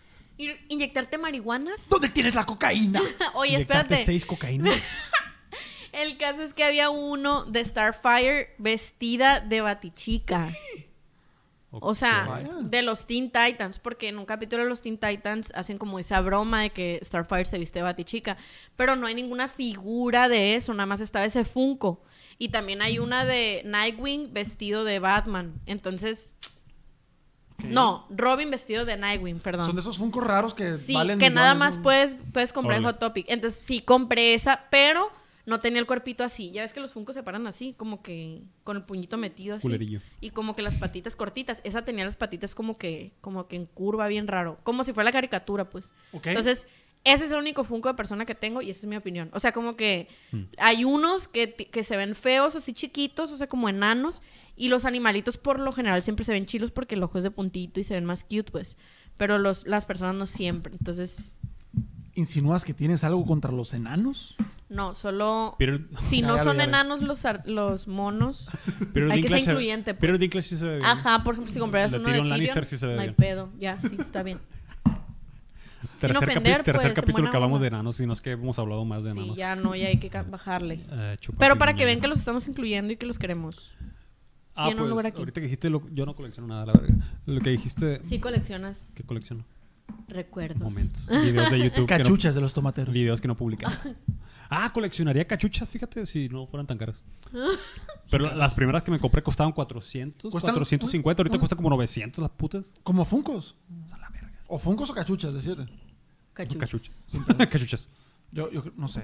inyectarte marihuanas. ¿Dónde tienes la cocaína? Oye, Inyectarte espérate. seis cocaínas. El caso es que había uno de Starfire vestida de batichica. O sea, Ok. de los Teen Titans, porque en un capítulo de los Teen Titans hacen como esa broma de que Starfire se viste de Batichica, pero no hay ninguna figura de eso, nada más estaba ese Funko. Y también hay una de Nightwing vestido de Batman. Entonces, no, Robin vestido de Nightwing, perdón. Son de esos funcos raros que Sí, valen. que nada millones, más ¿no? puedes, puedes comprar en Órale. Hot Topic. Entonces sí compré esa, pero no tenía el cuerpito así. Ya ves que los funcos se paran así, como que con el puñito metido así. Culerillo. Y como que las patitas cortitas. Esa tenía las patitas como que, como que en curva bien raro. Como si fuera la caricatura, pues. Ok. Entonces, ese es el único funco de persona que tengo y esa es mi opinión. O sea, como que Hmm. hay unos que, ti- que se ven feos, así chiquitos, o sea, como enanos. Y los animalitos por lo general siempre se ven chilos porque el ojo es de puntito y se ven más cute, pues. Pero los, las personas no siempre. Entonces, ¿Insinúas que tienes algo contra los enanos? no, solo... Peter, Si Ya, no ya lo- son ya lo- enanos los, ar- los monos, Peter hay que ser Dinklage se- incluyente, pues. Peter Dinklage sí se ve bien. Ajá, por ejemplo, si compraras De uno de Tyrion Tyrion, Lannister sí se ve no hay bien. pedo. Ya, sí, está bien. Tercer, capi- ofender, tercer pues, capítulo buena que hablamos onda. de enanos, si no es que hemos hablado más de Sí, enanos. ya no, ya hay que ca- bajarle. Eh, chupa Pero para que piña. vean que los estamos incluyendo y que los queremos. Ah, tienen un pues, lugar aquí. ahorita que dijiste, lo- yo no colecciono nada, la verdad. Lo que dijiste, Sí coleccionas. que colecciono? Recuerdos. Momentos. Videos de YouTube. que no- Cachuchas de los tomateros. videos que no publicaba. Ah, coleccionaría cachuchas, fíjate, si no fueran tan caras. Pero las primeras que me compré costaban 400, Cuestan- 450, ahorita cuesta como 900 las putas. Como funcos. A la verga. O funcos o cachuchas, decirte. Cachuchas. Cachuchas. Sin pedos. cachuchas. Yo, yo creo- no sé.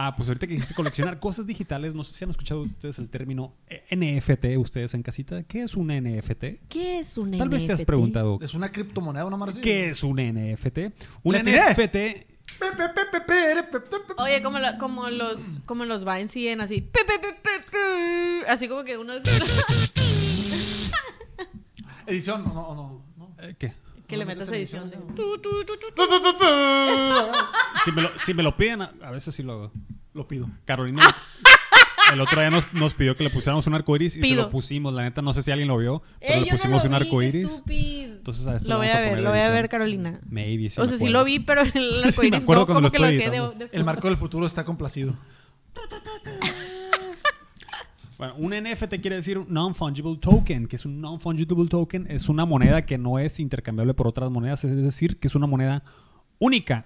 Ah, pues ahorita que dijiste coleccionar cosas digitales, no sé si han escuchado ustedes el término NFT, ustedes en casita. ¿Qué es un NFT? ¿Qué es un Tal vez te has NFT? preguntado, Es una criptomoneda, una marca así. ¿qué es un NFT? Un Le tiré. NFT Pe, pe, pe, pe, pe, pe, pe, pe. Oye, como, la- como los como los Vines siguen así. pe, pe, pe, pe, pe, así como que uno es- Eh, Edición, no, no, no. no. Eh, ¿Qué? que le metas edición. de- tu, tu, tu, tu, tu. Pe, pe, pe, pe. Si me, lo, si me lo piden, a, a veces sí lo hago. Lo pido. Carolina el otro día nos, nos pidió que le pusiéramos un arcoiris y se Pido. lo pusimos. La neta, no sé si alguien lo vio, pero Eh, le yo no pusimos lo un vi, qué arcoiris. estúpido. Entonces a esto lo le voy vamos a a ver, poner lo voy a edición. ver, Carolina. Maybe sí o me sea, sí acuerdo. lo vi, pero el arcoíris me acuerdo cuando no, como lo que lo estoy dejé de, editando. de El marco del futuro está complacido. Bueno, un NFT quiere decir un non-fungible token, que es un non-fungible token, es una moneda que no es intercambiable por otras monedas, es decir, que es una moneda única.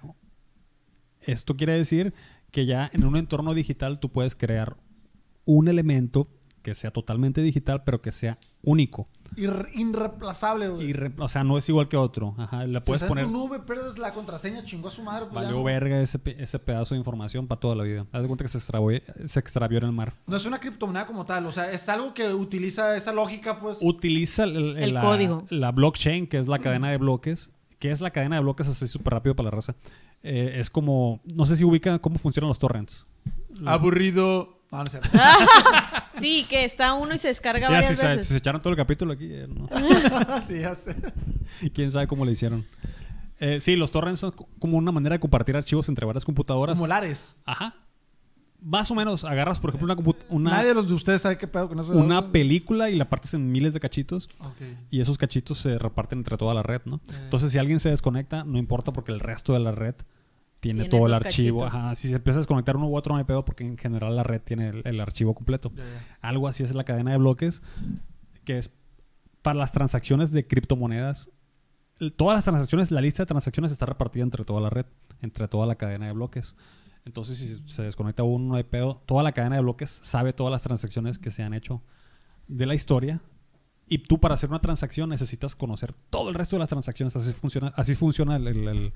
Esto quiere decir que ya en un entorno digital tú puedes crear un elemento que sea totalmente digital, pero que sea único. Ir- irreemplazable, güey. Y re- o sea, no es igual que otro. Ajá, le Si puedes está en poner... tu nube, pierdes la contraseña, chingó a su madre. pues, ya Valió no. verga ese, pe- ese pedazo de información para toda la vida. Haz de cuenta que se extravió, se extravió en el mar. No es una criptomoneda como tal, o sea, es algo que utiliza esa lógica, pues. utiliza el, el- El la, código. la blockchain, que es la cadena de bloques. que es la cadena de bloques? Así súper rápido para la raza. Eh, es como, no sé si ubica cómo funcionan los torrents. Aburrido. No, no es cierto. Sí, que está uno y se descarga Ya, si, varias se, veces. si se echaron todo el capítulo aquí, eh, no. sí, ya sé. quién sabe cómo le hicieron. Eh, sí, los torrents son co- como una manera de compartir archivos entre varias computadoras. Como Lares. Ajá. Más o menos agarras, por ejemplo, una, comput- una, Nadie de los de ustedes sabe qué pedo con eso. una película y la partes en miles de cachitos. Ok. Y esos cachitos se reparten entre toda la red, ¿no? Ah. Entonces, si alguien se desconecta, no importa porque el resto de la red tiene, Tiene todo el esos archivo. cachitos. Ajá, si se empieza a desconectar uno u otro, no hay pedo porque en general la red tiene el, el archivo completo. Ya, ya. Algo así es la cadena de bloques, que es para las transacciones de criptomonedas. El- Todas las transacciones, la lista de transacciones está repartida entre toda la red, entre toda la cadena de bloques. Entonces, si se desconecta uno, no hay pedo. Toda la cadena de bloques sabe todas las transacciones que se han hecho de la historia. Y tú para hacer una transacción necesitas conocer todo el resto de las transacciones. Así funciona, así funciona el- el- el-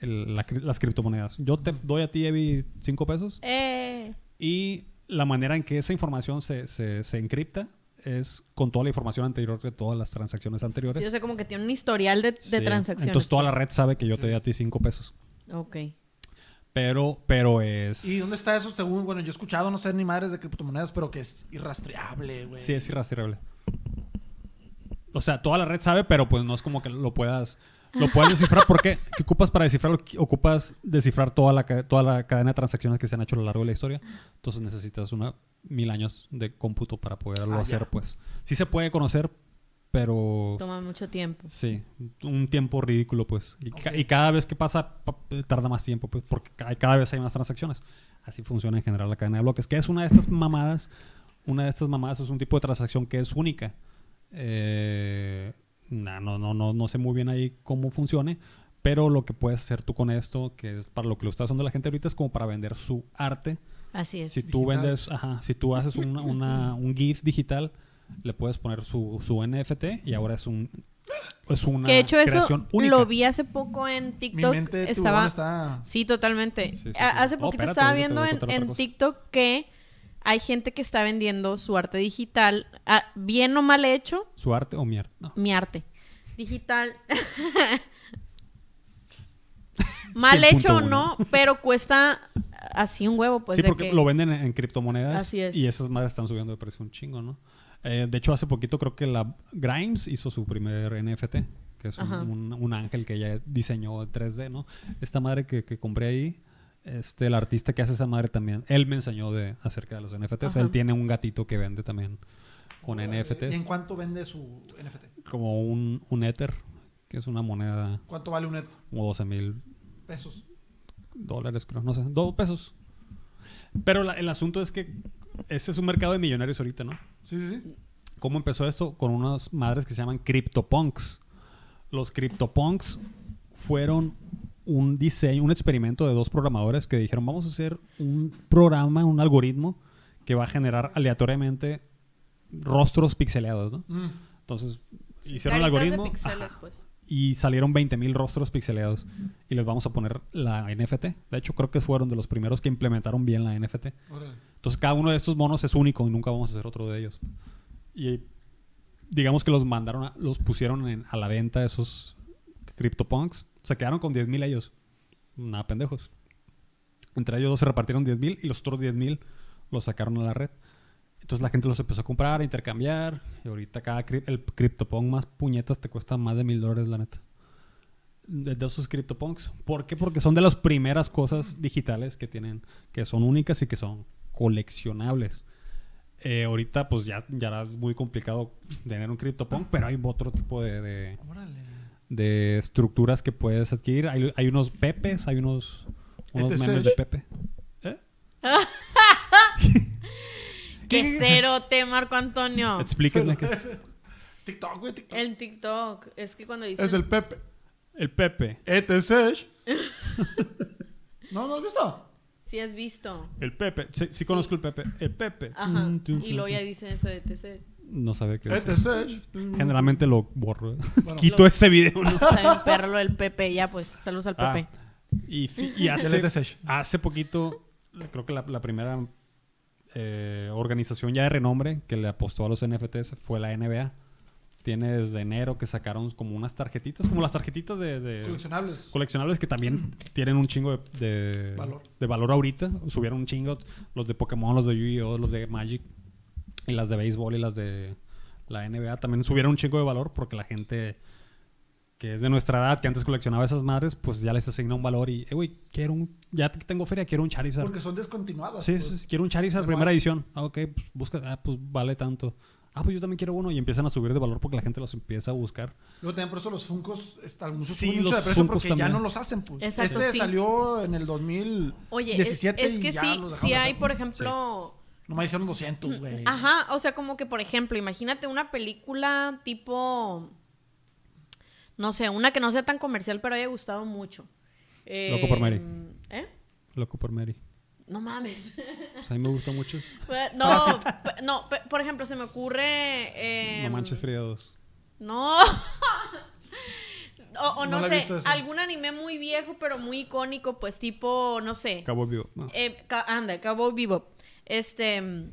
el- la cri- las criptomonedas. Yo te doy a ti, Evi, cinco pesos. Eh, Y la manera en que esa información se, se- se encripta es con toda la información anterior de todas las transacciones anteriores. sí, o sea, como que tiene un historial de, de Sí. transacciones. Entonces toda la red sabe que yo te doy a ti cinco pesos. Ok. Pero, pero es... ¿Y dónde está eso según? Bueno, yo he escuchado, no sé ni madres de criptomonedas, pero que es irrastreable, güey. Sí, es irrastreable. O sea, toda la red sabe, pero pues no es como que lo puedas lo puedas descifrar porque ¿qué ocupas para descifrarlo? ¿Qué Ocupas descifrar toda la ca- toda la cadena de transacciones que se han hecho a lo largo de la historia. Entonces necesitas una mil años de cómputo para poderlo Ah, hacer, ya. pues. Sí se puede conocer, pero Toma mucho tiempo. sí, un tiempo ridículo, pues. Y, ca- y cada vez que pasa pa- tarda más tiempo, pues, porque ca- cada vez hay más transacciones. Así funciona en general la cadena de bloques, que es una de estas mamadas. Una de estas mamadas es un tipo de transacción que es única. Eh, nah, no, no, no, no sé muy bien ahí cómo funcione, pero lo que puedes hacer tú con esto, que es para lo que lo está usando la gente ahorita, es como para vender su arte. Así es. Si tú Digital. vendes, ajá, si tú haces una- una- un GIF digital, le puedes poner su, su NFT y ahora es un es una que de hecho eso creación única. lo vi hace poco en Mi TikTok. mente de tiburón estaba está. Sí, totalmente. Sí, sí, sí. A- Hace Oh, poquito espérate, estaba ahorita te viendo voy a en, contar otra en cosa. TikTok que hay gente que está vendiendo su arte digital, ah, bien o mal hecho, Su arte o mierda. No. mi arte digital. mal 100.1. hecho o no, pero cuesta así un huevo, pues. sí, de porque que- lo venden en, en criptomonedas Así es. y esas madres están subiendo de precio un chingo, ¿no? Eh, de hecho, hace poquito creo que la Grimes hizo su primer NFT, que es un, Ajá. un- un ángel que ella diseñó en 3D, ¿no? Esta madre que, que compré ahí, este, el artista que hace esa madre también, él me enseñó de, acerca de los NFTs. Ajá. Él tiene un gatito que vende también con ¿Y en NFTs. cuánto vende su NFT? como un, un Ether, que es una moneda ¿Cuánto vale un net? como 12 mil Pesos. dólares, creo, no sé, dos pesos. Pero la- el asunto es que ese es un mercado de millonarios ahorita, ¿no? Sí, sí, sí. ¿Cómo empezó esto? Con unas madres que se llaman CryptoPunks. Los CryptoPunks fueron un diseño, un experimento de dos programadores que dijeron, vamos a hacer un programa, un algoritmo que va a generar aleatoriamente rostros pixeleados, ¿no? Mm. Entonces, hicieron el Caritas de algoritmo pixeles, ajá, pues. y salieron 20.000 rostros pixeleados y les vamos a poner la NFT. De hecho, creo que fueron de los primeros que implementaron bien la NFT. Órale. Entonces cada uno de estos monos es único y nunca vamos a hacer otro de ellos. Y digamos que los mandaron, a- los pusieron en- a la venta esos CryptoPunks. Se quedaron con 10.000 ellos. Nada, pendejos. Entre ellos dos se repartieron 10.000 y los otros 10.000 los sacaron a la red. Entonces la gente los empezó a comprar, a intercambiar. Y ahorita cada cri- el CryptoPunk más puñetas te cuesta más de mil dólares, la neta. De, de esos CryptoPunks. ¿Por qué? Porque son de las primeras cosas digitales que tienen, que son únicas y que son coleccionables. Eh, ahorita pues ya, ya es muy complicado tener un CryptoPunk, pero hay otro tipo de, de- Órale. de estructuras que puedes adquirir. Hay, hay unos pepes, hay unos, unos ETC. memes de pepe. ¿Eh? ¡Qué cero te, Marco Antonio! Explíquenme qué es TikTok, güey, TikTok. El TikTok. Es que cuando dicen... Es el Pepe. E el pepe. ETC. no, no, ¿qué está? Si has visto. El Pepe, sí, sí conozco el Pepe. El Pepe. Ajá. Mm, tum, Y luego tum, ya dicen eso de TC. tum. No sabe qué es. E ETC. Generalmente lo borro. Este Bueno. Quito ese video. ¿no? Saben perro lo del Pepe. Ya, pues. Saludos al Ah, Pepe. y, fi- y Del hace, ETC. hace poquito, creo que la, la primera eh, organización ya de renombre que le apostó a los NFTs fue la NBA. Tiene desde enero que sacaron como unas tarjetitas, como las tarjetitas de- de, Coleccionables. coleccionables que también tienen un chingo de, de- Valor. de valor ahorita. Subieron un chingo los de Pokémon, los de Yu-Gi-Oh, los de Magic y las de béisbol y las de la NBA. También subieron un chingo de valor porque la gente que es de nuestra edad, que antes coleccionaba esas madres, pues ya les asigna un valor y, eh, güey, quiero un, ya que tengo feria, quiero un Charizard. Porque son descontinuadas. Sí, pues. sí, sí, quiero un Charizard Pero primera hay- edición. Ah, ok, pues busca, ah, pues vale tanto. Ah, pues yo también quiero uno y empiezan a subir de valor porque la gente los empieza a buscar. Luego también por eso los Funcos están mucho, Sí, mucho los de precio Funkos porque ya también. no los hacen. Pues. Exacto, este sí. salió en el 2017 Oye, es, es que y ya sí, los sí dejaron hay, Mm, ah, hacer. por ejemplo... Nomás hicieron 200, güey. Ajá, o sea, como que, por ejemplo, imagínate una película tipo... No sé, una que no sea tan comercial, pero haya gustado mucho. Eh, Loco por Mary. ¿Eh? Loco por Mary. No mames. Pues a mí me gustan mucho eso. Pues, No, pe- no, pe- por ejemplo, se me ocurre. eh, No manches Frida 2. No. o, o No no, la he sé, visto esa. algún anime muy viejo, pero muy icónico, pues tipo, no sé. Cabo Vivo. No. eh, ca- anda, Cowboy Bebop. Este. mm,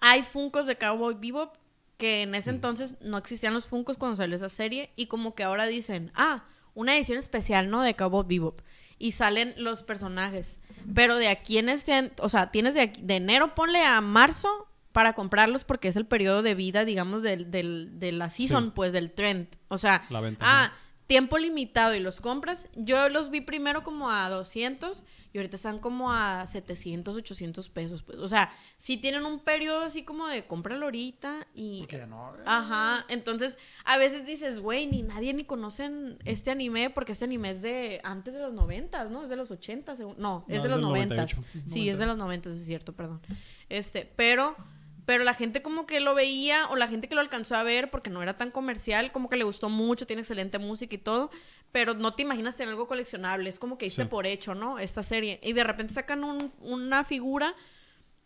Hay Funcos de Cowboy Bebop que en Mm. ese entonces no existían los Funcos cuando salió esa serie y como que ahora dicen, ah, una edición especial, ¿no? De Cowboy Bebop. Y salen los personajes. Pero de aquí en este, an- o sea, tienes de, aquí- de enero, ponle a marzo para comprarlos porque es el periodo de vida, digamos, del, del- de la season, Sí. pues del trend. O sea, La venta, ah, ¿no? tiempo limitado y los compras. Yo los vi primero como a 200 y ahorita están como a 700, 800 pesos. Pues. O sea, si tienen un periodo así como de cómpralo ahorita y... Porque ya no. ¿eh? güey. Ajá, entonces a veces dices, güey, ni nadie ni conocen este anime porque este anime es de antes de los 90, ¿no? Es de los 80, según- No, No, es de es los del 90. 98. Sí, es de los 90, es cierto, perdón. Este, pero pero la gente como que lo veía o la gente que lo alcanzó a ver porque no era tan comercial, como que le gustó mucho, tiene excelente música y todo, pero no te imaginas tener algo coleccionable, es como que diste Sí. por hecho, ¿no? Esta serie y de repente sacan un- una figura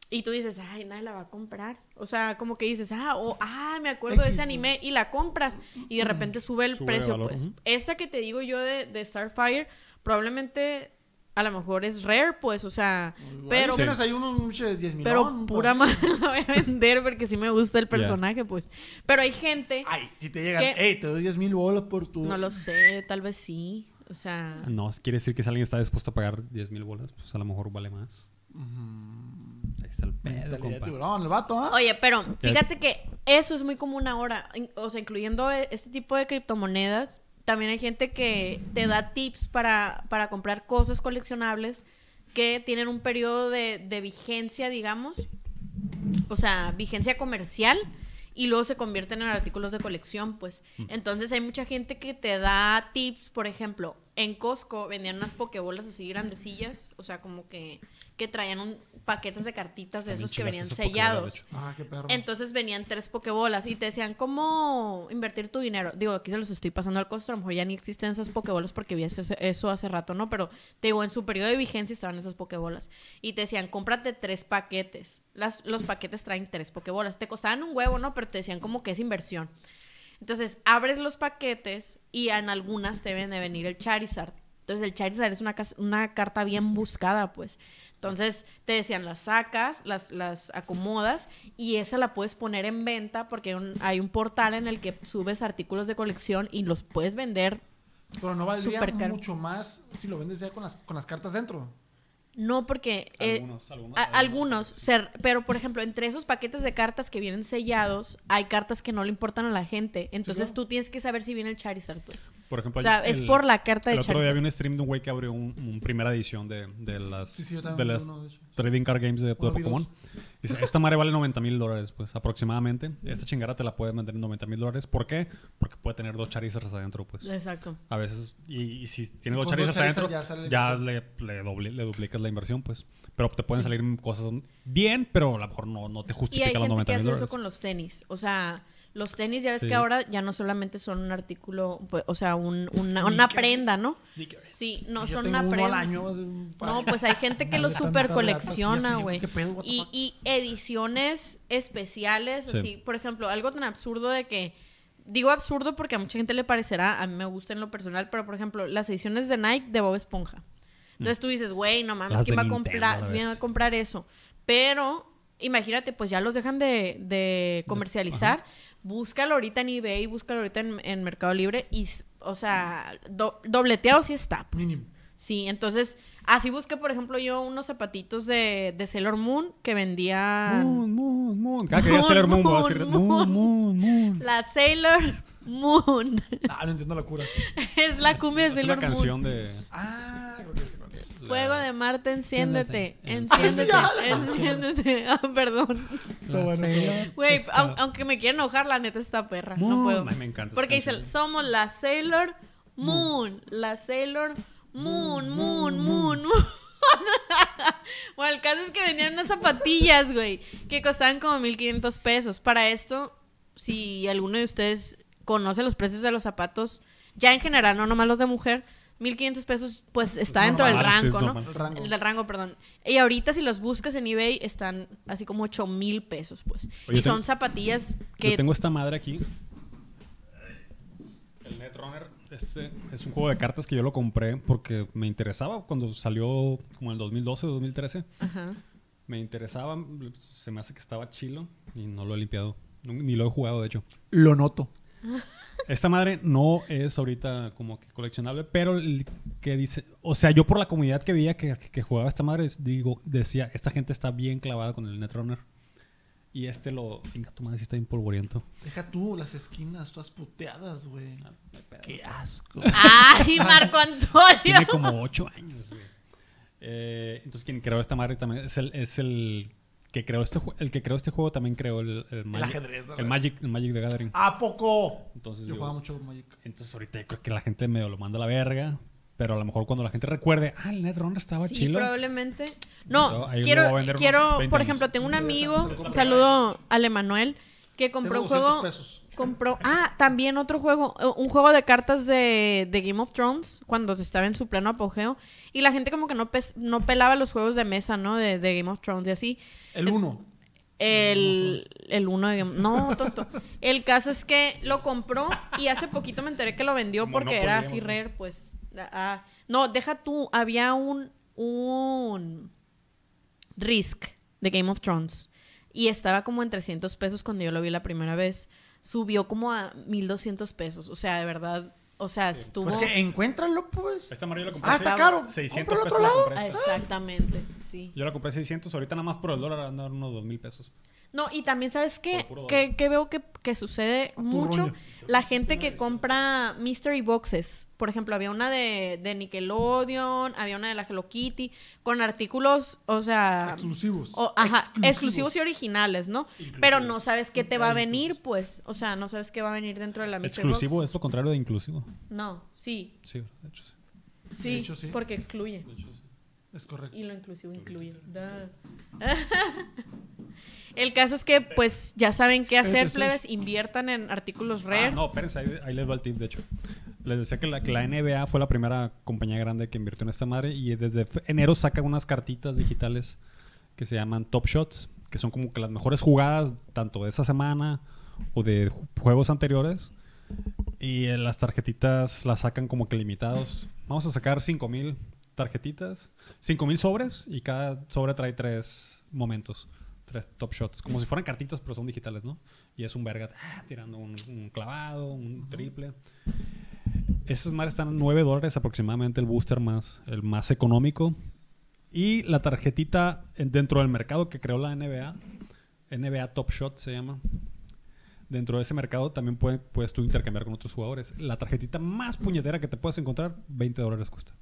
y tú dices, ay, nadie la va a comprar. O sea, como que dices, ah, o, ah, me acuerdo de X, ese ¿no? anime y la compras. Y de repente sube el Sube de precio. valor, Pues ujú. esta que te digo yo de, de Starfire, probablemente a lo mejor es rare, pues, o sea, Igual pero, tienes ahí unos un che, 10 milón, pero un pura par- madre la voy a vender porque sí me gusta el personaje, pues. Pero hay gente, Ay, si te llegan, ¿Qué? ey, te doy 10 mil bolas por tu. no lo sé, tal vez sí. O sea, No, quiere decir que si alguien está dispuesto a pagar 10 mil bolas, pues a lo mejor vale más. Ahí está el pedo, Mentalidad de compa. tiburón, el vato, ¿ah? Oye, pero fíjate que eso es muy común ahora, in- o sea, incluyendo e- este tipo de criptomonedas, también hay gente que te da tips para, para comprar cosas coleccionables que tienen un periodo de, de vigencia, digamos, o sea, vigencia comercial y luego se convierten en artículos de colección, pues. Mm. Entonces hay mucha gente que te da tips, por ejemplo, en Costco vendían unas pokebolas así grandecillas, o sea, como que que traían un, paquetes de cartitas de Están bien esos que chidas venían esas Pokébolas, de sellados. hecho. Ah, qué perro. Entonces venían tres pokebolas y te decían, ¿cómo invertir tu dinero? Digo, aquí se los estoy pasando al costo. A lo mejor ya ni existen esas pokebolas porque vi ese- eso hace rato, ¿no? Pero te digo, en su periodo de vigencia estaban esas pokebolas. Y te decían, cómprate tres paquetes. Las, los paquetes traen tres pokebolas. Te costaban un huevo, ¿no? Pero te decían como que es inversión. Entonces, abres los paquetes y en algunas te deben de venir el Charizard. Entonces, el Charizard es una, cas- una carta bien buscada, pues. Entonces, te decían, las sacas, las, las acomodas y esa la puedes poner en venta porque hay un, hay un portal en el que subes artículos de colección y los puedes vender. Pero no valdría Súper caro. mucho más si lo vendes ya con las, con las cartas dentro. No porque... eh, Algunos, algunos, a- algunos. algunos, ser- pero por ejemplo, entre esos paquetes de cartas que vienen sellados, hay cartas que no le importan a la gente. Entonces claro. tú tienes que saber si viene el Charizard, pues. Por ejemplo, O sea, el- es por la carta de El otro día Charizard. vi un stream de un güey que abrió un, un primera edición de, de las, Sí, sí, yo de también vi las uno de esos. trading card games de, de Uno vi Pokémon. dos. Dice, esta madre vale 90 mil dólares, pues, aproximadamente. Esta chingada te la puedes vender en 90 mil dólares. ¿Por qué? Porque puede tener dos Charizards adentro, pues. Exacto. A veces, y, y si tiene Con dos dos Charizards Charizard adentro, ya sale la ya, le, le, dobli- le duplicas la inversión, pues. Pero te pueden salir cosas bien, pero a lo mejor no, no te Y hay justifica los gente que 90 mil hace dólares. eso con los tenis. O sea, los tenis ya ves Sí. que ahora ya no solamente son un artículo, pues, o sea, un- una, una Sneakers. prenda, ¿no? Sneakers. Sí, no Y yo son tengo una uno al prenda. año, así, un par. No, pues hay gente que Dale lo tanta super lata, sí, colecciona, así, güey. ¿qué pedo? What the Y, fuck? y ediciones especiales, Sí. así, por ejemplo, algo tan absurdo de que. Digo absurdo porque a mucha gente le parecerá, a mí me gusta en lo personal, pero por ejemplo, las ediciones de Nike de Bob Esponja. Entonces tú dices, güey, no mames, Mm. Las ¿quién de va a, Nintendo, comprar, la quién va a bestia. comprar eso? Pero imagínate, pues ya los dejan de, de comercializar. Búscalo ahorita en eBay, búscalo ahorita en, en Mercado Libre y, s- o sea, do- dobleteado sí está. pues. Mínimo. Sí, entonces, así busqué, por ejemplo, yo unos zapatitos de, de Sailor Moon que vendían Moon, moon, moon. Cada que diga Sailor Moon, voy a decir Moon, moon, moon, moon. la Sailor Moon. Ah, no entiendo la cura. es la cumbia de Es Sailor una canción Moon. de. Ah, creo que sí, creo que sí. Fuego de Marte, enciéndete, enciéndete, Enciéndete. enciéndete. Ah, perdón. Está bueno. está Güey, Está- au- aunque me quiera enojar, la neta está perra. Moon. No puedo. Ay, me encanta esa Porque dice, canción. somos la Sailor Moon. La Sailor Moon, Moon, Moon, Moon. bueno, el caso es que venían unas zapatillas, güey, que costaban como 1500 pesos. Para esto, si alguno de ustedes conoce los precios de los zapatos, ya en general, no nomás los de mujer, 1500 pesos, pues está dentro del normal, sí, es rango, ¿no? normal. El rango. El del rango, perdón. Y ahorita si los buscas en eBay están así como 8 mil pesos, pues. Oye, y son tengo- zapatillas Yo que... tengo esta madre aquí. El Netrunner. Este es un juego de cartas que yo lo compré porque me interesaba cuando salió como en el 2012, 2013. Ajá. Me interesaba, se me hace que estaba chilo y no lo he limpiado. Nu- Ni lo he jugado, de hecho. Lo noto. Esta madre no es ahorita como que coleccionable, pero el que dice, o sea, yo por la comunidad que veía que, que jugaba esta madre, es- digo, decía, esta gente está bien clavada con el Netrunner. Y este lo, venga, tu madre sí está bien polvoriento. Deja tú las esquinas todas puteadas, güey. Qué asco. Ah. ¡Ay, Marco Tiene Antonio! como 8 años, güey. Eh, entonces quien creó esta madre también es el, es el que creó este juego, el que creó este juego también creó el, el Magic, ajedrez, ¿verdad? el Magic, el Magic the Gathering. ¿A poco? Entonces Yo yo- jugaba mucho Magic. Entonces ahorita yo creo que la gente medio lo manda a la verga. Pero a lo mejor cuando la gente recuerde, ah, el Netrunner estaba Sí, chilo. probablemente. No, Pero ahí lo voy a quiero, vender unos quiero 20 por años. ejemplo, tengo un amigo, un saludo al Emanuel, que compró Tengo un juego... 200 pesos. Compró, ah, también otro juego, eh, un juego de cartas de, de Game of Thrones, cuando estaba en su pleno apogeo, y la gente como que no, pes- no pelaba los juegos de mesa, ¿no? De, de Game of Thrones y así. El 1. El, el uno de Game- No, tonto. El caso es que lo compró y hace poquito me enteré que lo vendió porque Monopoly era Game así of rare, pues. Ah, ah. No, deja tú. Había un, un Risk de Game of Thrones y estaba como en 300 pesos cuando yo lo vi la primera vez. Subió como a 1200 pesos. O sea, de verdad. O sea, estuvo. Pues que encuéntralo, pues. Esta madre yo la compré. Ah, está seis- caro. 600 Cómpralo pesos. otro lado. Ah. la Ah, compré esta. Exactamente, sí. Yo la compré 600. Ahorita nada más por el dólar andan unos 2 mil pesos. No, y también sabes qué? Por puro dólar. que, que veo que, que sucede tu mucho. rollo. La gente que compra mystery boxes. Por ejemplo, había una de, de Nickelodeon, había una de la Hello Kitty, con artículos, o sea... Exclusivos. o- Oh, ajá, exclusivos. y originales, ¿no? Pero no sabes qué te va a venir, pues. O sea, no sabes qué va a venir dentro de la mystery Exclusivo box. es lo contrario de inclusivo. No, sí, Sí, de hecho sí. sí, hecho, sí. porque excluye. Es correcto. Y lo inclusivo incluye. Duh. El caso es que, pues, ya saben qué hacer, Espérate, plebes. Inviertan en artículos rare. Ah, no, espérense, ahí, ahí les va el tip, de hecho. Les decía que la, que la NBA fue la primera compañía grande que invirtió en esta madre y desde fe- enero saca unas cartitas digitales que se llaman Top Shots, que son como que las mejores jugadas tanto de esa semana o de ju- juegos anteriores. Y eh, las tarjetitas las sacan como que limitados. Vamos a sacar 5000 tarjetitas, 5000 sobres y cada sobre trae tres momentos, tres top shots. Como si fueran cartitas, pero son digitales, ¿no? Y es un verga ah, tirando un, un clavado, un triple. Esas madres están a 9 dólares aproximadamente el booster más, el más económico. Y la tarjetita en- dentro del mercado que creó la NBA, NBA Top Shot se llama. Dentro de ese mercado también puede- puedes tú intercambiar con otros jugadores. La tarjetita más puñetera que te puedes encontrar, 20 dólares cuesta.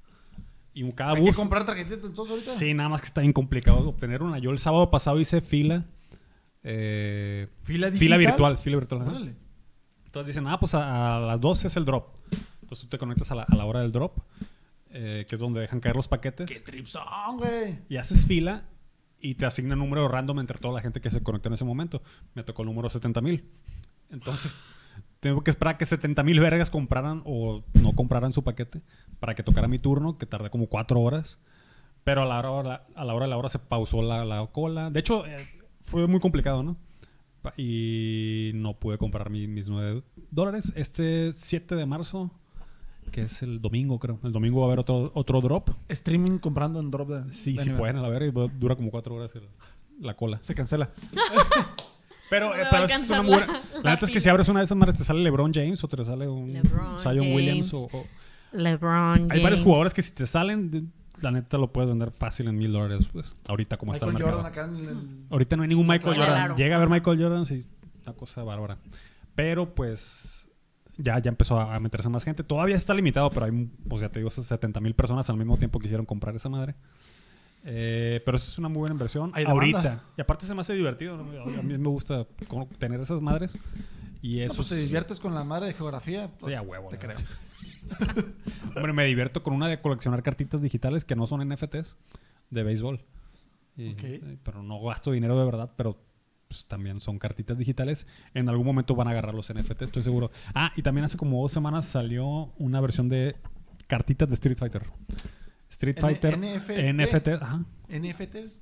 Y un- cada Hay que booster... comprar tarjetitas entonces ahorita. Sí, nada más que está bien complicado obtener una. Yo el sábado pasado hice fila. eh, Fila digital. fila virtual, fila virtual. ajá. Órale. Entonces dicen, ah, pues a, a las 12 es el drop. Entonces tú te conectas a la, a la hora del drop, eh, que es donde dejan caer los paquetes. Qué tripsón, güey. Y haces fila y te asignan un número random entre toda la gente que se conectó en ese momento. Me tocó el número 70 mil. Entonces, tengo que esperar a que 70 mil vergas compraran o no compraran su paquete para que tocara mi turno, que tardé como cuatro horas. Pero a la hora, a la hora de la hora se pausó la, la cola. De hecho, eh, fue muy complicado, ¿no? Pa- Y no pude comprar mi- mis 9 dólares. Este 7 de marzo, que es el domingo, creo. El domingo va a haber otro, otro drop. Streaming comprando en drop de. Sí, de sí NBA. pueden, a la verga. y va- Dura como cuatro horas el- la cola. Se cancela. Pero, No eh, me va pero a es alcanzar una muy buena- la- La la neta es que pila. si abres una de esas madres te sale LeBron James o te sale un LeBron Zion James. Williams. o- o- LeBron Hay varios jugadores que si te salen, de- la neta lo puedes vender fácil en mil dólares. Pues, ahorita como está el Michael mercado. Jordan acá en el. Ahorita no hay ningún Michael Claro. Jordan. Claro. Llega a ver Michael Jordan, sí, una cosa bárbara. Pero pues ya, ya empezó a a meterse más gente. Todavía está limitado, pero hay, pues ya te digo, 70 mil personas al mismo tiempo quisieron comprar esa madre. Eh, pero eso es una muy buena inversión. Hay demanda. ahorita. Y aparte se me hace divertido. ¿no? A a mí me gusta como tener esas madres. Y No, eso pues te es- diviertes con la madre de geografía. Sí, a huevo, Te la creo. verdad. Hombre, me divierto con una de coleccionar cartitas digitales que no son NFTs de béisbol. Y- Ok. eh, Pero no gasto dinero de verdad, pero pues, también son cartitas digitales. En algún momento van a agarrar los NFTs, estoy seguro. Ah, y también hace como dos semanas salió una versión de cartitas de Street Fighter. Street N- Fighter, NFT. NFT, ajá. NFTs.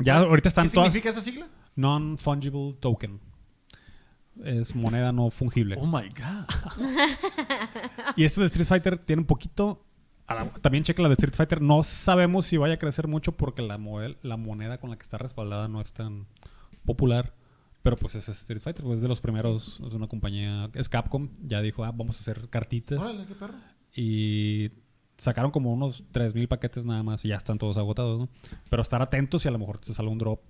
Ya ahorita ¿Qué están todas significa esa sigla? non-fungible token. Es moneda no fungible. Oh my god. Y estos de Street Fighter tienen poquito. a la- también checa la de Street Fighter. No sabemos si vaya a crecer mucho porque la, model- la moneda con la que está respaldada no es tan popular. Pero pues es Street Fighter, pues es de los primeros. Es una compañía. Es Capcom. Ya dijo, ah, vamos a hacer cartitas. Órale, qué perro. Y sacaron como unos 3.000 paquetes nada más y ya están todos agotados, ¿no? Pero estar atentos y a lo mejor te sale un drop.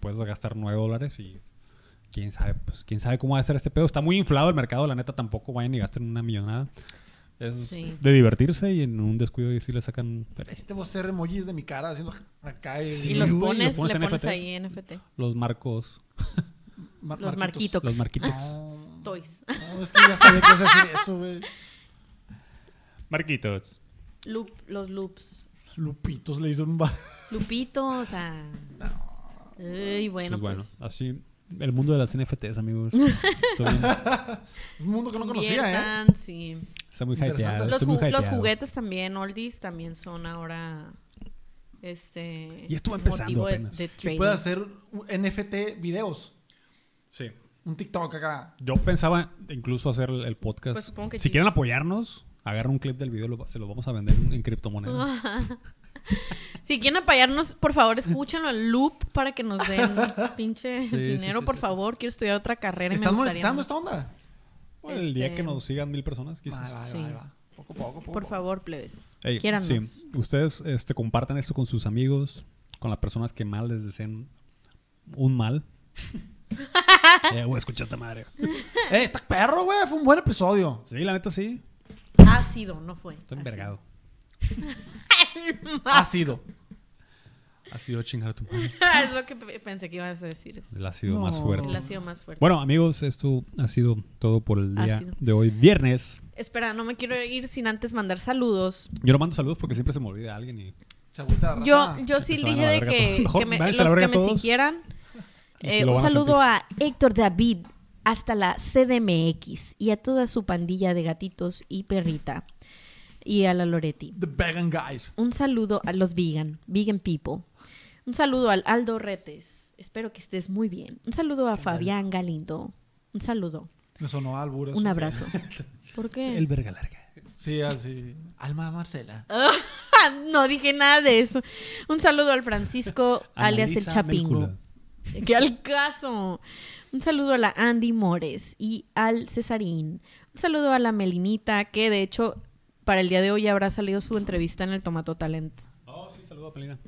Puedes gastar 9 dólares y quién sabe, pues quién sabe cómo va a ser este pedo. Está muy inflado el mercado, la neta tampoco vayan y gasten una millonada. Es Sí. de divertirse y en un descuido y si le sacan Este voy a hacer emojis de mi cara haciendo acá. y- Sí, Y los Uy, lo pones, pones le en pones NFTs. ahí NFT. los marcos, Mar- Los marquitos. marquitos. los marquitos. Ah. No, Toys. no, es que ya sabía que ibas a decir eso, güey. Marquitos. Loop, los loops. Lupitos le hizo un ba- Lupitos. Ah. Ay, bueno, Pues bueno, pues. así el mundo de las NFTs, amigos. Estoy bien- Un mundo que no conocía, ¿eh? Inviertan, sí. está muy Interesante. hypeado. Los Los, Ah, estoy muy ju- los hypeado. juguetes también, oldies, también son ahora. Este. Y esto va empezando motivo de- apenas. de trading. Puede hacer un NFT videos. Sí. Un TikTok acá. Yo pensaba incluso hacer el, el podcast. Pues supongo que si sí. quieren apoyarnos, agarra un clip del video, lo- se lo vamos a vender en, en criptomonedas. Ah, Si quieren apoyarnos, por favor, escúchenlo en loop para que nos den pinche Sí, sí, dinero, sí, por sí. favor. Quiero estudiar otra carrera y me ¿Están gustaría. monetizando esta onda? O el día Este- que nos sigan mil personas, Va, quizás. va, Sí. va, va. Poco a poco, poco. a Por este poco. favor, plebes. Ey, Quiérannos. sí, ustedes este, compartan esto con sus amigos, con las personas que mal les deseen un mal. eh, güey, escucha esta madre. Eh, está perro, güey. Fue un buen episodio. Sí, la neta sí. Ha sido, no fue. Estoy Ha envergado. Ha sido. Ha sido chingar a tu madre. sido. es lo que pe- pensé que ibas a decir. Eso. El ácido No. más fuerte. El ha sido más fuerte. Bueno, amigos, esto ha sido todo por el día Ácido. de hoy, viernes. Espera, no me quiero ir sin antes mandar saludos. Yo no mando saludos porque siempre se me olvida alguien y Se agüita la Yo, raza. yo sí que se van a dije la de verga que, todos. que me- Váyanse a la los que verga me todos. siguieran. Y Eh, se lo un van a saludo a Héctor David hasta la CDMX y a toda su pandilla de gatitos y perrita y a la Loretti. The vegan guys. Un saludo a los vegan, vegan people. Un saludo al Aldo Retes. Espero que estés muy bien. Un saludo a Fabián Galindo. Un saludo. Me sonó albur. eso Un sí. abrazo. ¿Por qué? El verga larga. Sí, así. Alma Marcela. Ah, no dije nada de eso. Un saludo al Francisco, alias el Analiza Chapingo. Melcula. Que al caso. Un saludo a la Andy Mores y al Cesarín. Un saludo a la Melinita, que de hecho para el día de hoy habrá salido su entrevista en el Tomato Talent. Oh, sí, saludo a Pelina.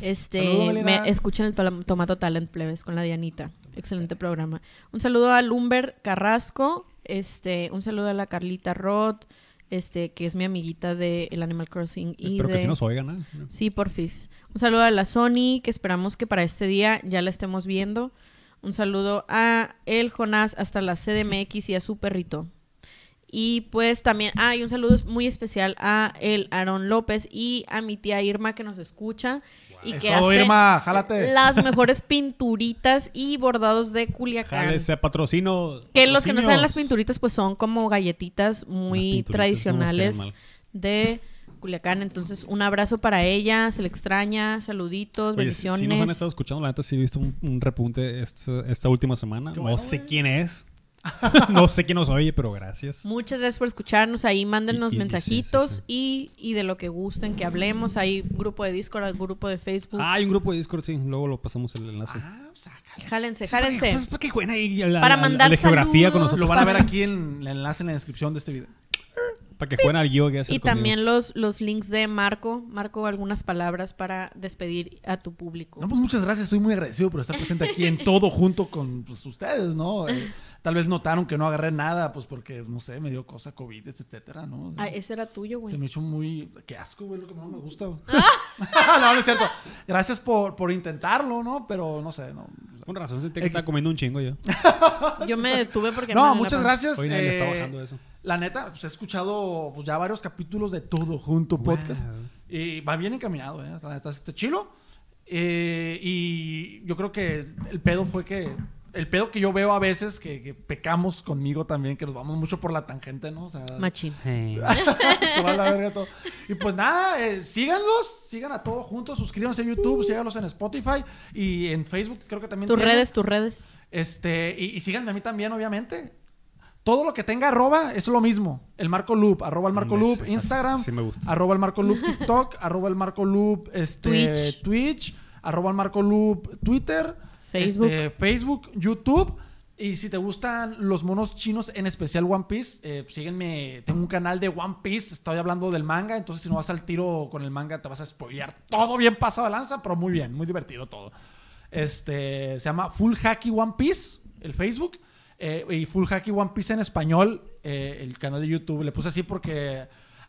Este, Saludo, Melina. me escuchen el Tola- Tomato Talent Plebes con la Dianita. Excelente programa. Un saludo a Lumber Carrasco, este, un saludo a la Carlita Roth, este, que es mi amiguita de el Animal Crossing y Espero que de- sí nos oigan, ¿eh? Sí, porfis. Un saludo a la Sony, que esperamos que para este día ya la estemos viendo. Un saludo a el Jonás hasta la CDMX y a su perrito. Y pues también hay un saludo muy especial a el Aarón López y a mi tía Irma que nos escucha y Es que todo, hace Irma, jálate. las mejores pinturitas y bordados de Culiacán. Jálese a patrocino. Que los que no saben las patrocinios. pinturitas, pues son como galletitas muy Las pinturitas no nos tradicionales quedan mal. de Culiacán. Entonces, un abrazo para ella, se le extraña, Oye, saluditos, si, bendiciones. si nos han estado escuchando, la neta sí he visto un, un repunte esta, esta última semana. No sé quién es. no sé quién nos oye, pero gracias. Muchas gracias por escucharnos. Ahí mándenos Y- y- sí, sí, mensajitos sí. Y, y de lo que gusten que hablemos. Hay grupo de Discord, hay grupo de Facebook. Ah, hay un grupo de Discord, sí. Luego lo pasamos el enlace. Ah, sácala. Jálense, Para que- jálense. pues, para que jueguen ahí a la- Para a la- mandar a la geografía con saludos. Lo nosotros. van a ver aquí en el enlace en la descripción de este video. Para que jueguen al guío que y también los, los links de Marco. Marco, algunas palabras para despedir a tu público. No, pues muchas gracias, estoy muy agradecido por estar presente aquí en todo junto con pues, ustedes, ¿no? Eh, tal vez notaron que no agarré nada, pues porque, no sé, me dio cosa COVID, etcétera, ¿no? Ah, ese era tuyo, güey. Se me hizo muy... Qué asco, güey, lo que más me gusta. güey. Ah. no, no es cierto. Gracias por, por intentarlo, ¿no? Pero no sé, no. Con razón sentí que estaba comiendo un chingo yo. Yo me detuve porque No, me- muchas gracias. Hoy nadie le está eh, bajando eso. La neta, pues he escuchado pues, ya varios capítulos de todo junto podcast. Y va bien encaminado, ¿eh? La neta, este chilo. Eh, y yo creo que el pedo fue que. El pedo que yo veo a veces, que, que pecamos conmigo también, que nos vamos mucho por la tangente, ¿no? O sea, Machín. se va a la verga todo. Y pues nada, eh, síganlos, sigan a todos juntos, suscríbanse a YouTube, síganlos en Spotify y en Facebook, creo que también. Tus tienen. redes, tus redes. Este, y, y síganme a mí también, obviamente. Todo lo que tenga arroba es lo mismo. El Marco Loop, arroba el Marco Hombre, Loop, sí, Instagram, así me gusta. arroba el Marco Loop TikTok, arroba el Marco Loop este, Twitch. Twitch. arroba el Marco Loop Twitter, Facebook. este, Facebook, YouTube. Y si te gustan los monos chinos, en especial One Piece, eh, síguenme. Tengo un canal de One Piece, estoy hablando del manga, entonces si no vas al tiro con el manga te vas a spoilear. Todo bien pasado de lanza, pero muy bien, muy divertido todo. Este, se llama Full Hacky One Piece, el Facebook. eh, y Full Hacky One Piece en español, eh, el canal de YouTube. Le puse así porque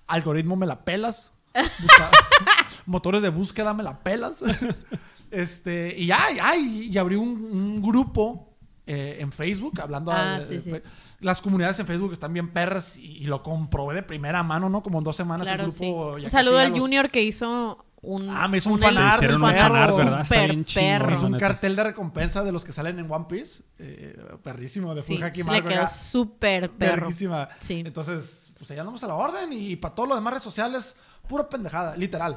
algoritmo me la pelas. Busca- motores de búsqueda me la pelas. este, y ya, ya, y, y abrí un, un grupo eh, en Facebook hablando Ah, de- sí, sí. de- Las comunidades en Facebook están bien perras y, y lo comprobé de primera mano, ¿no? Como en dos semanas Claro, el sí. grupo. ya Un saludo casi al ya los- Junior que hizo un. Ah, me hizo un fan fanart, art, Te hicieron un fanart fanart, ¿verdad? Está super bien chingón. perro. Hizo un neta. cartel de recompensa de los que salen en One Piece. eh, perrísimo, de Sí, Full Haki se le Marco, quedó acá. súper perro. Verguísima. Sí. Entonces, pues allá andamos a la orden y para todos los demás redes sociales, pura pendejada, literal.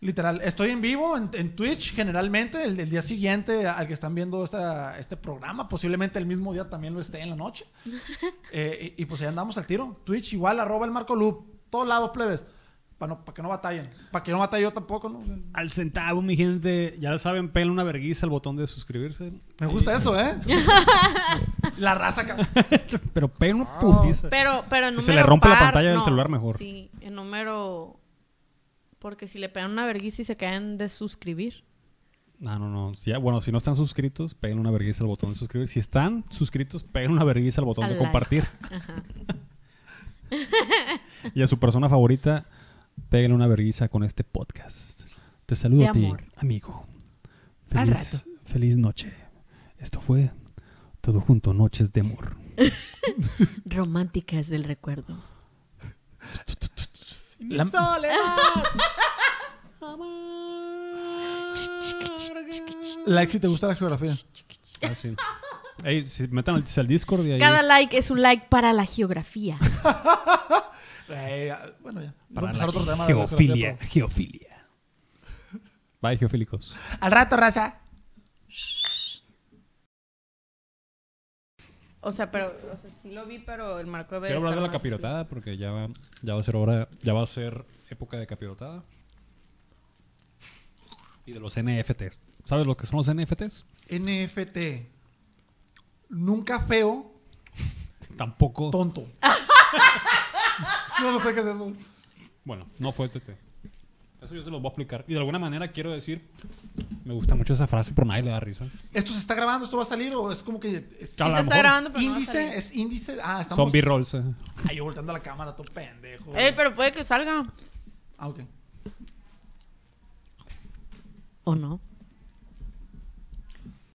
literal. Estoy en vivo en, en Twitch generalmente, el, del día siguiente al que están viendo esta, este programa, posiblemente el mismo día también lo esté en la noche. Eh, y, y, pues allá andamos al tiro. Twitch igual, arroba el Marco Loop, todos lados plebes. Para que no batallen. Para que no batalle yo tampoco, ¿no? Al centavo, mi gente. Ya lo saben, pela una verguiza al botón de suscribirse. Me gusta eso, ¿eh? La raza. cabrón. Pero pela una putiza. Pero, pero en Si se número le rompe la par, pantalla del no. celular, mejor. Sí, en número. Porque si le pegan una vergüenza y se caen de suscribir. No, no, no. Si ya- bueno, si no están suscritos, peguen una vergüenza al botón de suscribir. Si están suscritos, peguen una vergüenza al botón Al de like. compartir. Ajá. Y a su persona favorita, peguen una vergüenza con este podcast. Te saludo De a ti, amor. amigo. Al Feliz, feliz noche. Esto fue todo junto, Noches de Amor. Románticas del recuerdo. La- Soledad. Amar. Like si te gusta la geografía. Ah, sí. Ey, si metan al, al Discord y ahí. Cada like es un like para la geografía. Eh, ah, bueno, ya. Voy a para empezar la otro tema de la geofilia. geografía, geofilia. Bye, geofílicos. pero- Al rato, raza. O sea, pero, o sea, sí lo vi, pero el marco Pues, debe Quiero hablar de la estar más capirotada porque ya va, ya va a ser hora, ya va a ser época de capirotada. Y de los NFTs. ¿Sabes lo que son los NFTs? NFT. Nunca feo, Tampoco. tonto. no, no sé qué es eso. Bueno, no fue este. té. Eso yo se los voy a explicar. Y de alguna manera quiero decir, me gusta mucho esa frase, pero nadie le da risa. ¿Esto se está grabando? ¿Esto va a salir? ¿O es como que. Es, explícito. A Sí lo se está mejor. grabando, pero no va a ¿Índice? salir. ¿Es índice? Ah, estamos. Zombie rolls. eh. Ay, yo volteando la cámara, todo pendejo. Eh, pero puede que salga. Ah, ok. ¿O no?